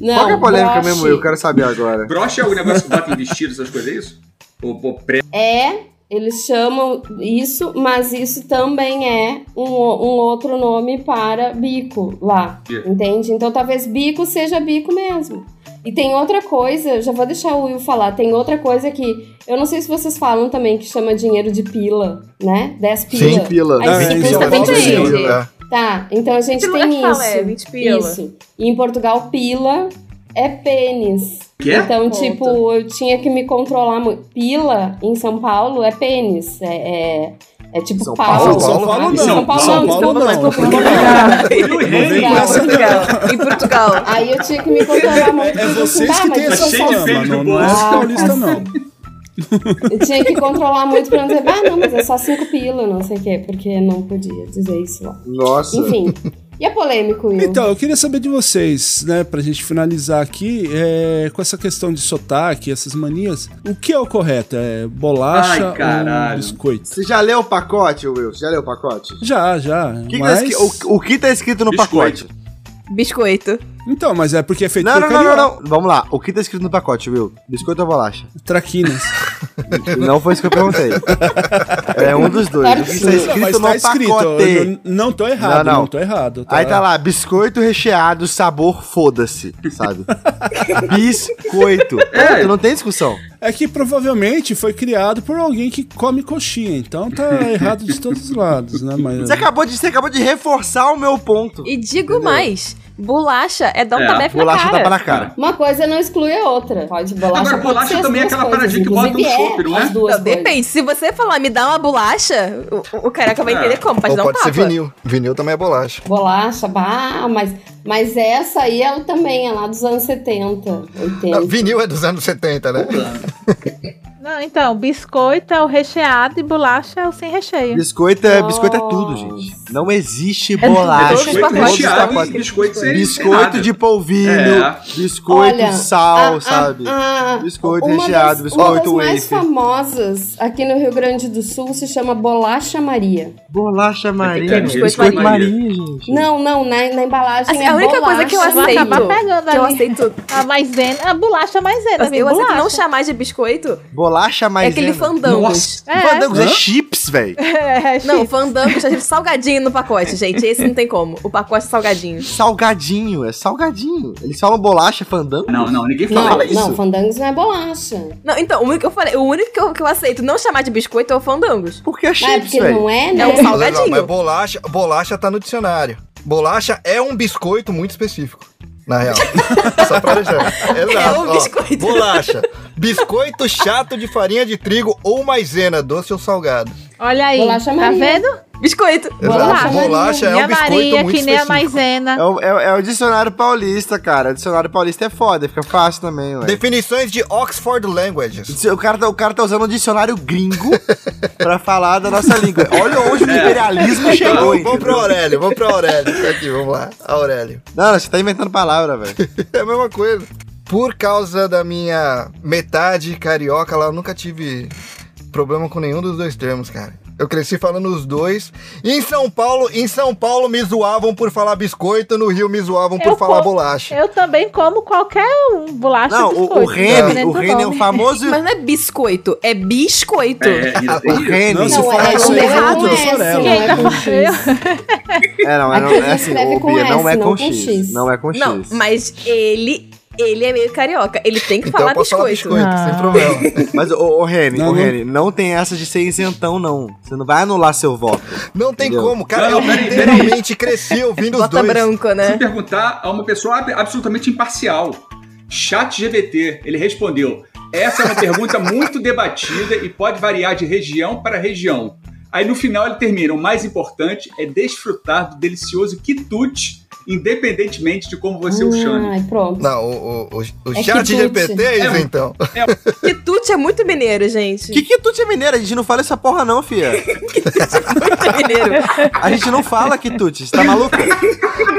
C: Não,
D: Qual que é a polêmica
C: broche
D: mesmo? Eu quero saber agora.
G: Brocha é o negócio que bota em vestido, essas coisas, é isso? Ou, ou pré
C: É, eles chamam isso, mas isso também é um, o- um outro nome para bico lá,
G: Yeah.
C: entende? Então talvez bico seja bico mesmo. E tem outra coisa, já vou deixar o Will falar, tem outra coisa que eu não sei se vocês falam também, que chama dinheiro de pila, né? 10 pila.
D: Sim, pila.
C: Aí
A: Ah,
C: você
A: em
C: custa
A: São Paulo
C: 20
A: tem.
C: euros.
B: É.
C: Tá, então a gente
F: Que lugar
C: tem
F: que fala? É
C: isso.
F: 20 pila.
C: Isso. E em Portugal, pila é pênis.
G: Quê?
C: Então,
F: Ponto.
C: tipo, eu tinha que me controlar muito. Pila em São Paulo é pênis. É, é, é tipo
D: São
C: pau.
D: Paulo?
A: São Paulo não.
C: sabe? São Paulo
A: São
C: não,
A: Paulo
C: desculpa,
A: não.
C: desculpa,
G: Rio e
A: Não vem
G: Reino.
A: com essa, não.
F: Portugal. Em Portugal.
C: Aí eu tinha que me controlar muito.
A: É
C: porque,
A: vocês
C: assim,
A: que
C: "Bah,
A: têm
C: mas
A: essa
C: eu sou
G: cheio de
C: só-
A: fama,
G: peido
A: não,
G: no
A: não é
C: bolso.
A: paulista, não.
C: Eu tinha que controlar muito pra não dizer, ah, não, mas é só cinco pila, não sei o quê, porque não podia dizer isso lá.
D: Nossa.
C: Enfim. E é polêmico, Will?
A: Então, eu queria saber de vocês, né, pra gente finalizar aqui, é, com essa questão de sotaque, essas manias, o que é o correto? É bolacha
G: Ai, caralho.
A: ou biscoito?
D: Você já leu o pacote, Will? Você já leu o pacote?
A: Já, já.
B: é
D: O que que tá
A: mas...
D: esqui- o, o que tá escrito no
G: Biscoito.
D: pacote?
F: Biscoito.
A: Então, mas é porque é feito
D: Não,
A: por
D: não, não, não,
A: carioca.
D: não. Vamos lá. O que tá escrito no pacote, Will? Biscoito ou bolacha?
A: Traquinas.
D: Não foi isso que eu perguntei. É um dos dois.
C: Claro
D: O que
C: que
D: tá
C: sim.
D: escrito
A: Mas
D: no
A: tá escrito,
D: pacote?
A: eu n- não tô errado,
D: Não,
A: não,
D: não.
A: tô errado.
D: Aí tá lá, biscoito recheado, sabor, foda-se, sabe? biscoito. Pronto, não tem discussão.
A: É que provavelmente foi criado por alguém que come coxinha, então tá errado de todos os lados, né? Mas...
D: Você acabou de, você acabou de reforçar o meu ponto.
F: E digo mais, bolacha é dar um
G: É,
F: tabefe na
D: Bolacha
F: cara.
D: tapa na cara.
C: Uma coisa não exclui a outra. Pode bolacha.
G: Agora,
C: pode
G: bolacha
C: ser as
G: também é
C: duas
G: aquela
C: coisas,
G: paradinha que bota no
C: inclusive
G: chopp, não é?
C: As duas coisas.
F: Não, depende, se você falar me dá uma bolacha, o, o careca vai
G: É.
F: entender como,
B: Ah,
F: mas
B: Ou
F: dá um
B: pode ser
F: tapa.
B: vinil. Vinil também é bolacha.
C: Bolacha, bah, mas, mas essa aí ela também é lá dos anos 70, 80.
B: Não, vinil é dos anos 70, né?
E: Não, então, biscoito é o recheado e bolacha é o sem recheio. É
D: Biscoito é,
C: Nossa.
D: biscoito é tudo, gente. Não existe
E: tudo,
D: bolacha.
F: todos os
G: Biscoito
F: pacotes.
G: recheado e
F: pacotes.
G: biscoito sem
D: Biscoito de polvilho,
G: É.
D: biscoito
C: Olha, ah,
D: sal,
C: a- a-
D: sabe?
C: a-
D: Biscoito
C: uma
D: recheado,
C: das, Uma das
D: biscoito
C: mais
D: wafer.
C: famosas aqui no Rio Grande do Sul se chama Bolacha Maria.
D: Bolacha
G: que ter
D: Maria.
G: biscoito Maria.
D: Maria, gente.
C: Não, não, na, na embalagem
F: Assim,
C: é
F: a única coisa que eu
C: bolacha
E: Vai
F: aceito.
E: acabar
C: Maria.
E: pegando
F: Que eu
E: ali.
F: aceito.
E: A maisena, a bolacha é maisena.
F: Eu aceito
E: bolacha.
F: não chamar de biscoito.
D: Bolacha
F: É
D: Maria.
F: aquele fandangos.
G: Nossa.
D: Fandangos
A: Hã?
D: é chips, velho.
E: É, é,
F: Não, fandangos, a gente salgadinho no pacote, gente. Esse não tem como. O pacote é salgadinho.
D: Salgadinho, é salgadinho. Eles falam bolacha fandango?
G: Não, não, ninguém
C: Não,
G: fala isso.
C: não, fandangos não é bolacha.
F: Não, então, o único que eu falei, o único que eu, que eu aceito não chamar de biscoito é o fandangos.
D: Porque é
C: Mas é
D: chips,
C: porque
D: velho.
C: não é, né?
F: É um
B: Mas, ó, mas
F: salgadinho.
B: bolacha, bolacha tá no dicionário. Bolacha é um biscoito muito específico, na real. Só pra deixar. Exato,
F: um
B: ó.
F: biscoito.
B: bolacha. Biscoito chato de farinha de trigo ou maisena, doce ou salgado.
E: Olha aí,
C: Bolacha
E: tá
C: Maria.
E: vendo?
F: Biscoito.
B: Exato.
E: Bolacha.
B: Bolacha é
E: nem
B: um
E: a
B: biscoito
E: Maria,
B: muito
E: que nem a
B: específico.
E: maisena.
D: É o, é- é o dicionário paulista, cara. O dicionário paulista é foda, fica fácil também, ué.
B: Definições de Oxford Languages.
D: O cara, tá, o cara tá usando um dicionário gringo pra falar da nossa língua. Olha onde o
A: É. Então,
D: liberalismo chegou,
B: Vamos, vamos pro
D: entendeu?
B: Aurélio, vamos pro Aurélio. Tá Aqui, vamos lá. Aurélio.
D: Não, você tá inventando palavra, velho.
B: É a mesma coisa. Por causa da minha metade carioca lá, eu nunca tive problema com nenhum dos dois termos, cara. Eu cresci falando os dois. Em São Paulo, em São Paulo me zoavam por falar biscoito, no Rio me zoavam por
E: Eu
B: falar
E: como-
B: bolacha.
E: Eu também como qualquer um, bolacha
D: Não,
E: e
D: o,
E: biscoito.
D: o Rene,
E: dependendo
D: o
E: do
D: Rene é o
E: nome.
D: famoso.
F: Mas não é biscoito, é biscoito.
G: É, ainda tem
D: O
G: isso.
D: Rene.
A: Não, se
C: Não,
A: falar
C: é
A: isso
C: com
A: aí,
C: B,
A: eu
C: não
A: vou sorella.
C: é S,
E: Quem
C: não
E: tá
C: é com
E: falando?
C: X.
D: É, não, é, não,
C: Aqui
D: é
C: se
D: assim,
C: escreve
D: o
C: com
D: Bia não é
C: S,
D: com
C: não com
D: X.
C: X.
D: Não é com X.
F: Não, mas ele, ele é meio carioca. Ele tem que
B: Então
F: falar
B: eu posso falar
F: biscoito.
B: biscoito, sem
E: Ah.
B: problema.
D: Mas, ô, ô Rene,
A: Não,
D: ô
A: não.
D: Rene, não tem essa de ser isentão, não. Você não vai anular seu voto.
B: Não tem
D: Entendeu?
B: como, cara.
G: Não,
B: eu
G: peraí, peraí.
B: literalmente cresci ouvindo os
F: Bota
B: dois.
F: branco,
G: Se
F: né?
G: perguntar a uma pessoa ab- absolutamente imparcial. Chat GBT, ele respondeu: essa é uma pergunta muito debatida e pode variar de região para região. Aí no final ele termina: o mais importante é desfrutar do delicioso quitute, independentemente de como você
B: Hum.
G: o chame.
C: Ai, pronto.
B: Não, o, o, o, o
C: É
B: chat
C: quitute.
B: GPT é isso,
G: É.
B: então.
F: Quitute é muito mineiro, gente.
D: Que quitute é mineiro? A gente não fala essa porra, não, fia.
B: tá
F: Muito mineiro.
D: A gente não fala quitute, você tá maluco?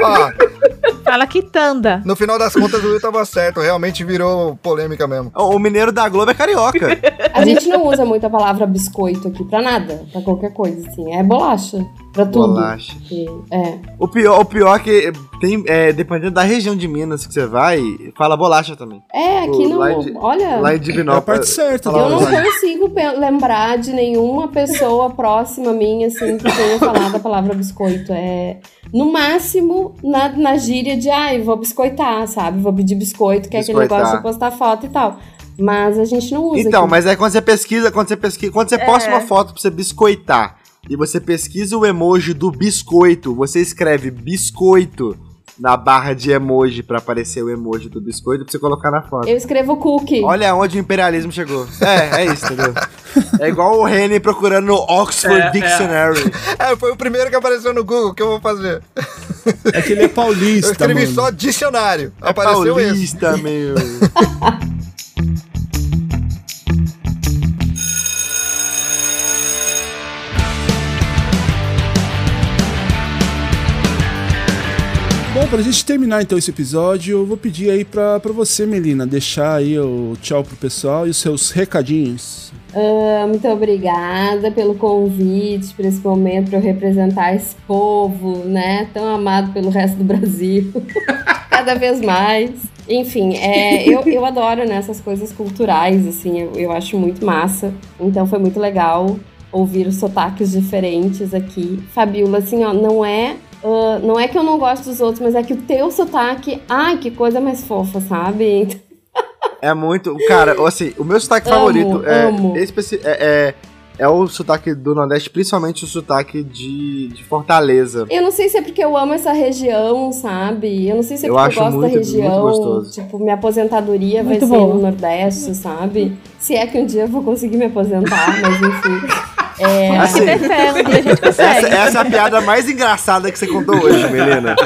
B: Ó,
E: Fala quitanda.
B: no final das contas o Will tava certo, realmente virou polêmica mesmo.
D: O o mineiro da Globo é carioca.
C: A gente não usa muito a palavra biscoito aqui pra nada, pra qualquer coisa, assim. É bolacha. Pra tudo.
D: Bolacha.
C: E- É.
D: O pior, o pior é que tem, é, dependendo da região de Minas que você vai, fala bolacha também.
C: É, aqui
D: Pô,
C: não.
D: lá de-
C: Olha.
D: Lá em
A: É a
D: Divinópolis.
A: parte certa.
D: Fala
A: da
C: Eu não
A: coisa.
C: consigo pe- lembrar de nenhuma pessoa próxima minha, assim, que tenha falado a palavra biscoito. É, no máximo, na, na gíria de, ai, vou biscoitar, sabe? Vou pedir biscoito, que é aquele
D: Biscoitar.
C: negócio de postar foto e tal. Mas a gente não usa
D: Então,
C: aqui.
D: mas é quando você pesquisa, quando você pesquisa, quando você posta uma foto pra você biscoitar e você pesquisa o emoji do biscoito, você escreve biscoito na barra de emoji pra aparecer o emoji do biscoito pra você colocar na foto.
C: Eu escrevo cookie.
D: Olha onde o imperialismo chegou. É, é isso, entendeu? É igual o Rene procurando no Oxford
G: É, é.
D: Dictionary.
B: É, foi o primeiro que apareceu no Google, o que eu vou fazer?
A: É que ele é paulista,
B: Eu escrevi
A: mano.
B: só dicionário,
D: É
B: apareceu esse.
D: paulista, meu.
A: Bom, pra gente terminar então esse episódio, eu vou pedir aí pra, pra você, Melina, deixar aí o tchau pro pessoal e os seus recadinhos.
C: Muito obrigada pelo convite, por esse momento, para eu representar esse povo, né? Tão amado pelo resto do Brasil. Cada vez mais. Enfim, é, eu, eu adoro né, essas coisas culturais, assim, eu, eu acho muito massa. Então foi muito legal ouvir os sotaques diferentes aqui. Fabiola, assim, ó, não é. ah, não é que eu não gosto dos outros, mas é que o teu sotaque. Ai, que coisa mais fofa, sabe?
D: É muito. Cara, assim, o meu sotaque
C: Amo,
D: favorito é,
C: amo.
D: especi- é, é. é o sotaque do Nordeste, principalmente o sotaque de, de Fortaleza.
C: Eu não sei se é porque eu amo essa região, sabe? Eu não sei se é
D: Eu
C: porque
D: acho
C: eu gosto
D: muito,
C: da região.
D: muito gostoso.
C: Tipo, minha aposentadoria
E: Muito
C: vai
E: bom.
C: ser no Nordeste, sabe? Se é que um dia eu vou conseguir me aposentar, mas enfim.
E: É,
D: Assim,
E: que der certo, a gente
D: Essa,
E: consegue.
D: essa é a piada mais engraçada que você contou hoje, Melina.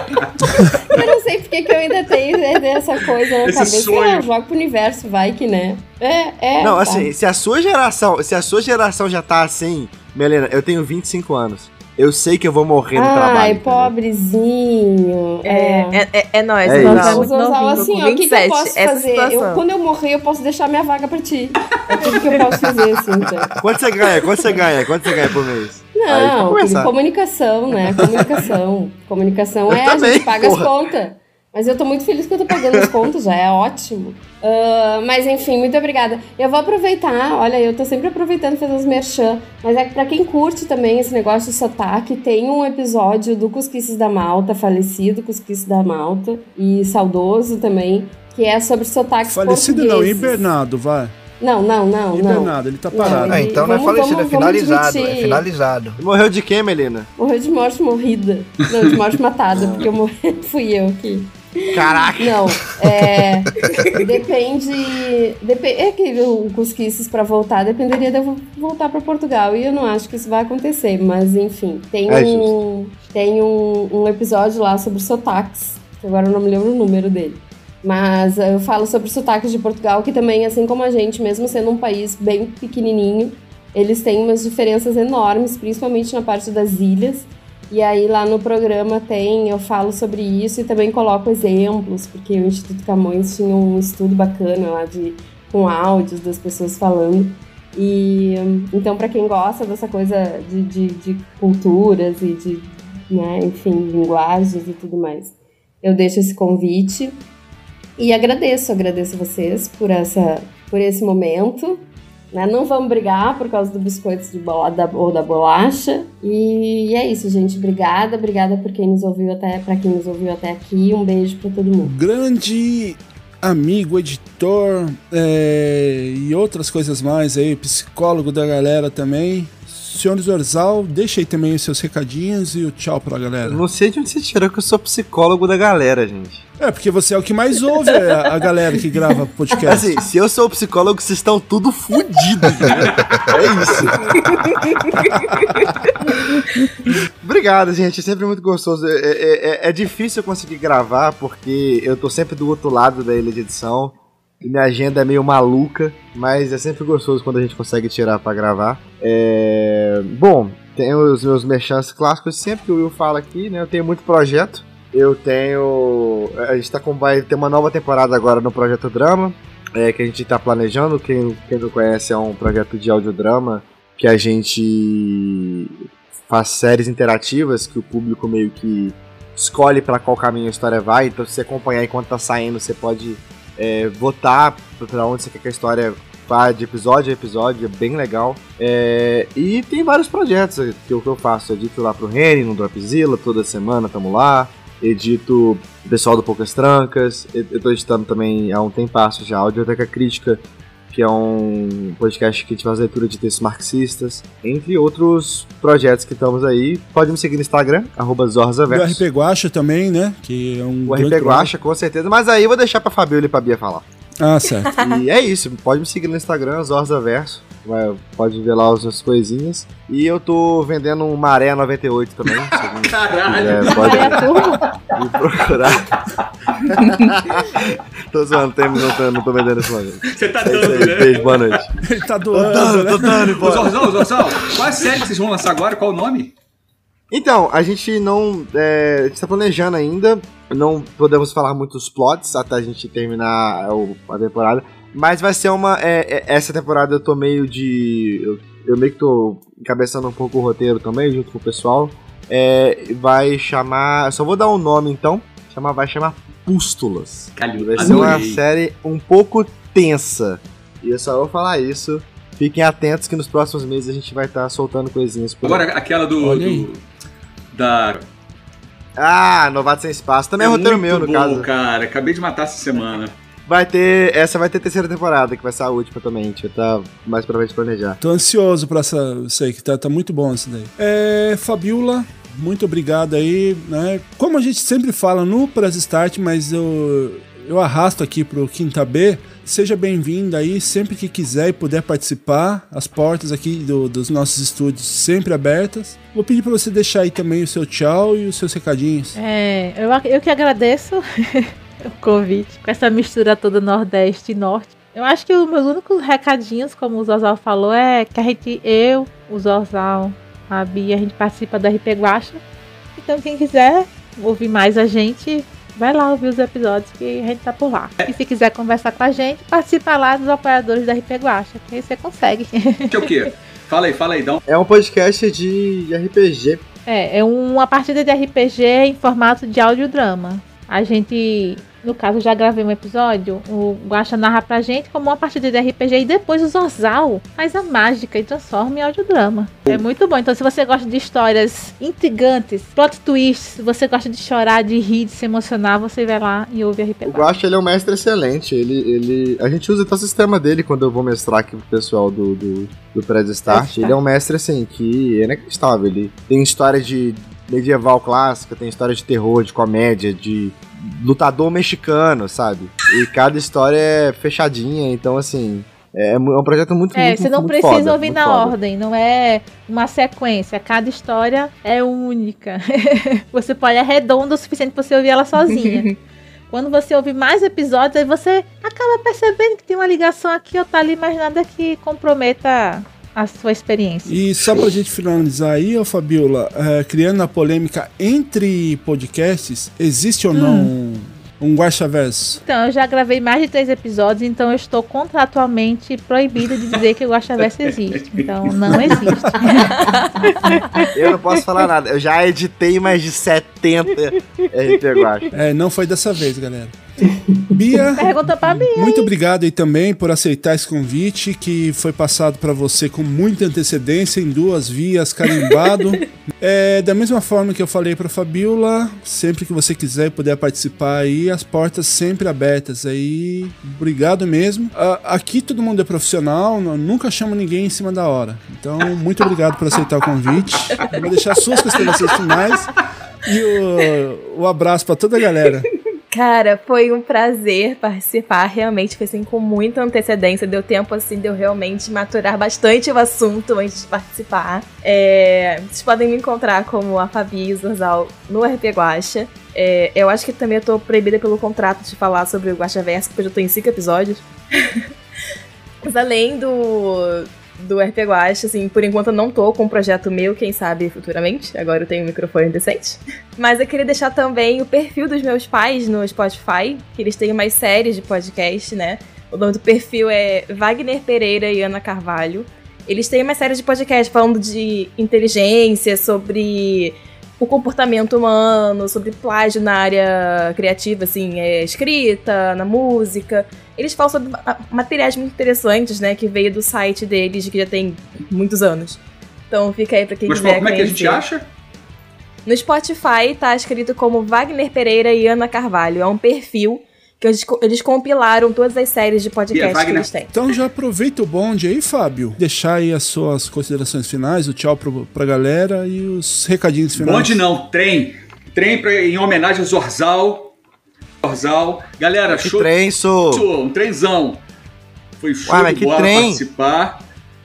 C: Eu não sei porque que eu ainda tenho né, essa coisa na
G: Esse
C: cabeça.
G: sonho.
C: Ah, joga pro universo, vai que né? É, é.
D: Não,
C: tá.
D: assim, se a sua geração, se a sua geração já tá assim, Melina, eu tenho 25 anos. Eu sei que eu vou morrer no trabalho.
C: Ai,
D: entendeu?
C: pobrezinho.
F: É, é, é, é nóis.
D: É
E: isso.
F: Nós
C: Vamos usar
E: novinho,
C: assim,
F: com
C: ó, o que, que eu
F: 27,
C: posso
F: essa
C: fazer? Eu-
F: situação.
C: quando eu morrer, eu posso deixar minha vaga pra ti. É tudo que eu posso fazer, assim, então.
D: Quanto você ganha? Quanto você ganha? Quanto você ganha por mês? Aí, pra
C: Não,
D: começar.
C: comunicação, né? Comunicação. comunicação
D: Eu
C: é a
D: também,
C: gente paga
D: porra.
C: as contas. Mas eu tô muito feliz que eu tô pagando as contas, já é ótimo. Ah, mas enfim, muito obrigada. Eu vou aproveitar, olha, eu tô sempre aproveitando fazer os merchan, mas é que pra quem curte também esse negócio de sotaque, tem um episódio do Cusquices da Malta, falecido Cusquices da Malta, e saudoso também, que é sobre sotaques
A: Falecido não,
C: portugueses.
A: hibernado, vai.
C: Não, não, não, não.
A: Hibernado, ele tá
C: Não,
A: parado.
B: Ah, então não é
C: Vamos-
B: falecido, é
C: vamos- vamos
B: finalizado, é
C: admitir.
B: finalizado.
D: Morreu de quem, Melina?
C: Morreu de morte morrida. Não, de morte matada, porque eu morri, fui eu que.
D: Caraca!
C: Não, é. depende. Depe, é que o Cusquices pra voltar dependeria de eu vo- voltar pra Portugal. E eu não acho que isso vai acontecer. Mas enfim, tem,
D: É
C: um, tem um, um episódio lá sobre sotaques. Que agora eu não me lembro o número dele. Mas eu falo sobre sotaques de Portugal, que também, assim como a gente, mesmo sendo um país bem pequenininho, eles têm umas diferenças enormes, principalmente na parte das ilhas. E aí lá no programa tem, eu falo sobre isso e também coloco exemplos, porque o Instituto Camões tinha um estudo bacana lá de com áudios das pessoas falando. E hum, então, para quem gosta dessa coisa de, de, de culturas e de, né, enfim, linguagens e tudo mais, eu deixo esse convite e agradeço, agradeço vocês por essa, por esse momento. né? Não vamos brigar por causa do biscoito de bola, da- ou da bolacha. E é isso, gente. Obrigada, obrigada por quem nos ouviu até, para quem nos ouviu até aqui. Um beijo para todo mundo.
A: grande amigo, editor é, e outras coisas mais aí, psicólogo da galera também. Senhor Zorzal, deixa aí também os seus recadinhos e o tchau pra
D: Eu
A: galera.
D: Não sei de onde você tirou que eu sou psicólogo da galera, gente.
A: É, porque você é o que mais ouve a, a galera que grava podcast.
D: Assim, se eu sou o psicólogo, vocês estão tudo fudidos. é isso.
B: Obrigado, gente. É sempre muito gostoso. É, é- é- é difícil eu conseguir gravar porque eu tô sempre do outro lado da ilha de edição. E minha agenda é meio maluca, mas é sempre gostoso quando a gente consegue tirar pra gravar. É, Bom, tem os meus merchants clássicos, sempre que o Will fala aqui, né? Eu tenho muito projeto. Eu tenho. A gente tá com. Vai ter uma nova temporada agora no Projeto Drama, é, que a gente tá planejando. Quem, quem não conhece é um projeto de audiodrama que a gente faz séries interativas que o público meio que escolhe pra qual caminho a história vai. Então, se você acompanhar enquanto tá saindo, você pode é, votar pra onde você quer que a história vá de episódio a episódio. É bem legal. É, e tem vários projetos que eu, que eu faço. Edito lá pro Reni, no Dropzilla, toda semana tamo lá. Edito o pessoal do Poucas Trancas. Eu, eu tô editando também há um tempasso já a Audioteca Crítica, que é um podcast que a gente faz leitura de textos marxistas entre outros projetos que estamos aí. Pode me seguir no Instagram, arroba
A: Do
B: Zorzaverso.
A: RP Guacha também, né? Que é um
B: O
A: grande
B: RP Guacha, com certeza. Mas aí eu vou deixar pra Fabiola e pra Bia falar.
A: programa. Ah, certo.
B: E é isso. Pode me seguir no Instagram, Zorzaverso. Vai- Pode ver lá as minhas coisinhas. E eu tô vendendo um Maré 98 também. se alguém
G: Caralho.
B: quiser,
E: Aí a
B: pode
E: turma,
B: me procurar. tô zoando, tem- não tô, não tô vendendo isso não.
G: Você tá
B: É isso
G: dando,
B: aí,
G: né?
B: Beijo, boa noite.
A: Ele tá doando, né?
G: Ô, Zorzal, Zorzal, qual a série que vocês vão lançar agora? Qual o nome?
B: Então, a gente não. É, a gente tá planejando ainda. Não podemos falar muitos plots até a gente terminar o- a temporada. Mas vai ser uma. é, é, essa temporada eu tô meio tipo de. Eu, eu meio que tô encabeçando um pouco o roteiro também, junto com o pessoal. É, vai chamar. Só vou dar um nome então. Chama, vai chamar Pústulas.
G: Calil,
B: Vai ser é uma
G: adorei.
B: série um pouco tensa. E eu só vou falar isso. Fiquem atentos que nos próximos meses a gente vai estar soltando coisinhas por aí.
G: Agora aquela do.
A: Olha aí.
G: do- da.
B: Ah, Novato Sem Espaço. Também é roteiro
G: Muito
B: meu, no
G: bom,
B: caso.
G: cara. Acabei de matar essa semana.
B: Vai ter. Essa vai ter terceira temporada, que vai ser a última também. A gente vai tá mais pra frente planejar.
A: Tô ansioso pra essa. Sei que tá, tá muito bom isso daí. É, Fabiola, muito obrigado aí. Né? Como a gente sempre fala no Press Start, mas eu, eu arrasto aqui pro Quinta B. Seja bem-vinda aí, sempre que quiser e puder participar. As portas aqui do- dos nossos estúdios sempre abertas. Vou pedir pra você deixar aí também o seu tchau e os seus recadinhos.
E: é, eu, ac- eu que agradeço o convite, com essa mistura toda Nordeste e Norte. Eu acho que os meus únicos recadinhos, como o Zorzal falou, é que a gente, eu, o Zorzal, a Bia, a gente participa do RP Guacha. Então quem quiser ouvir mais a gente, vai lá ouvir os episódios que a gente tá por lá. E se quiser conversar com a gente, participa lá dos apoiadores do RP Guacha, que aí você consegue.
G: Que é o quê? Fala aí, fala aí. Dá um...
B: É um podcast de RPG.
E: É, é uma partida de RPG em formato de audiodrama. A gente, no caso, já gravei um episódio, o Guaxa narra pra gente como uma partida de RPG e depois o Zorzal faz a mágica e transforma em audiodrama. É muito bom. Então, se você gosta de histórias intrigantes, plot twists, se você gosta de chorar, de rir, de se emocionar, você vai lá e ouve RPG.
B: O Guacha, ele é um mestre excelente. Ele, ele... A gente usa até o sistema dele quando eu vou mestrar aqui pro pessoal do, do, do Press
E: Tá.
B: Start. Ele é um mestre, assim, que é inacreditável. Ele tem história de medieval clássica, tem história de terror, de comédia, de lutador mexicano, sabe? E cada história é fechadinha, então, assim... É mu- é um projeto muito,
E: É,
B: muito,
E: você não
B: muito
E: precisa
B: foda,
E: ouvir
B: muito
E: na
B: foda.
E: ordem, não é uma sequência. Cada história é única. você pode arredonda o suficiente pra você ouvir ela sozinha. Quando você ouve mais episódios, aí você acaba percebendo que tem uma ligação aqui ou tá ali, mas nada que comprometa a sua experiência.
A: E só pra gente finalizar aí, ô Fabiola, é, criando a polêmica entre podcasts, existe ou não Um guaxaverso.
E: Então, eu já gravei mais de três episódios, então eu estou contratualmente proibida de dizer que o Guaxaverso
B: É
E: existe. Então, não existe.
D: Eu não posso falar nada. Eu já editei mais de 70 RP Guacha.
A: É, não foi dessa vez, galera. Bia,
E: Pergunta pra mim.
A: muito obrigado aí também por aceitar esse convite que foi passado pra você com muita antecedência, em duas vias, carimbado. É, da mesma forma que eu falei pra Fabiola, sempre que você quiser e puder participar aí, as portas sempre abertas aí. Obrigado mesmo. A- aqui todo mundo é profissional, não- nunca chamo ninguém em cima da hora. Então, muito obrigado por aceitar o convite. Eu Vou deixar suas considerações finais e o, o abraço pra toda a galera.
F: Cara, foi um prazer participar. Realmente foi assim com muita antecedência. Deu tempo assim de eu realmente maturar bastante o assunto antes de participar. É, vocês podem me encontrar como a Fabi Zorzal no RP Guacha. É, eu acho que também eu tô proibida pelo contrato de falar sobre o Guacha Verso, porque eu já tô em cinco episódios. Mas além do, do RP Guacha, assim, por enquanto eu não tô com um projeto meu, quem sabe futuramente. Agora eu tenho um microfone decente. Mas eu queria deixar também o perfil dos meus pais no Spotify, que eles têm umas séries de podcast, né? O nome do perfil é Wagner Pereira e Ana Carvalho. Eles têm uma série de podcast falando de inteligência, sobre o comportamento humano, sobre plágio na área criativa, assim, é, escrita, na música. Eles falam sobre ma- materiais muito interessantes, né? Que veio do site deles, que já tem muitos anos. Então fica aí pra quem
G: Mas
F: quiser
G: qual- como é que a gente
F: conhecer.
G: acha?
F: No Spotify tá escrito como Wagner Pereira e Ana Carvalho. É um perfil que eles, co- eles compilaram todas as séries de
G: E é
F: podcast que
G: Wagner?
F: eles têm.
A: Então já aproveita o bonde aí, Fábio. Deixar aí as suas considerações finais, o tchau pro, pra galera e os recadinhos finais.
G: Bonde não, trem. Trem pra, em homenagem a Zorzal. Zorzal. Galera,
H: Que
G: show
D: é
H: trenço!
G: Isso, um trenzão. Foi show
H: Uai, mas
G: de
H: que
G: bola
H: trem.
G: participar.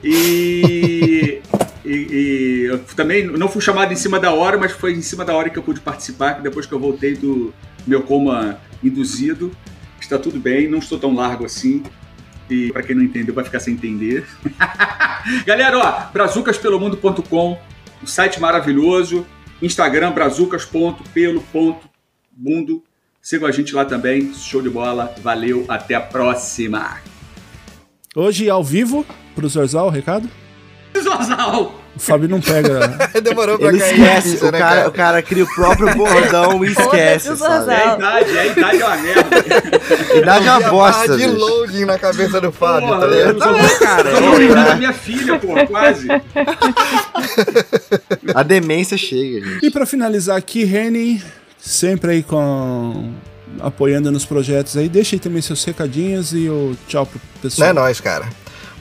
G: E, e- e eu também não fui chamado em cima da hora, mas foi em cima da hora que eu pude participar, que depois que eu voltei do meu coma induzido, está tudo bem, não estou tão largo assim. E para quem não entendeu, vai ficar sem entender. Galera, ó, brazucaspelomundo.com, um site maravilhoso, Instagram brazucas.pelo.mundo. Sigam a gente lá também. Show de bola. Valeu, até a próxima.
A: Hoje, ao vivo, pro Zorzal, o recado.
G: Zorzal!
A: O Fábio não pega.
B: Demorou pra
D: Ele
B: cair.
D: esquece.
B: isso,
D: o,
B: né,
D: cara, é o cara cria o próprio bordão e esquece, sabe?
G: É
E: Ah.
G: a idade, é a idade é uma merda.
D: A Idade é
B: E
D: uma
B: a barra
D: bosta,
B: tá de
D: bicho.
B: loading na cabeça do Fábio,
G: Porra,
B: tá ligado?
G: eu sou
D: cara.
G: eu sou o menino da minha filha, pô, quase.
D: A demência chega, gente.
A: e pra finalizar aqui, Reni, sempre aí com. apoiando nos projetos aí. Deixa aí também seus recadinhos e o tchau pro
B: Não
A: pessoal.
B: é nóis, cara.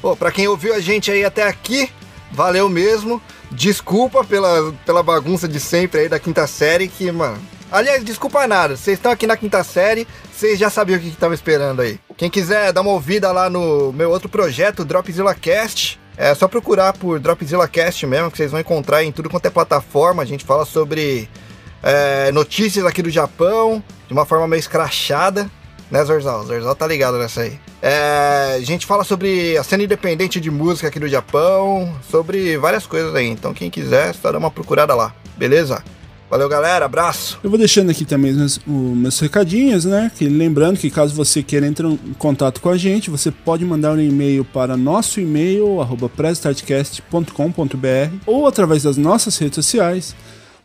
B: Pô, pra quem ouviu a gente aí até aqui, valeu mesmo. Desculpa pela, pela bagunça de sempre aí da quinta série, que, mano. Aliás, desculpa nada. Vocês estão aqui na quinta série, vocês já sabiam o que, que tava esperando aí. Quem quiser dar uma ouvida lá no meu outro projeto, Dropzilla Cast. É só procurar por Dropzilla Cast mesmo, que vocês vão encontrar em tudo quanto é plataforma. A gente fala sobre é, notícias aqui do Japão, de uma forma meio escrachada. Né, Zorzal? Zorzal tá ligado nessa aí. É, a gente fala sobre a cena independente de música aqui do Japão, sobre várias coisas aí. Então, quem quiser, é só dá uma procurada lá, beleza? Valeu, galera. Abraço.
A: Eu vou deixando aqui também os meus, o- meus recadinhos, né? Que lembrando que caso você queira entrar em contato com a gente, você pode mandar um e-mail para nosso e-mail, arroba prestartcast.com.br ou através das nossas redes sociais,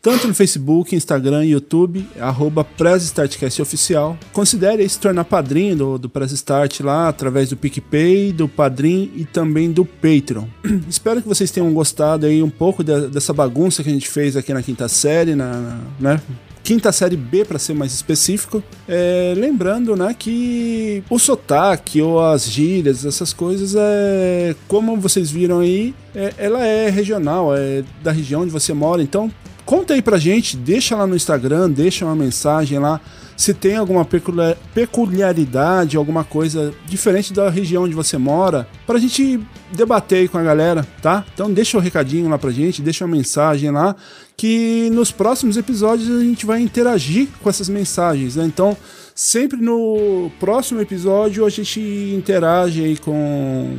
A: tanto no Facebook, Instagram e YouTube, arroba PresStartcast Oficial. Considere aí se tornar padrinho do, do Press Start lá, através do PicPay, do Padrim e também do Patreon. Espero que vocês tenham gostado aí um pouco da- dessa bagunça que a gente fez aqui na quinta série, na, na- né? Quinta série B, para ser mais específico. É, lembrando, né, que o sotaque ou as gírias, essas coisas, é como vocês viram aí, é- ela é regional, é da região onde você mora. Então, conta aí pra gente, deixa lá no Instagram, deixa uma mensagem lá. Se tem alguma pecula- peculiaridade, alguma coisa diferente da região onde você mora, pra gente debater aí com a galera, tá? Então deixa o recadinho lá pra gente, deixa uma mensagem lá, que nos próximos episódios a gente vai interagir com essas mensagens, né? Então, sempre no próximo episódio a gente interage aí com,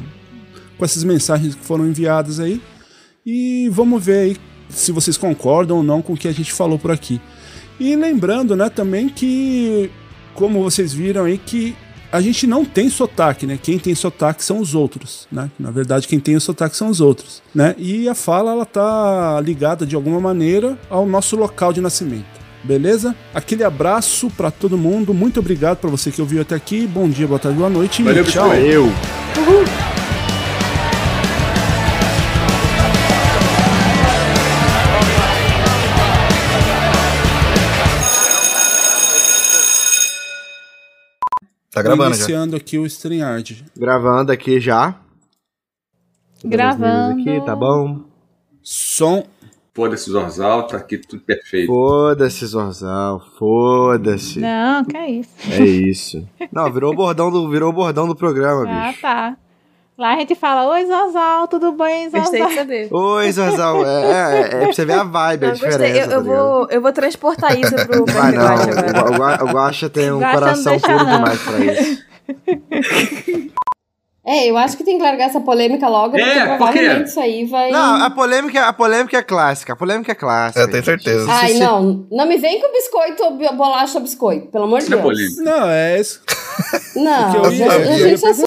A: com essas mensagens que foram enviadas aí. E vamos ver aí se vocês concordam ou não com o que a gente falou por aqui. E lembrando, né, também que como vocês viram aí, que a gente não tem sotaque, né? Quem tem sotaque são os outros, né? Na verdade, quem tem o sotaque são os outros, né? E a fala, ela tá ligada de alguma maneira ao nosso local de nascimento. Beleza? Aquele abraço pra todo mundo. Muito obrigado pra você que ouviu até aqui. Bom dia, boa tarde, boa noite. e
G: Valeu,
A: tchau.
G: Biscoito.
D: Eu.
B: Tá gravando já.
A: Iniciando aqui o StreamYard.
D: Gravando aqui já.
E: Gravando.
D: Aqui, tá bom?
A: Som
G: Foda-se, Zorzal, tá aqui tudo perfeito.
D: Foda-se, Zorzal. Foda-se.
E: Não, que é isso.
D: É isso. Não, virou o bordão do, virou o bordão do programa,
E: Ah,
D: bicho.
E: tá. Lá a gente fala, oi, Zazal, tudo bem,
F: Gostei
E: Zazal?
F: de saber.
D: Oi, Zorzal. É, é, é pra você ver a vibe, a
F: Não,
D: diferença.
F: gostei. Eu,
D: tá
F: eu
D: ligado?
F: vou, eu vou transportar isso pro
D: Ah,
F: Brasil
D: não.
F: Baixo agora.
D: O, Gua- o Guaxa tem um
E: Guaxa não
D: coração
E: deixa,
D: puro
E: não.
D: demais pra isso.
C: É, eu acho que tem que largar essa polêmica logo,
G: É,
C: porque
G: por quê?
C: provavelmente isso aí vai.
D: Não, a polêmica, a polêmica é clássica. A polêmica é clássica.
B: Eu tenho certeza.
C: Ai, não. Não me vem com biscoito ou bi- bolacha ou biscoito, pelo amor de
G: Isso não é
C: Deus.
G: polêmica.
A: Não, é isso.
C: Não,
A: Porque eu
C: a
A: ia-
C: gente- a
B: eu ia
C: gente já